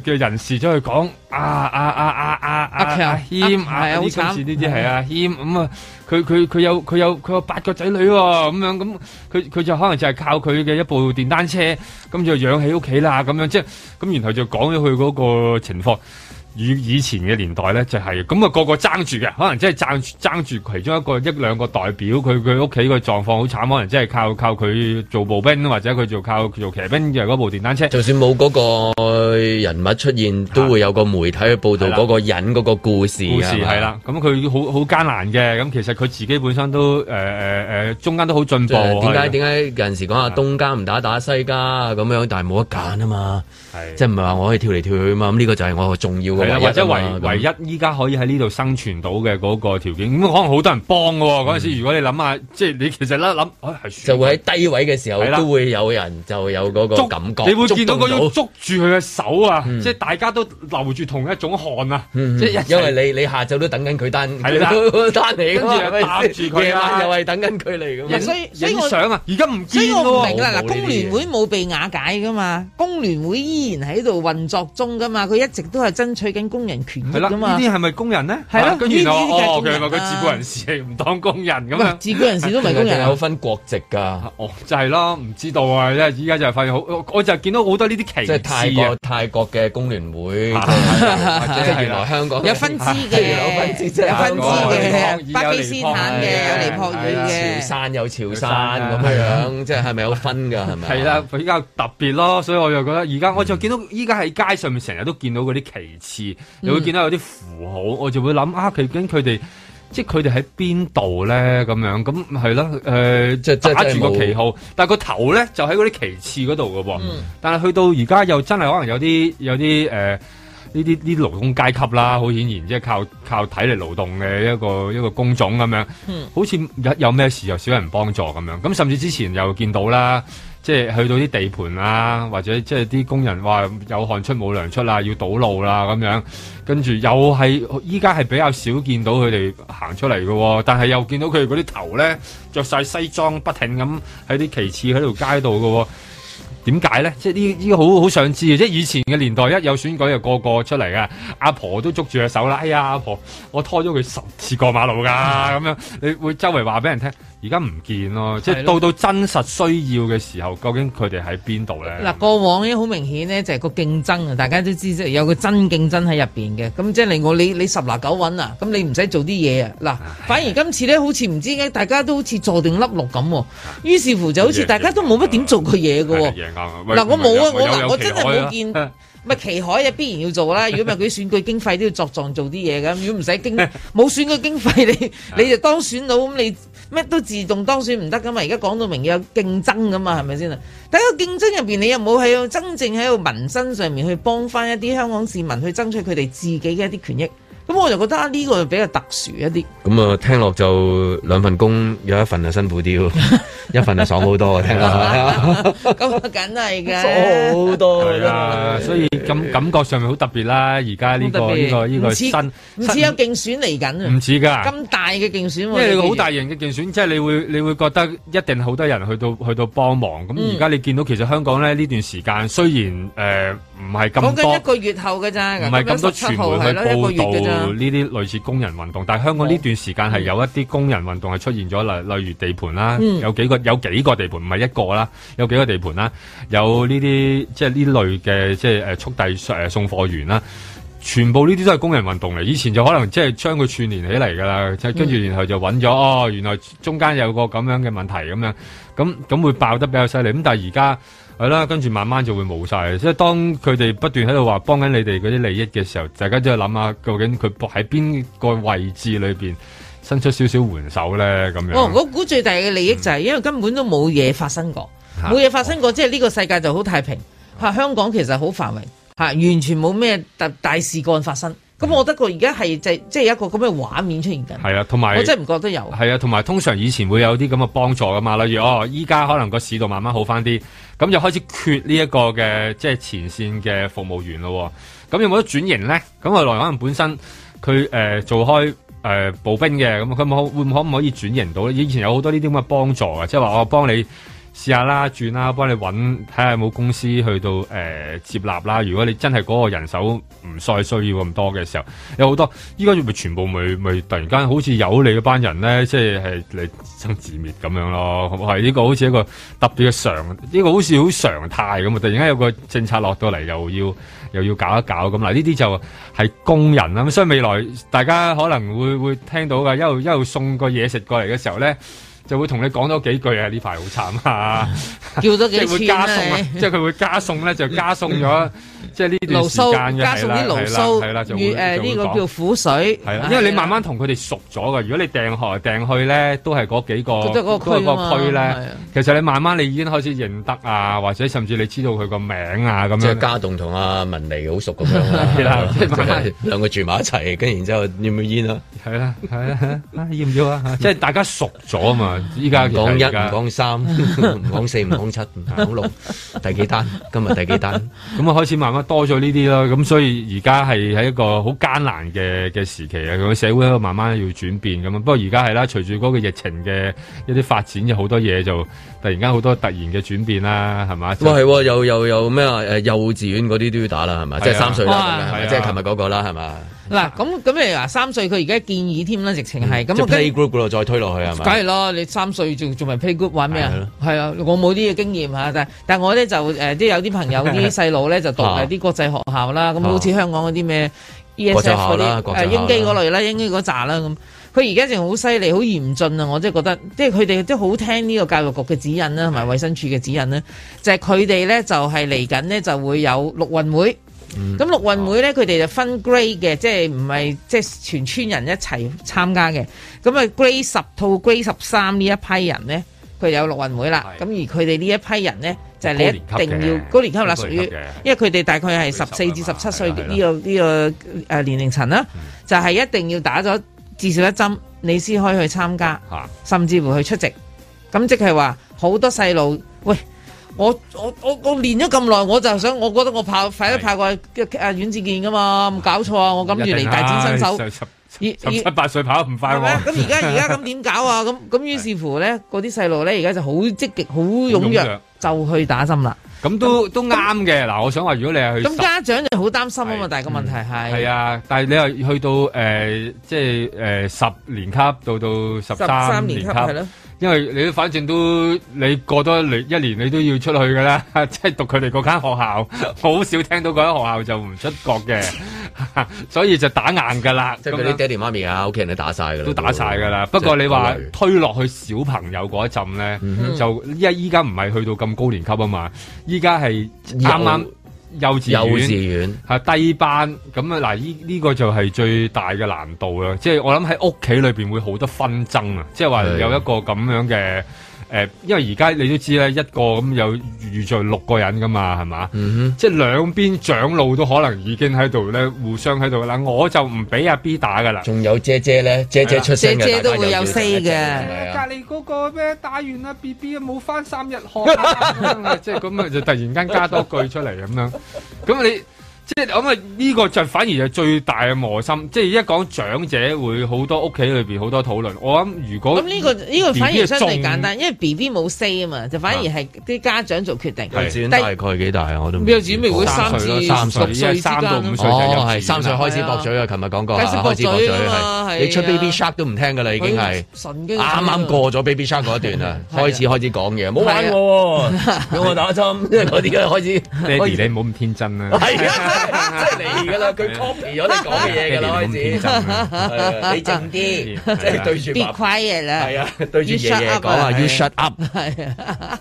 [SPEAKER 3] 嘅人士走去講啊啊啊啊啊啊
[SPEAKER 4] 阿強
[SPEAKER 3] 阿謙
[SPEAKER 4] 阿
[SPEAKER 3] 啊，
[SPEAKER 4] 係啊
[SPEAKER 3] 呢
[SPEAKER 4] 好
[SPEAKER 3] 今次
[SPEAKER 4] 慘
[SPEAKER 3] 呢啲係阿謙咁啊，佢佢佢有佢有佢有八個仔女喎，咁樣咁佢佢就可能就係靠佢嘅一部電單車，咁就養起屋企啦，咁樣即係咁，然後就講咗佢嗰個情況。以以前嘅年代咧，就係咁啊，個個爭住嘅，可能真係爭爭住其中一個一兩個代表，佢佢屋企個狀況好慘，可能真係靠靠佢做步兵，或者佢做靠做騎兵嘅嗰部電單車。
[SPEAKER 2] 就算冇嗰個人物出現，都會有個媒體去報導嗰個人嗰個故事。啊
[SPEAKER 3] 故事
[SPEAKER 2] 係嘛
[SPEAKER 3] 係啦，，咁佢好好艱難嘅，咁其實佢自己本身都誒呃誒誒，中間都好進
[SPEAKER 2] 即
[SPEAKER 3] 步。
[SPEAKER 2] 係點解
[SPEAKER 3] 係
[SPEAKER 2] 點解有陣時講下東家唔打打西家啊咁樣，但係冇得揀啊嘛，即係唔係話我可以跳嚟跳去啊嘛？咁呢個就係我重要嘅
[SPEAKER 3] 係
[SPEAKER 2] 唯一
[SPEAKER 3] 啦，
[SPEAKER 2] 啊
[SPEAKER 3] 或者唯
[SPEAKER 2] 嘛咁
[SPEAKER 3] 唯一依家可以喺呢度生存到嘅嗰個條件，咁可能好多人幫嘅喎。嗰陣
[SPEAKER 2] 嗯
[SPEAKER 3] 時，如果你諗下，即係你其實咧諗，哎係
[SPEAKER 2] 就會喺低位嘅時候
[SPEAKER 3] 係啦
[SPEAKER 2] 都會有人就有嗰個感覺，
[SPEAKER 3] 你會見到
[SPEAKER 2] 觸動
[SPEAKER 3] 嗰種捉住佢嘅手啊，
[SPEAKER 4] 嗯
[SPEAKER 3] 即係大家都流住同一種汗啊，即係一齊
[SPEAKER 2] 嗯因為你你下晝都等緊佢單，
[SPEAKER 3] 係啦
[SPEAKER 2] 佢單嚟㗎嘛
[SPEAKER 3] 跟住又搭住佢啦啊
[SPEAKER 2] 夜晚又係等緊佢嚟咁。
[SPEAKER 4] 嗱嗯所以所以我
[SPEAKER 3] 影相啊，而家唔
[SPEAKER 4] 所以
[SPEAKER 3] 見
[SPEAKER 4] 我唔
[SPEAKER 3] 咯。
[SPEAKER 4] 明啦，嗱，
[SPEAKER 2] 冇呢啲
[SPEAKER 4] 工聯會冇被瓦解噶嘛，工聯會依依然喺度運作中噶嘛，佢一直都係爭取緊工人權益
[SPEAKER 3] 係啦，
[SPEAKER 4] 噶嘛。
[SPEAKER 3] 呢啲係咪工人咧？
[SPEAKER 4] 啊係咯
[SPEAKER 3] 啊跟住
[SPEAKER 4] 呢啲
[SPEAKER 3] 我
[SPEAKER 4] 呢啲
[SPEAKER 3] 哦，
[SPEAKER 4] 梗係
[SPEAKER 3] 佢
[SPEAKER 4] 工
[SPEAKER 3] 話佢
[SPEAKER 4] 人啊啦
[SPEAKER 3] 自雇人士係唔當工人咁啊樣，
[SPEAKER 4] 自雇人士都唔係工人啊有
[SPEAKER 2] 分國籍㗎，
[SPEAKER 3] 哦，就係咯，唔知道啊，因為依家就係發現好，我我就見到好多呢啲歧視
[SPEAKER 2] 即係泰國
[SPEAKER 3] 啊，
[SPEAKER 2] 泰國嘅工聯會，
[SPEAKER 3] 或者
[SPEAKER 2] 即係
[SPEAKER 3] 係
[SPEAKER 2] 原
[SPEAKER 3] 啦
[SPEAKER 2] 來香港
[SPEAKER 4] 有分支嘅
[SPEAKER 2] 即係原來有分支，即係
[SPEAKER 4] 有分支嘅
[SPEAKER 2] 香港
[SPEAKER 4] 巴基斯坦嘅有尼泊爾
[SPEAKER 2] 係
[SPEAKER 4] 嘅
[SPEAKER 2] 啦啊潮汕有潮汕咁樣樣，即係係咪有分㗎？係咪？啊
[SPEAKER 3] 係啦，比較特別咯，所以我就覺得而家我就
[SPEAKER 2] 嗯
[SPEAKER 3] 見到依家喺街上面成日都見到嗰啲旗幟，你會見到有啲符號，我就會諗啊，究竟佢哋即係佢哋喺邊度咧咁樣，咁係啦，誒、即
[SPEAKER 2] 即係
[SPEAKER 3] 打住個
[SPEAKER 2] 冇嗯
[SPEAKER 3] 旗號，但係個頭咧就喺嗰啲旗幟嗰度嘅喎，但係去到而家又真係可能有啲有啲誒。呃呢啲呢啲勞工階級啦，好顯然即係靠靠體力勞動嘅一個一個工種咁樣，
[SPEAKER 11] 嗯
[SPEAKER 3] 好似有有咩事又少人幫助咁樣，咁甚至之前又見到啦，即係去到啲地盤啊，或者即係啲工人話有汗出冇糧出啦，要堵路啦咁樣，跟住又係依家係比較少見到佢哋行出嚟嘅喎，但係又見到佢哋嗰啲頭咧着晒西裝，不停咁喺啲旗幟喺條街度嘅喎。點解咧？即係呢呢個好好想知啊嘅，即係以前嘅年代一有選舉就個個出嚟嘅，阿婆都捉住隻手啦。哎呀，阿婆，我拖咗佢十次過馬
[SPEAKER 4] <laughs>
[SPEAKER 3] 路㗎，咁樣你會周圍話俾人聽。而家唔見咯，即
[SPEAKER 4] 係
[SPEAKER 3] 係
[SPEAKER 4] 咯
[SPEAKER 3] 到到真實需要嘅時候，究竟佢哋喺邊度咧？
[SPEAKER 4] 嗱，過往咧好明顯咧就係個競爭啊，大家都知即係有個真競爭喺入邊嘅，咁即係令我你你十拿九穩啊，咁你唔使做啲嘢啊，嗱，反而今次咧好似唔知點解大家都好似坐定粒六咁喎，於是乎就好似大家都冇乜點做過嘢嘅喎。
[SPEAKER 3] 贏硬啊喂
[SPEAKER 4] 嗱，我冇啊，
[SPEAKER 3] 有
[SPEAKER 4] 我
[SPEAKER 3] 有
[SPEAKER 4] 嗱，我
[SPEAKER 3] 旗
[SPEAKER 4] 真係
[SPEAKER 3] 海啊 <laughs>
[SPEAKER 4] 冇見，咪旗海啊，必然要做啦。如果唔係佢啲選舉經費都要作狀做啲嘢㗎。如果唔使
[SPEAKER 3] <laughs>
[SPEAKER 4] 經冇選舉經費，
[SPEAKER 3] 啊
[SPEAKER 4] 你你就當選到咁，你咩都自動當選唔得噶嘛。而家講到明有競爭噶嘛，係咪先啊？但係個競爭入邊，你有冇喺度真正喺度民生上面去幫翻一啲香港市民去爭取佢哋自己嘅一啲權益？咁我就覺得啊呢個比較特殊
[SPEAKER 3] <laughs>
[SPEAKER 4] 一啲。
[SPEAKER 2] 咁啊，聽落就兩份工，有一份啊辛苦啲喎，一份啊爽好多嘅，聽落。
[SPEAKER 4] 咁啊，梗
[SPEAKER 3] <laughs>
[SPEAKER 4] 係嘅。
[SPEAKER 3] 哦
[SPEAKER 2] 好多
[SPEAKER 3] 係啊，所以感感覺上面好特別啦。而家呢
[SPEAKER 4] 呃好
[SPEAKER 3] 個
[SPEAKER 4] 特別
[SPEAKER 3] 呢個呢個
[SPEAKER 4] 唔似
[SPEAKER 3] 新
[SPEAKER 4] 唔似有競選嚟緊啊！
[SPEAKER 3] 唔似㗎
[SPEAKER 4] 咁大嘅競選喎，
[SPEAKER 3] 因為你
[SPEAKER 4] 記
[SPEAKER 3] 個
[SPEAKER 4] 住
[SPEAKER 3] 好大型嘅競選，即係你會你會覺得一定好多人去到去到幫忙。咁
[SPEAKER 4] 嗯
[SPEAKER 3] 而家你見到其實香港咧呢段時間雖然誒唔係
[SPEAKER 4] 講
[SPEAKER 3] 咁
[SPEAKER 4] 緊
[SPEAKER 3] 多
[SPEAKER 4] 一，個月後嘅咋，
[SPEAKER 3] 唔係咁多傳媒去
[SPEAKER 4] 一個
[SPEAKER 3] 報
[SPEAKER 4] 月嘅咋哦
[SPEAKER 3] 導。呢啲類似工人運動，但係香港呢段時間係有一啲工人運動係出現咗，例例如地盤啦，
[SPEAKER 4] 嗯
[SPEAKER 3] 有幾個有幾個地盤唔係一個啦，有幾個地盤啦，有呢啲即係呢類嘅即係呃誒速遞誒送貨員啦。全部呢啲都係工人運動嚟，以前就可能即係將佢串連起嚟㗎啦，即係跟住然後就揾咗哦，原來中間有個咁樣嘅問題咁樣，咁咁會爆得比較犀利。咁但係而家係啦，跟住慢慢就會冇晒。即係當佢哋不斷喺度話幫緊你哋嗰啲利益嘅時候，大家都要諗下究竟佢搏喺邊個位置裏邊伸出少少援手咧咁樣。嗯
[SPEAKER 4] 哦，我估最大嘅利益就係因為根本都冇嘢發生過，
[SPEAKER 3] 嚇
[SPEAKER 4] 冇嘢發生過，即係呢個世界就好太平嚇，香港其實好繁榮嚇，完全冇咩特大事幹發生。咁我覺得佢而家係就即係有一個咁嘅畫面出現緊。
[SPEAKER 3] 嗯係啊，同埋
[SPEAKER 4] 我真係唔覺得有。
[SPEAKER 3] 係啊，同埋通常以前會有啲咁嘅幫助噶嘛，例如哦，依家可能個市道慢慢好翻啲，咁就開始缺呢一個嘅即係前線嘅服務員咯喎。咁有冇得轉型咧？咁後來可能本身佢誒、呃做開誒、呃步兵嘅，咁佢可會唔可唔可以轉型到咧？以前有好多呢啲咁嘅幫助啊，即係話我幫你。試下啦，轉啦，幫你揾睇下有冇公司去到誒、呃接納啦。如果你真係嗰個人手唔再需要咁多嘅時候，有好多依家咪全部咪咪突然間好似有你嗰班人咧，即係係嚟生自滅咁樣咯。係呢個好似一個特別嘅常，呢、個好似好常態咁啊！突然間有個政策落到嚟，又要又要搞一搞咁嗱，呢啲就係工人啦。咁所以未來大家可能會會聽到噶，一路一路送個嘢食過嚟嘅時候咧。就會同你講多幾句啊！呢排好慘
[SPEAKER 4] <laughs>
[SPEAKER 3] 啊，
[SPEAKER 4] 叫多幾
[SPEAKER 3] <laughs> 即係會
[SPEAKER 4] 千
[SPEAKER 3] 加
[SPEAKER 4] 啊
[SPEAKER 3] 送啊，
[SPEAKER 4] <laughs> 你
[SPEAKER 3] 即係佢會加送咧，就加送
[SPEAKER 4] <laughs>
[SPEAKER 3] 咗即係呢段
[SPEAKER 4] 牢
[SPEAKER 3] 時間
[SPEAKER 4] 騷
[SPEAKER 3] 嘅
[SPEAKER 4] 加
[SPEAKER 3] 係
[SPEAKER 4] 送
[SPEAKER 3] 啦，
[SPEAKER 4] 啲牢
[SPEAKER 3] 係啦，係啦，
[SPEAKER 4] 騷
[SPEAKER 3] 就
[SPEAKER 4] 與
[SPEAKER 3] 會
[SPEAKER 4] 誒呢個叫啊
[SPEAKER 3] 係
[SPEAKER 4] 苦水。
[SPEAKER 3] 啦，因為你慢慢同佢哋熟咗嘅。如果你訂學訂去咧，都係嗰幾個
[SPEAKER 4] 都係嗰個區
[SPEAKER 3] 都係
[SPEAKER 4] 啊
[SPEAKER 3] 嗰
[SPEAKER 4] 嘛
[SPEAKER 3] 個區
[SPEAKER 4] 係
[SPEAKER 3] 咧
[SPEAKER 4] 啊。
[SPEAKER 3] 其實你慢慢你已經開始認得啊，或者甚至你知道佢個名啊咁樣。
[SPEAKER 2] <laughs> 即係家棟同阿文妮好熟咁樣啦，
[SPEAKER 3] 係啦
[SPEAKER 2] 即係兩個住埋一齊，跟住然之後要唔要煙啊？
[SPEAKER 3] 係啦，係啦，啊要唔要
[SPEAKER 4] <laughs>
[SPEAKER 3] 啊？即係大家熟咗啊嘛！依家
[SPEAKER 2] 唔講一，
[SPEAKER 3] 而家
[SPEAKER 2] 唔講三，唔講四，唔講七，唔講六，第幾單？今日第幾單？
[SPEAKER 3] 咁啊，開始慢慢慢多咗呢啲啦，咁所以而家係喺一個好艱難嘅嘅時期啊，個社會喺度慢慢要轉變咁啊。不過而家係啦，隨住嗰個疫情嘅一啲發展，有好多嘢就突然間好多突然嘅轉變啦，係嘛？
[SPEAKER 2] 喂，係啊喎，又又又咩啊？誒，幼稚園嗰啲都要打啦，係咪？即係三歲啦，咁樣係咪
[SPEAKER 3] 係啊
[SPEAKER 2] 即係琴日嗰個啦，係嘛？
[SPEAKER 4] 嗱，咁啊咁你話三歲佢而家建議添啦，直情
[SPEAKER 3] 嗯
[SPEAKER 4] 係咁
[SPEAKER 2] 即
[SPEAKER 4] 我
[SPEAKER 2] 係
[SPEAKER 4] 跟
[SPEAKER 2] playgroup 嗰度再推落去係咪？
[SPEAKER 4] 梗係咯，你三歲仲仲咪 playgroup 玩咩啊？係啊，我冇呢個經驗嚇，但但我咧就誒，即係有啲朋友
[SPEAKER 2] <laughs>
[SPEAKER 4] 啲細路咧就讀
[SPEAKER 2] 啊
[SPEAKER 4] 誒啲國際學校啦，咁好似香港嗰啲咩
[SPEAKER 2] 國際
[SPEAKER 4] ESF
[SPEAKER 2] 學校
[SPEAKER 4] 嗰
[SPEAKER 2] 啦
[SPEAKER 4] 啲
[SPEAKER 2] 國際學
[SPEAKER 4] 誒
[SPEAKER 2] 校
[SPEAKER 4] 英基嗰類啦，英基嗰扎啦咁。佢而家仲好犀利，好嚴峻啊！我真係覺得，即係佢哋都好聽呢個教育局嘅指引啦，同埋衛生署嘅指引啦，就係佢哋咧就係嚟緊呢就會有陸運會。
[SPEAKER 2] 嗯
[SPEAKER 4] 咁陸運會咧，佢哋就分 grade 嘅，即係唔係
[SPEAKER 2] 哦
[SPEAKER 4] 即係全村人一齊參加嘅。咁啊，grade 十到 grade 十三呢一批人咧，佢有陸運會啦。咁而佢哋呢一批人咧，就係你一
[SPEAKER 2] 高年級
[SPEAKER 4] 定
[SPEAKER 2] 嘅
[SPEAKER 4] 要高年級
[SPEAKER 2] 高
[SPEAKER 4] 啦，屬
[SPEAKER 2] 年
[SPEAKER 4] 於
[SPEAKER 2] 級嘅
[SPEAKER 4] 因為佢哋大概係
[SPEAKER 2] 啊
[SPEAKER 4] 十四至十七歲呢個呢個誒年齡層啦，
[SPEAKER 2] 嗯
[SPEAKER 4] 就係一定要打咗至少一針，你先可以去參加。甚至乎去出席。咁即係話好多細路，喂，我我我我練咗咁耐，我就想，我覺得我跑快啲跑過阿阮志健噶嘛，冇搞錯啊！我諗住嚟大展身手。
[SPEAKER 3] 十
[SPEAKER 4] 以
[SPEAKER 3] 十七八歲跑得唔快
[SPEAKER 4] 係咪啊
[SPEAKER 3] 喎。
[SPEAKER 4] 咁而家而家咁點搞啊？咁咁於是乎咧，嗰啲細路咧而家就好積極、好踴躍，就去打針啦。
[SPEAKER 3] 咁都都啱嘅。嗱，我想話，如果你係去
[SPEAKER 4] 咁
[SPEAKER 3] 十
[SPEAKER 4] 家長就好擔心啊嘛，但係個問題係
[SPEAKER 3] 係啊，但係你又去到誒、呃即係誒十年級到到十
[SPEAKER 4] 13
[SPEAKER 3] 三
[SPEAKER 4] 年
[SPEAKER 3] 年
[SPEAKER 4] 級
[SPEAKER 3] 級，
[SPEAKER 4] 係咯
[SPEAKER 3] 因為你都反正都你過多一年一年你都要出去噶啦， <laughs> 即係讀佢哋嗰間學校， <laughs> 我好少聽到嗰間學校就唔出國嘅， <laughs> 所以就打硬噶啦。
[SPEAKER 2] 即係嗰啲爹哋媽咪啊，屋企人都打晒噶啦，
[SPEAKER 3] 都打晒㗎啦。不過你話
[SPEAKER 2] 即係嗯
[SPEAKER 3] 推落去小朋友嗰一陣咧，
[SPEAKER 2] 哼
[SPEAKER 3] 就因為依家唔係去到咁高年級啊嘛，依家係啱啱幼稚園
[SPEAKER 2] 幼稚
[SPEAKER 3] 係啊低班咁啊嗱，依呢、個就係最大嘅難度啦。即係我諗喺屋企裏邊會好多紛爭啊，即係話
[SPEAKER 2] 係
[SPEAKER 3] 有一個咁樣嘅。誒、因為而家你都知咧，一個咁有預在六個人噶嘛，係嘛？即係兩邊長老都可能已經喺度咧，互相喺度啦。我就唔俾阿 B 打噶啦。
[SPEAKER 2] 仲有姐姐咧，姐姐出聲
[SPEAKER 4] 姐
[SPEAKER 2] 嘅，
[SPEAKER 4] 姐都
[SPEAKER 2] 大家
[SPEAKER 4] 會
[SPEAKER 2] 又要
[SPEAKER 4] 有 say 嘅。
[SPEAKER 3] 係啊
[SPEAKER 12] 隔離嗰個咩打完啦，B B 冇翻三日學
[SPEAKER 3] <laughs> 即係咁啊，就突然間加多句出嚟咁樣。咁你即係咁啊，呢個就反而係最大嘅磨心。即係一講長者會好多屋企裏邊好多討論。我諗如果
[SPEAKER 4] 咁呢個呢個反
[SPEAKER 3] BB
[SPEAKER 4] 而
[SPEAKER 3] 係
[SPEAKER 4] 相對
[SPEAKER 3] 重
[SPEAKER 4] 簡單，因為 B B 冇 say 啊嘛，就反而係啲家長做決定。
[SPEAKER 2] 幼稚園
[SPEAKER 4] 但
[SPEAKER 2] 大概幾大啊？我都唔知
[SPEAKER 4] 幼稚園咪會三至
[SPEAKER 2] 歲咯三歲
[SPEAKER 4] 六歲之間咯
[SPEAKER 2] 三到五歲就係幼稚園啦哦係三歲開始駁嘴啊！琴日講過啊，
[SPEAKER 4] 開始駁
[SPEAKER 2] 開始駁
[SPEAKER 4] 嘴
[SPEAKER 2] 嘴
[SPEAKER 4] 啊嘛
[SPEAKER 2] 係你出
[SPEAKER 4] 係啊
[SPEAKER 2] Baby Shark 都唔聽噶啦，已經係
[SPEAKER 4] 佢神經
[SPEAKER 2] 啱啱過咗 Baby Shark 嗰一段啦，開始開始講嘢，冇玩我
[SPEAKER 3] 我
[SPEAKER 2] 喎， <laughs> 俾我打針，因為嗰啲啊開始
[SPEAKER 3] 爹
[SPEAKER 2] 開始
[SPEAKER 3] 哋，你唔好咁天
[SPEAKER 4] <laughs>
[SPEAKER 3] 真啦。
[SPEAKER 2] <laughs> 係啊，真係嚟㗎啦，佢 copy 咗你講嘅嘢㗎啦，開 <laughs> 始
[SPEAKER 4] <laughs>
[SPEAKER 2] 係啊，你靜啲，即係對住
[SPEAKER 4] Be
[SPEAKER 2] 爸爸
[SPEAKER 4] quiet 啦，
[SPEAKER 2] 係啊，對住
[SPEAKER 4] You
[SPEAKER 2] 爺
[SPEAKER 4] shut
[SPEAKER 2] 爺
[SPEAKER 4] up
[SPEAKER 2] 講啊，You shut up，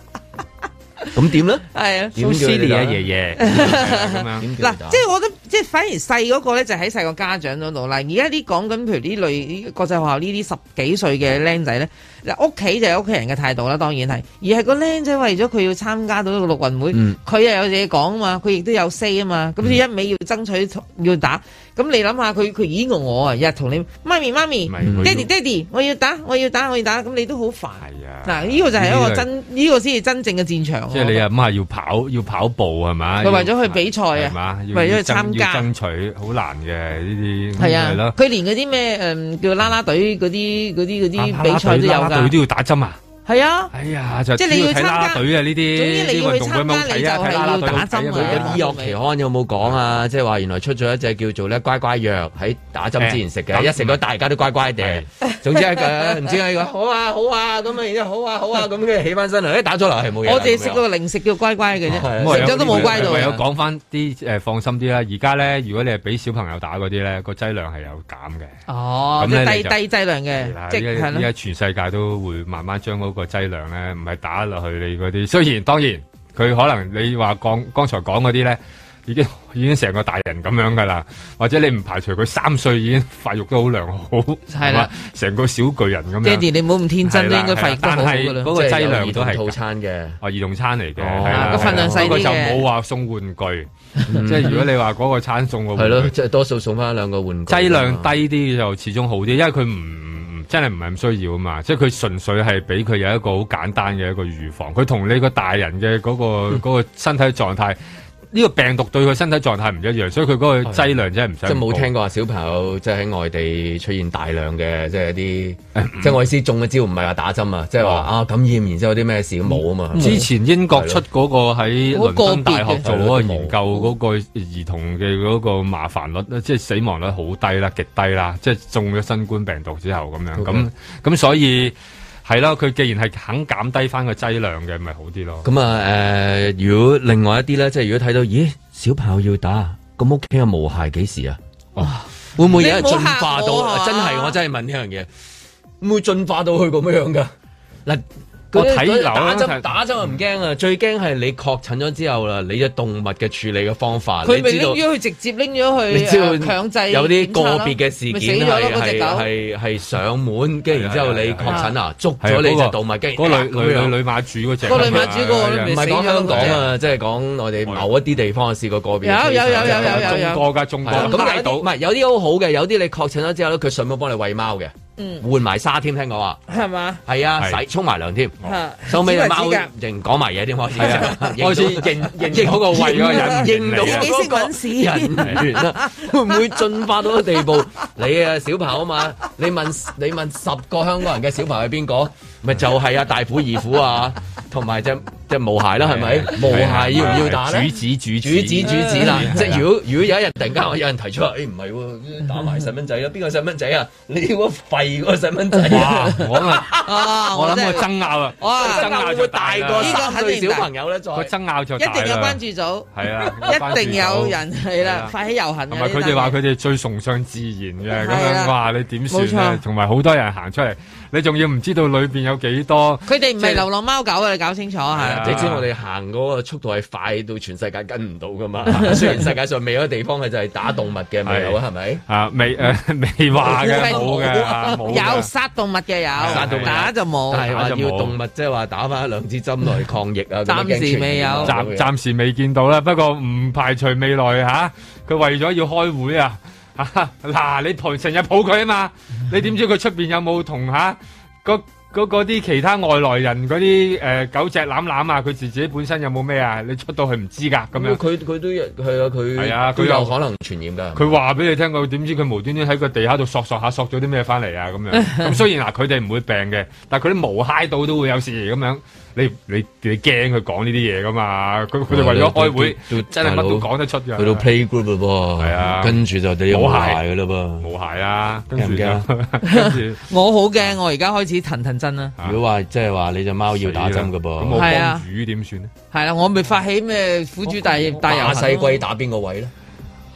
[SPEAKER 2] 咁點咧？
[SPEAKER 4] <laughs> 係啊
[SPEAKER 2] 點叫佢哋打
[SPEAKER 3] So silly 啊爺爺咁
[SPEAKER 4] <laughs>
[SPEAKER 3] 樣點叫
[SPEAKER 4] 嗱
[SPEAKER 3] 佢打，
[SPEAKER 4] 即係我覺得，即係反而細嗰個咧，就喺細個家長嗰度啦。而家啲講緊，譬如呢類國際學校呢啲十幾歲嘅僆仔咧，嗱屋企就有屋企人嘅態度啦，當然係，而係個僆仔為咗佢要參加到呢個陸運會，
[SPEAKER 2] 嗯
[SPEAKER 4] 佢又有嘢講啊嘛，佢亦都有 say 啊嘛，咁佢一味要爭取要打，咁你諗下佢佢咦我我啊，日日同你媽咪媽咪
[SPEAKER 3] 佢，
[SPEAKER 4] 爹哋爹哋，我要打我要打我要打，咁你都好煩。嗱，呢個就係一
[SPEAKER 3] 呢
[SPEAKER 4] 個
[SPEAKER 3] 個
[SPEAKER 4] 真呢個先係真正嘅戰場。
[SPEAKER 3] 即係你啊，咁啊要跑要跑步係嘛？
[SPEAKER 4] 佢為咗去比賽
[SPEAKER 3] 係
[SPEAKER 4] 啊
[SPEAKER 3] 嘛？，要
[SPEAKER 4] 為咗去
[SPEAKER 3] 要爭
[SPEAKER 4] 參加
[SPEAKER 3] 要。爭取好難嘅呢啲
[SPEAKER 4] 係
[SPEAKER 3] 係
[SPEAKER 4] 啊
[SPEAKER 3] 咯，。
[SPEAKER 4] 佢連嗰啲咩誒叫啦啦隊嗰啲嗰
[SPEAKER 3] 啊
[SPEAKER 4] 啲嗰啲比賽都有
[SPEAKER 3] 啦啦隊
[SPEAKER 4] 㗎，
[SPEAKER 3] 都要打針啊！
[SPEAKER 4] 係啊，
[SPEAKER 3] 哎呀，就
[SPEAKER 4] 即係你要
[SPEAKER 3] 主要睇啦啦
[SPEAKER 4] 參加
[SPEAKER 3] 隊啊呢啲，
[SPEAKER 4] 總之你要去
[SPEAKER 3] 啲運動會咪好
[SPEAKER 4] 參加你
[SPEAKER 3] 睇啊，
[SPEAKER 4] 就
[SPEAKER 3] 睇
[SPEAKER 4] 係
[SPEAKER 3] 啦啦
[SPEAKER 4] 要
[SPEAKER 3] 隊
[SPEAKER 4] 打
[SPEAKER 3] 好睇啊
[SPEAKER 4] 針啊
[SPEAKER 3] 嘛
[SPEAKER 2] 佢嗰醫藥期刊有冇講啊？即係話原來出咗一隻叫做咧乖乖藥，喺打針之前食嘅，
[SPEAKER 3] 誒
[SPEAKER 2] 一食咗大家都乖乖地。總之一個 <laughs> 唔知係個好啊好啊咁啊，然之後好啊好啊咁，跟住起翻身嚟，誒打咗落係冇嘢啦。
[SPEAKER 4] 我哋食
[SPEAKER 2] 咁樣啊
[SPEAKER 4] 嗰個零食叫乖乖嘅啫，
[SPEAKER 3] 咁啊
[SPEAKER 4] 食咗都冇乖到
[SPEAKER 3] 唯有
[SPEAKER 4] 㗎。
[SPEAKER 3] 講翻啲誒放心啲啦。而家咧，如果你係俾小朋友打嗰啲咧，個劑量係有減嘅。
[SPEAKER 4] 哦，
[SPEAKER 3] 咁
[SPEAKER 4] 即
[SPEAKER 3] 咧
[SPEAKER 4] 係
[SPEAKER 3] 你
[SPEAKER 4] 低
[SPEAKER 3] 就
[SPEAKER 4] 低劑量
[SPEAKER 3] 係啦
[SPEAKER 4] 嘅，即
[SPEAKER 3] 依家
[SPEAKER 4] 係
[SPEAKER 3] 依家
[SPEAKER 4] 咯。
[SPEAKER 3] 全世界都會慢慢將嗰個劑量咧，唔係打落去你嗰啲。雖然當然佢可能你話講剛才講嗰啲咧，已經已經成個大人咁樣噶啦，或者你唔排除佢三歲已經發育得好良好，係
[SPEAKER 4] 啦
[SPEAKER 3] 嘛，成個小巨人咁樣。
[SPEAKER 4] 爹哋，你唔好咁天真，你應該發育得好好㗎啦。
[SPEAKER 3] 嗰個劑量都係
[SPEAKER 2] 套餐嘅，
[SPEAKER 3] 哦，兒童餐嚟嘅，
[SPEAKER 2] 哦
[SPEAKER 3] 係啦
[SPEAKER 2] 個份量
[SPEAKER 4] 細啲嘅
[SPEAKER 3] 不過就冇話送玩具，即係如果你話嗰個餐送個
[SPEAKER 2] 係
[SPEAKER 3] 玩
[SPEAKER 2] 咯，
[SPEAKER 3] 具，
[SPEAKER 2] 即係多數送翻兩個玩具。啊
[SPEAKER 3] 劑量低啲就始終好啲，因為佢唔唔真係唔係咁需要啊嘛，即係佢純粹係俾佢有一個好簡單嘅一個預防，佢同你個大人嘅嗰個嗰個身體狀態。呢個病毒對佢身體狀態唔一樣，所以佢嗰個劑量真係唔使咁
[SPEAKER 2] 即係冇
[SPEAKER 3] 高
[SPEAKER 2] 聽過話小朋友即係喺外地出現大量嘅即係一啲，即係我意思中咗招唔係話打針啊，即係話啊感染，然之後有啲咩事冇啊嘛。
[SPEAKER 3] 之前英國出嗰個喺倫敦大學做嗰個研
[SPEAKER 2] 係
[SPEAKER 3] 究，嗰個兒童嘅嗰個麻煩率，即係死亡率好低啦，極低啦，即係中咗新冠病毒之後咁樣，咁咁所以係啦，佢既然係肯減低翻個劑量嘅，咪好啲咯。
[SPEAKER 2] 咁啊誒、呃如果另外一啲咧，即係如果睇到，咦，小朋友要打，咁屋企嘅無鞋幾時啊？會唔會有一日進化
[SPEAKER 11] 你唔好
[SPEAKER 2] 到？
[SPEAKER 11] 嚇我啊
[SPEAKER 2] 真係我真係問呢樣嘢，會唔會進化到去咁樣噶？嗱。
[SPEAKER 3] 我
[SPEAKER 2] 嗰啲
[SPEAKER 3] 睇
[SPEAKER 2] 嗰啲
[SPEAKER 3] 樓
[SPEAKER 2] 打
[SPEAKER 3] 啦
[SPEAKER 2] 針
[SPEAKER 3] 睇
[SPEAKER 2] 打針啊唔驚啊，最驚係你確診咗之後啦，你嘅動物嘅處理嘅方法，
[SPEAKER 4] 佢
[SPEAKER 2] 你
[SPEAKER 4] 咪
[SPEAKER 2] 知
[SPEAKER 4] 拎
[SPEAKER 2] 道
[SPEAKER 4] 咗佢直接拎咗
[SPEAKER 2] 你
[SPEAKER 4] 去
[SPEAKER 2] 知道
[SPEAKER 4] 誒強制
[SPEAKER 2] 有啲
[SPEAKER 4] 檢
[SPEAKER 2] 個
[SPEAKER 4] 測咯
[SPEAKER 2] 別嘅事
[SPEAKER 4] 咪
[SPEAKER 2] 件
[SPEAKER 4] 死咗
[SPEAKER 2] 係
[SPEAKER 4] 咯嗰隻
[SPEAKER 2] 係
[SPEAKER 4] 狗。
[SPEAKER 2] 係係上門，跟住然之後你確診啊，
[SPEAKER 3] 係
[SPEAKER 2] 捉
[SPEAKER 3] 啊
[SPEAKER 2] 咗你
[SPEAKER 3] 嗰個
[SPEAKER 2] 隻動物，跟住
[SPEAKER 3] 嗰個女
[SPEAKER 2] 咁樣
[SPEAKER 3] 女女馬主嗰隻
[SPEAKER 2] 嗰個
[SPEAKER 3] 女馬主嗰個係啊
[SPEAKER 2] 唔係
[SPEAKER 3] 死咗
[SPEAKER 2] 講香港
[SPEAKER 3] 嗰
[SPEAKER 2] 啊，即係講我哋某一啲地方試過個別嘅 case 啊。
[SPEAKER 3] 有有有有有有有中過㗎中過
[SPEAKER 2] 係啊
[SPEAKER 3] 拉
[SPEAKER 2] 咁有
[SPEAKER 3] 到
[SPEAKER 2] 啲唔係有啲好好嘅，有啲你確診咗之後咧，佢順便幫你餵貓嘅，
[SPEAKER 4] 嗯
[SPEAKER 2] 換埋沙添，聽講話。
[SPEAKER 4] 係嘛？
[SPEAKER 2] 係啊，
[SPEAKER 4] 係
[SPEAKER 2] 洗沖埋涼添
[SPEAKER 4] 哦，
[SPEAKER 2] 收尾
[SPEAKER 4] 指埋
[SPEAKER 2] 貓
[SPEAKER 4] 指甲
[SPEAKER 2] 認講埋嘢添，開始
[SPEAKER 3] 係啊
[SPEAKER 2] 認到
[SPEAKER 3] 開始
[SPEAKER 2] 認
[SPEAKER 3] 認
[SPEAKER 2] 認
[SPEAKER 3] 嗰個胃嗰個人啊
[SPEAKER 2] 認到
[SPEAKER 3] 自己
[SPEAKER 4] 識
[SPEAKER 2] 嗰
[SPEAKER 4] 揾
[SPEAKER 2] <laughs>
[SPEAKER 4] 屎
[SPEAKER 2] 個人員啦，會唔會進化到個地 <laughs> 步？你啊小朋友啊嘛，你問你問十個香港人嘅小朋友係邊個？咪就係啊大虎二虎啊，同埋只只毛鞋啦，係咪
[SPEAKER 3] 係啊？
[SPEAKER 2] 毛鞋要唔要打咧？
[SPEAKER 3] 主子主子
[SPEAKER 2] 主子主子啦
[SPEAKER 3] 係啊，
[SPEAKER 2] 即係如果如果有一日突然間有人提出話，誒唔係喎，打埋細蚊仔啦，邊個細蚊仔啊？ <laughs> 你嗰個肺嗰個細蚊仔啊？
[SPEAKER 3] 哇！我啊〜
[SPEAKER 2] <laughs>
[SPEAKER 4] 啊！
[SPEAKER 3] 我
[SPEAKER 4] 真
[SPEAKER 3] 諗
[SPEAKER 4] 係
[SPEAKER 3] 個爭拗啊，
[SPEAKER 4] 哇
[SPEAKER 3] 爭拗就大
[SPEAKER 2] 爭拗會大過
[SPEAKER 3] 過
[SPEAKER 2] 三歲小朋友咧再
[SPEAKER 3] 個爭拗就
[SPEAKER 4] 一定有關
[SPEAKER 3] 注，
[SPEAKER 4] 注組，
[SPEAKER 3] 係啊，
[SPEAKER 4] <laughs> 一定有人係
[SPEAKER 3] 係
[SPEAKER 4] 啦
[SPEAKER 3] 啊，
[SPEAKER 4] 發起遊行
[SPEAKER 3] 同
[SPEAKER 4] 啊
[SPEAKER 3] 埋佢哋話佢哋最崇尚自然嘅咁樣，哇！你點算咧？同埋好多人行出嚟，你仲要唔知道裏邊有幾多？
[SPEAKER 4] 佢哋唔係流浪貓狗啊！你搞清楚係
[SPEAKER 3] 啊。
[SPEAKER 2] 你知我哋行嗰個速度係快到全世界跟唔到噶
[SPEAKER 4] <laughs>
[SPEAKER 2] 嘛？雖然世界上未有一個地方係就係打動物嘅，未有啊，係咪？
[SPEAKER 3] 啊，未誒未話嘅，
[SPEAKER 4] 係
[SPEAKER 3] 冇嘅，啊冇嘅
[SPEAKER 4] 有殺動物嘅有，
[SPEAKER 2] 殺動物
[SPEAKER 4] 打就冇。
[SPEAKER 2] 但係話
[SPEAKER 3] 打
[SPEAKER 2] 要
[SPEAKER 3] 就冇
[SPEAKER 2] 動物即係話打翻兩支針來抗疫啊！咁啊驚
[SPEAKER 4] 暫時
[SPEAKER 2] 傳染
[SPEAKER 4] 未有
[SPEAKER 2] 啊
[SPEAKER 3] 暫暫時未見到啦，不過唔排除未來吓，佢、為咗要開會啊，啊嗱你抱成日抱佢啊嘛，你點知佢出邊有冇同吓嗰嗰嗰啲其他外來人嗰啲誒狗隻攬攬啊？佢自己本身有冇咩啊？你出到去唔知㗎咁
[SPEAKER 2] 咁
[SPEAKER 3] 樣。
[SPEAKER 2] 佢佢都有係啊，佢
[SPEAKER 3] 係啊佢
[SPEAKER 2] 都
[SPEAKER 3] 有
[SPEAKER 2] 有可能傳染㗎。
[SPEAKER 3] 佢話俾你聽，佢點知佢無端端喺個地下度索索下索咗啲咩翻嚟啊？咁
[SPEAKER 2] <laughs>
[SPEAKER 3] 樣咁雖然嗱，佢哋唔會病嘅，但係佢啲無嗨到都會有事咁樣。你你你驚佢講呢啲嘢噶嘛？佢
[SPEAKER 2] 哦
[SPEAKER 3] 佢哋為咗開會
[SPEAKER 2] 到，
[SPEAKER 3] 真係乜都講得出㗎。<laughs>
[SPEAKER 2] 去到 playgroup 咯噃，係
[SPEAKER 3] 啊
[SPEAKER 2] 跟住就你冇
[SPEAKER 3] 冇
[SPEAKER 2] 鞋
[SPEAKER 3] 鞋
[SPEAKER 2] 㗎啦
[SPEAKER 3] 冇鞋啦，
[SPEAKER 2] 噃，
[SPEAKER 3] 跟
[SPEAKER 2] 驚唔
[SPEAKER 3] 住就
[SPEAKER 2] 驚啊？
[SPEAKER 3] 跟
[SPEAKER 2] <laughs>
[SPEAKER 3] 住
[SPEAKER 4] 我好驚，我而家開始騰騰震啦。
[SPEAKER 2] 如果話即係話你隻貓要打針㗎
[SPEAKER 3] 啊咁我
[SPEAKER 2] 噃，
[SPEAKER 4] 係啊
[SPEAKER 3] 幫魚點算咧？
[SPEAKER 4] 係啦，我咪發起咩苦主大大遊
[SPEAKER 2] 打
[SPEAKER 4] 行
[SPEAKER 2] 細
[SPEAKER 4] 咯，
[SPEAKER 2] 龜打邊個位咧？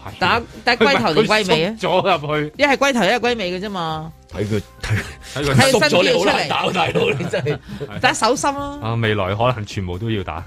[SPEAKER 2] 啊
[SPEAKER 4] 打打龜頭定龜尾啊
[SPEAKER 3] <laughs> 佢？縮咗入去，
[SPEAKER 4] 一係龜頭，一係龜尾嘅啫嘛。
[SPEAKER 2] 睇佢睇
[SPEAKER 3] 睇 <laughs>
[SPEAKER 4] 睇
[SPEAKER 3] 佢
[SPEAKER 4] 佢
[SPEAKER 2] 縮咗你好難
[SPEAKER 4] 伸出嚟
[SPEAKER 2] 打喎，大佬你真係。
[SPEAKER 4] 打手心咯，
[SPEAKER 3] 啊！未來可能全部都要打，